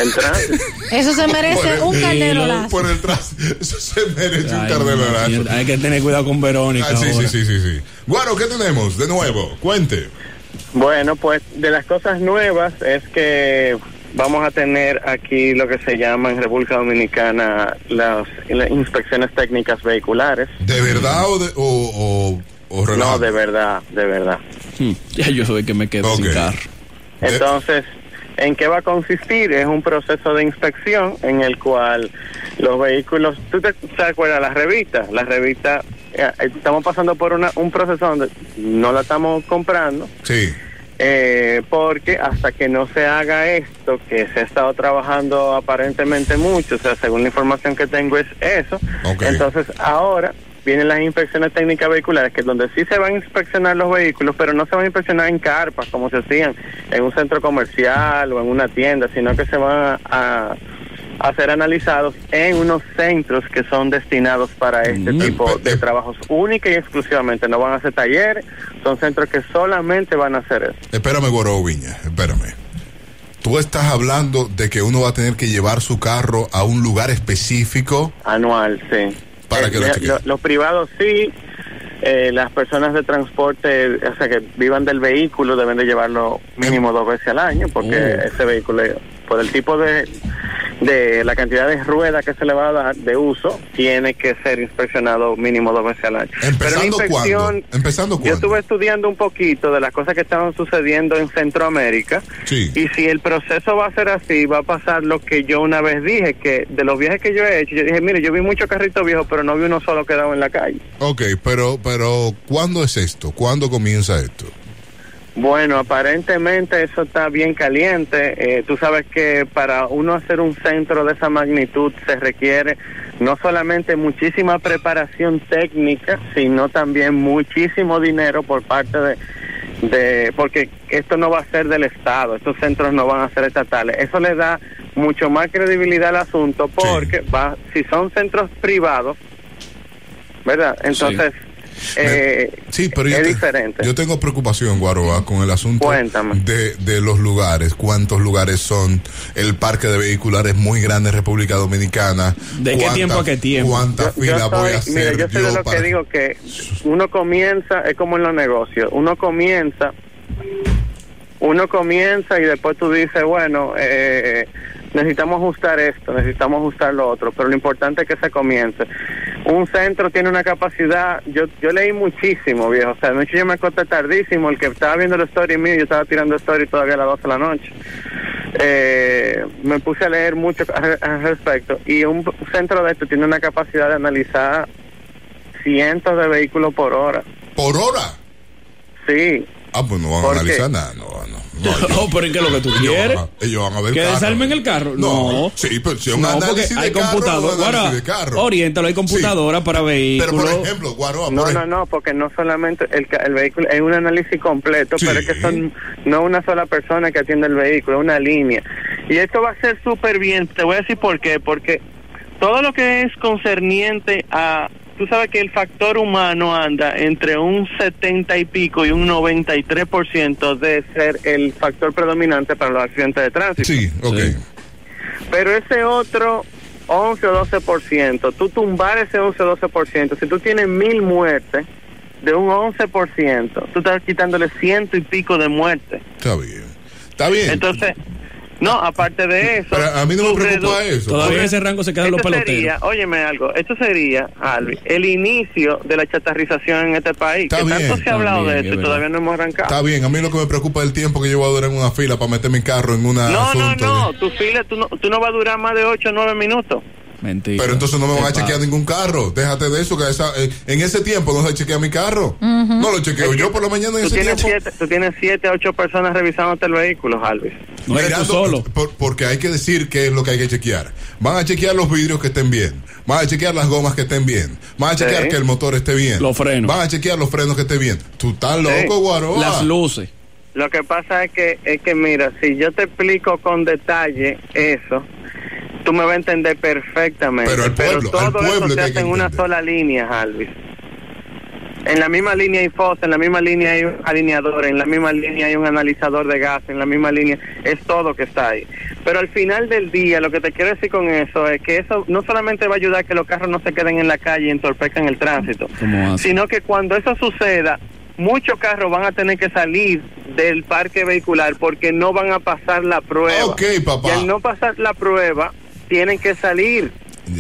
S21: el tránsito.
S10: Eso se merece un calderonazo.
S1: Por el tras, eso se merece un
S4: Ay,
S1: cardenalazo.
S4: señor, Hay que tener cuidado con Verónica.
S1: Ah, sí, sí,
S4: ahora.
S1: sí, sí, sí. Guaro, ¿qué tenemos de nuevo? Cuente.
S21: Bueno, pues de las cosas nuevas es que vamos a tener aquí lo que se llama en República Dominicana las, las inspecciones técnicas vehiculares.
S1: ¿De verdad o, de, o, o, o
S21: No,
S1: relajo?
S21: de verdad, de verdad.
S4: Hmm, Ya yo soy que me quedo sin carro.
S21: Entonces, ¿en qué va a consistir? Es un proceso de inspección en el cual los vehículos, ¿tú te, te acuerdas las revistas? Las revistas, eh, estamos pasando por una, un proceso donde no la estamos comprando.
S1: Sí.
S21: Eh, porque hasta que no se haga esto, que se ha estado trabajando aparentemente mucho, o sea, según la información que tengo es eso, entonces ahora vienen las inspecciones técnicas vehiculares, que es donde sí se van a inspeccionar los vehículos, pero no se van a inspeccionar en carpas, como se hacían en un centro comercial o en una tienda, sino que se van a, a ser analizados en unos centros que son destinados para este tipo de trabajos única y exclusivamente, no van a hacer talleres, son centros que solamente van a hacer eso.
S1: Espérame, Guaro Viña, espérame. Tú estás hablando de que uno va a tener que llevar su carro a un lugar específico.
S21: Anual, sí.
S1: Para que lo
S21: Eh,
S1: chequeen.
S21: lo- los privados sí, eh, las personas de transporte, o sea, que vivan del vehículo, deben de llevarlo mínimo dos veces al año, porque
S13: Oh.
S21: ese vehículo, por el tipo de, de la cantidad de ruedas que se le va a dar de uso, tiene que ser inspeccionado mínimo dos veces al año.
S1: ¿Empezando
S21: Pero la
S1: cuándo?
S21: inspección,
S1: ¿Empezando
S21: yo
S1: cuándo?
S21: estuve estudiando un poquito de las cosas que estaban sucediendo en Centroamérica
S1: Sí.
S21: y si el proceso va a ser así, va a pasar lo que yo una vez dije, que de los viajes que yo he hecho, yo dije, mire, yo vi muchos carritos viejos, pero no vi uno solo quedado en la calle.
S1: Ok, pero, pero ¿cuándo es esto? ¿Cuándo comienza esto?
S21: Bueno, aparentemente eso está bien caliente. Eh, tú sabes que para uno hacer un centro de esa magnitud se requiere no solamente muchísima preparación técnica, sino también muchísimo dinero por parte de, de... Porque esto no va a ser del Estado, estos centros no van a ser estatales. Eso le da mucho más credibilidad al asunto porque va, si son centros privados, ¿verdad? Entonces... eh,
S1: Sí, pero yo,
S21: es
S1: te-
S21: diferente.
S1: yo tengo preocupación, Guaroa, con el asunto de, de los lugares. ¿Cuántos lugares son? El parque de vehiculares muy grande en República Dominicana.
S4: ¿De qué
S1: ¿Cuánta-
S4: tiempo a qué tiempo?
S1: ¿Cuánta
S21: Yo- yo
S1: fila voy a
S21: soy- mira,
S1: hacer
S21: yo soy de lo que
S1: para-
S21: digo que uno comienza, es como en los negocios, uno comienza, uno comienza y después tú dices, bueno, eh, necesitamos ajustar esto, necesitamos ajustar lo otro, pero lo importante es que se comience. un centro tiene una capacidad, yo, yo leí muchísimo, viejo. O sea, anoche yo me acosté tardísimo, el que estaba viendo el story mío, yo estaba tirando story todavía a las 12 de la noche. Eh, me puse a leer mucho al al respecto y un centro de esto tiene una capacidad de analizar cientos de vehículos por hora.
S1: ¿Por hora?
S21: Sí.
S1: Ah, pues no van a
S21: ¿Por qué?
S1: analizar nada. No,
S4: No, pero es que lo que tú quieres.
S1: van a- ellos van a ver
S4: que
S1: carro.
S4: desarmen el carro. No.
S1: No, sí, pero si es un
S4: No, porque
S1: análisis de
S4: hay
S1: carro,
S4: computadora.
S1: un análisis
S4: Ahora,
S1: de carro.
S4: Oriéntalo, hay computadora para vehículos.
S1: ejemplo, Guaroa,
S21: No, no, no, porque no solamente el, ca- el vehículo, es un análisis completo, pero es que son no una sola persona que atiende el vehículo, es una línea. Y esto va a ser súper bien, te voy a decir por qué, porque todo lo que es concerniente a, tú sabes que el factor humano anda entre un 70 y pico y un 93% de ser el factor predominante para los accidentes de tránsito.
S1: Sí, ok.
S21: Pero ese otro 11 o 12%, tú tumbar ese 11 o 12%, si tú tienes mil muertes, de un 11%, tú estás quitándole ciento y pico de muertes.
S1: Está bien. Está bien.
S21: Entonces, no, aparte de eso...
S1: Pero a mí no me
S21: tú
S1: preocupa
S21: redu-
S1: eso.
S4: Todavía
S1: Porque-
S4: en ese rango se quedan los
S21: esto
S4: peloteros.
S21: sería, óyeme algo, esto sería, Albi, el inicio de la chatarrización en este país.
S1: Está
S21: que
S1: bien,
S21: tanto se
S1: está
S21: ha hablado
S1: bien,
S21: de
S1: es
S21: esto y
S1: verdad.
S21: todavía no hemos arrancado.
S1: Está bien, a mí lo que me preocupa es el tiempo que yo voy a durar en una fila para meter mi carro en una
S21: no, no,
S1: asunto. ¿eh?
S21: no, tu fila, tú no, tú no vas a durar más de 8 o 9 minutos.
S4: Mentira.
S1: Pero entonces no me van a
S21: Epa.
S1: chequear ningún carro. Déjate de eso, que esa- eh, en ese tiempo no se chequea mi carro.
S21: Mm.
S1: No lo chequeo yo por la mañana en
S21: Tú
S1: ese
S21: tienes,
S1: tiempo.
S21: siete, tú tienes siete a ocho personas revisándote el vehículo, Alvis.
S1: Mirando- por- porque hay que decir qué es lo que hay que chequear. Van a chequear los vidrios que estén bien. Van a chequear las gomas que estén bien. Van a chequear
S4: Sí.
S1: que el motor esté bien.
S4: Los frenos.
S1: Van a chequear los frenos que estén bien. Tú estás loco,
S21: Sí.
S1: Guaroa.
S21: Las
S4: luces.
S21: Lo que pasa es que, es que, mira, si yo te explico con detalle eso, tú me vas a entender perfectamente. Pero, todo eso se hace en una sola línea, Alvis. En la misma línea hay fosa, en la misma línea hay un alineador, en la misma línea hay un analizador de gas, en la misma línea es todo que está ahí. Pero al final del día, lo que te quiero decir con eso es que eso no solamente va a ayudar a que los carros no se queden en la calle y entorpezcan el tránsito,
S4: ¿Cómo hace?
S21: sino que cuando eso suceda, muchos carros van a tener que salir del parque vehicular porque no van a pasar la prueba. Y al no pasar la prueba, tienen que salir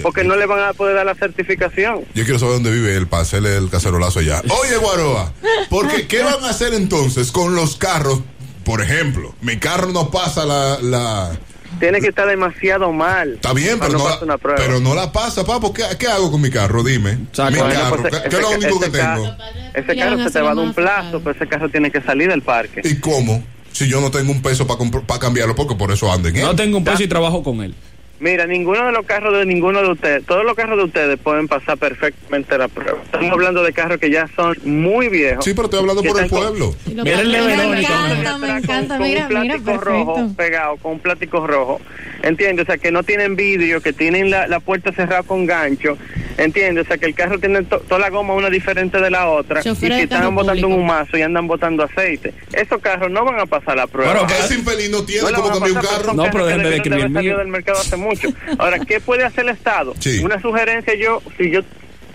S21: porque no le van a poder dar la certificación.
S1: Yo quiero saber dónde vive él para hacerle el cacerolazo allá. Oye, Guaroa, porque ¿qué van a hacer entonces con los carros? Por ejemplo, mi carro no pasa la... la-
S21: Tiene que estar demasiado mal.
S1: Está bien,
S21: para
S1: pero no,
S21: pasar
S1: la,
S21: una prueba.
S1: pero no la pasa, papo. ¿Qué, qué hago con mi carro? Dime. mi
S21: Bueno,
S1: carro,
S21: pues,
S1: ¿qué,
S21: ese
S1: qué es lo
S21: ca-
S1: único que
S21: ese ca-
S1: tengo?
S21: Ese
S1: Le van
S21: carro
S1: a
S21: se te
S1: hacer
S21: va de
S1: más
S21: un plazo, pero ese carro tiene que salir del parque.
S1: ¿Y cómo? Si yo no tengo un peso para cambiarlo, porque por eso ando en él.
S4: No tengo un peso y trabajo con él.
S21: Mira, ninguno de los carros de ninguno de ustedes, todos los carros de ustedes pueden pasar perfectamente la prueba. Estamos hablando de carros que ya son muy viejos.
S1: Sí, pero estoy hablando por el pueblo.
S4: Mira el de Verónica.
S10: me encanta, mira, mira, perfecto.
S21: rojo pegado con un plástico rojo, ¿entiendes? O sea, que no tienen vidrio, que tienen la, la puerta cerrada con gancho, ¿entiendes? O sea, que el carro tiene to- toda la goma una diferente de la otra
S13: Chofer
S21: y
S13: de
S21: que
S13: carro
S21: están botando
S13: público.
S21: un humazo y andan botando aceite. Esos carros no van a pasar la prueba.
S1: Bueno,
S4: pues,
S1: pero ese infeliz no tiene
S21: la
S1: cómo
S21: van a
S1: cambiar un
S21: pasar,
S1: carro.
S21: son
S1: No,
S21: carros
S1: pero
S21: que
S1: dejen de
S21: debieron
S1: describir
S21: haber
S1: mío.
S21: salido del mercado hace mucho. Ahora, ¿qué puede hacer el Estado? Una sugerencia yo, si yo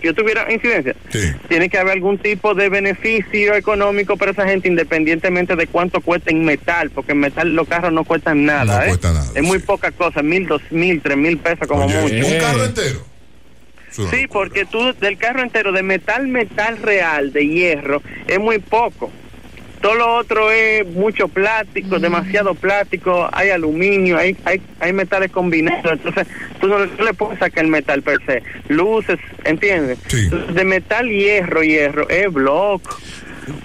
S21: yo tuviera incidencia, tiene que haber algún tipo de beneficio económico para esa gente independientemente de cuánto cuesta en metal, porque en metal los carros no cuestan nada, ¿eh? es muy poca cosa, mil, dos mil, tres mil pesos como mucho.
S1: ¿Un carro entero?
S21: Sí, porque tú del carro entero, de metal, metal real, de hierro, es muy poco. Todo lo otro es mucho plástico, demasiado plástico, hay aluminio, hay, hay, hay metales combinados, entonces tú no, no le puedes sacar el metal per se. Luces, ¿entiendes? Entonces, De metal, hierro, hierro, es block,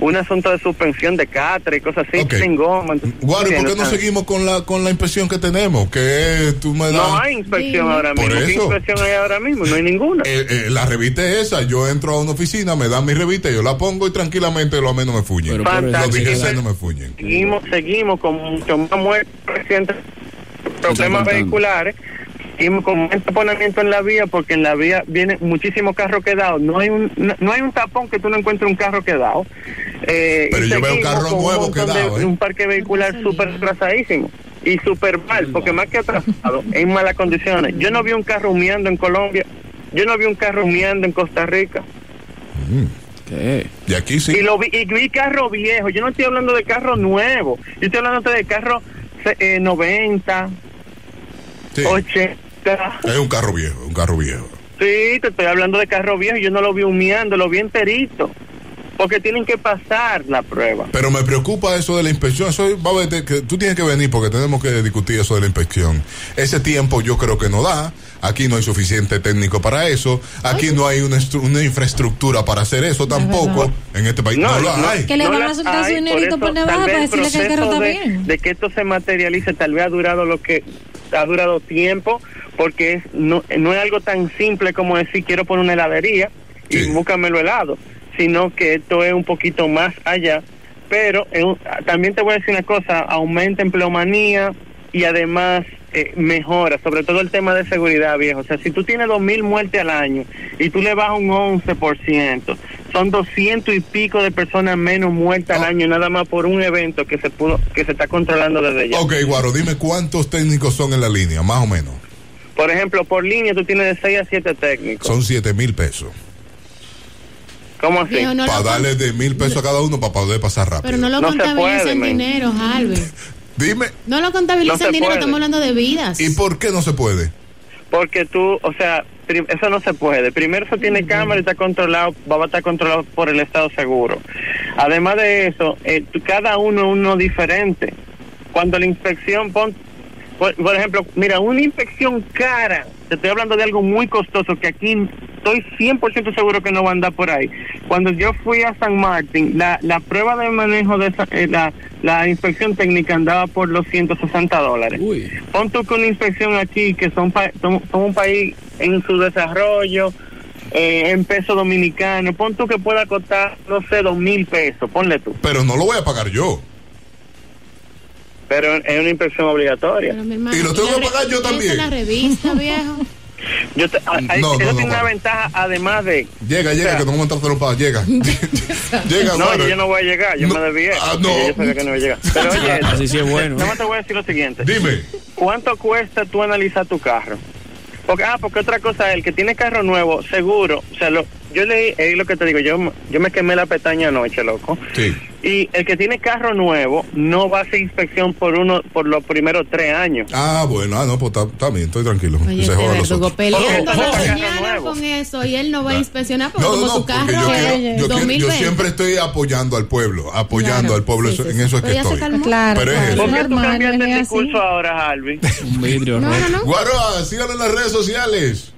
S21: un asunto de suspensión de catre y cosas así, sin goma. entonces,
S1: Guaro, ¿y ¿por
S21: ¿entiendes?
S1: qué no seguimos con la, con la inspección que tenemos? Que tú me das...
S21: No hay inspección ahora
S1: Por
S21: mismo. ¿Qué
S1: eso.
S21: inspección hay ahora mismo? No hay ninguna.
S1: Eh, eh, la revista es esa. Yo entro a una oficina, me dan mi revista, yo la pongo y tranquilamente los a mí no me fuñen. Los
S21: Fantástico.
S1: dirigencias no me fuñen.
S21: seguimos, seguimos con mucho más muertes recientes, problemas
S1: contando.
S21: vehiculares y con más taponamiento en la vía porque en la vía vienen muchísimos carros quedados no hay un no, no hay un tapón que tú no encuentres un carro quedado Eh,
S1: Pero
S21: y
S1: yo veo
S21: seguimos
S1: carros
S21: con un
S1: nuevos
S21: montón de-
S1: quedados, ¿eh?
S21: un parque vehicular súper atrasadísimo y súper mal porque más que atrasado en malas condiciones yo no vi un carro humeando en Colombia yo no vi un carro humeando en Costa Rica
S1: Y aquí sí.
S21: y lo vi, y vi carro viejo. Yo no estoy hablando de carro nuevo. Yo estoy hablando de carro eh, 90, 80.
S1: Es un carro viejo, un carro viejo.
S21: Sí, te estoy hablando de carro viejo. Yo no lo vi humeando, lo vi enterito. Porque tienen que pasar la prueba.
S1: Pero me preocupa eso de la inspección. Eso es- va a haber- que tú tienes que venir porque tenemos que discutir eso de la inspección. Ese tiempo yo creo que no da. Aquí no hay suficiente técnico para eso. Aquí no hay una, estru- una infraestructura para hacer eso tampoco. En este país no,
S21: No,
S1: la
S21: no.
S1: hay.
S10: Que le
S21: No
S10: van a
S21: las
S10: soltar su
S21: hay, por
S10: dinerito por
S21: tal
S10: debajo
S21: vez
S10: para decirle que el
S21: proceso
S10: carro está
S21: de-
S10: bien.
S21: De que esto se materialice, tal vez ha durado lo que ha durado tiempo, porque es, no, no es algo tan simple como decir quiero poner una heladería y búscamelo helado, sino que esto es un poquito más allá. Pero es un- también te voy a decir una cosa, aumenta empleomanía y además eh, mejora, sobre todo el tema de seguridad, viejo. O sea, si tú tienes 2.000 muertes al año y tú le bajas un 11%, son 200 y pico de personas menos muertas al año, nada más por un evento que se pudo que se está controlando desde ya.
S1: Ok, Guaro, dime cuántos técnicos son en la línea, más o menos.
S21: Por ejemplo, por línea tú tienes de 6 a 7 técnicos.
S1: Son 7 mil pesos.
S21: ¿Cómo así?
S7: Viejo, no
S1: para
S7: lo
S1: darle de mil pesos a cada uno para poder pasar rápido.
S7: Pero no lo contabilizan dinero, Albert.
S1: Dime.
S7: No lo
S21: No
S7: contabilizan
S21: se
S7: dinero,
S21: puede.
S7: estamos hablando de vidas.
S1: ¿Y por qué no se puede?
S21: Porque tú, o sea, pri- eso no se puede. Primero eso tiene cámara y está controlado, va a estar controlado por el Estado seguro. Además de eso, eh, tú- cada uno es uno diferente. Cuando la inspección, pon- por, por ejemplo, mira, una inspección cara, te estoy hablando de algo muy costoso que aquí estoy 100% seguro que no va a andar por ahí. Cuando yo fui a San Martín, la, la prueba de manejo de esa- eh, la, la inspección técnica andaba por los 160 dólares. Pon tú que una inspección aquí, que son, pa- son, son un país en su desarrollo, eh, en peso dominicano, pon tú que pueda costar, no sé, dos mil pesos, ponle tú.
S1: Pero no lo voy a pagar yo.
S21: Pero es una inspección obligatoria.
S1: Y lo tengo que pagar
S7: Esa
S1: yo
S7: es
S1: también.
S7: la revista, viejo.
S21: Yo te- a- a-
S1: No, no,
S21: eso
S1: no,
S21: tiene una
S1: Juan.
S21: ventaja además de...
S1: Llega, llega, que no vamos a entrar trompadas. Llega. llega,
S21: no,
S1: Guaro.
S21: yo no voy a llegar, yo me desvié.
S1: no.
S21: porque Yo sabía que no iba a llegar. Pero oye, esto,
S23: Así sí es bueno. eh.
S21: nada más te voy a decir lo siguiente.
S1: Dime.
S21: ¿Cuánto cuesta tú analizar tu carro? Porque, ah, porque otra cosa, el que tiene carro nuevo, seguro, o sea, lo, yo leí, es lo que te digo, yo, m- yo me quemé la pestaña anoche, loco.
S1: Sí.
S21: Y el que tiene carro nuevo no va a hacer inspección por uno por los primeros tres años.
S1: Ah, bueno, ah, no, pues está- está bien, estoy tranquilo. Que
S7: Oye,
S1: se
S7: este
S1: jodan los
S7: verdugo
S1: otros.
S7: peleando
S1: Ojo,
S7: la
S1: ojo.
S7: mañana con eso y él no va a inspeccionar porque
S1: No, no,
S7: como
S1: no,
S7: tu
S1: porque
S7: carro
S1: yo, quiero-
S7: es
S1: yo, quiero- yo
S7: 2020.
S1: siempre estoy apoyando al pueblo, apoyando al pueblo, eso- en eso es que estoy.
S10: Claro,
S1: Pero es
S10: claro,
S1: eso.
S21: ¿Por qué tú
S10: normal,
S21: cambiaste
S10: es
S21: el
S10: así.
S21: discurso ahora, Alvin?
S23: Un vidrio roto.
S1: Guaroa, síganos en las redes sociales.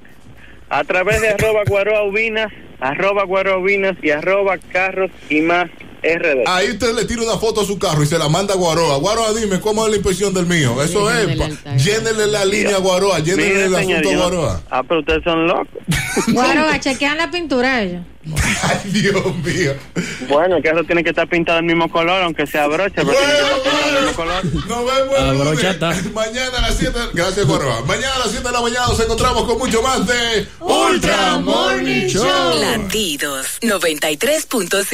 S21: A través de arroba guaroaubinas, arroba guaroaubinas y arroba carros y más RD.
S1: Ahí usted le tira una foto a su carro y se la manda a Guaroa. Guaroa, dime, ¿cómo es la inspección del mío? Eso es. pa- Llénele la línea a Guaroa, llénele
S21: Mire,
S1: el asunto a
S21: señor, yo-
S1: Guaroa.
S21: Ah, pero ustedes son locos.
S10: Guaroa, chequean la pintura eh. a ellos.
S1: Ay, Dios mío.
S21: Bueno, el carro tiene que estar pintado del mismo color, aunque sea broche, pero tiene que estar pintado del mismo color.
S1: Nos vemos el lunes. mañana a las 7. Gracias, Guaroa. Mañana a las 7 de la mañana nos encontramos con mucho más de Ultra Morning Show.
S5: Latidos 93.5.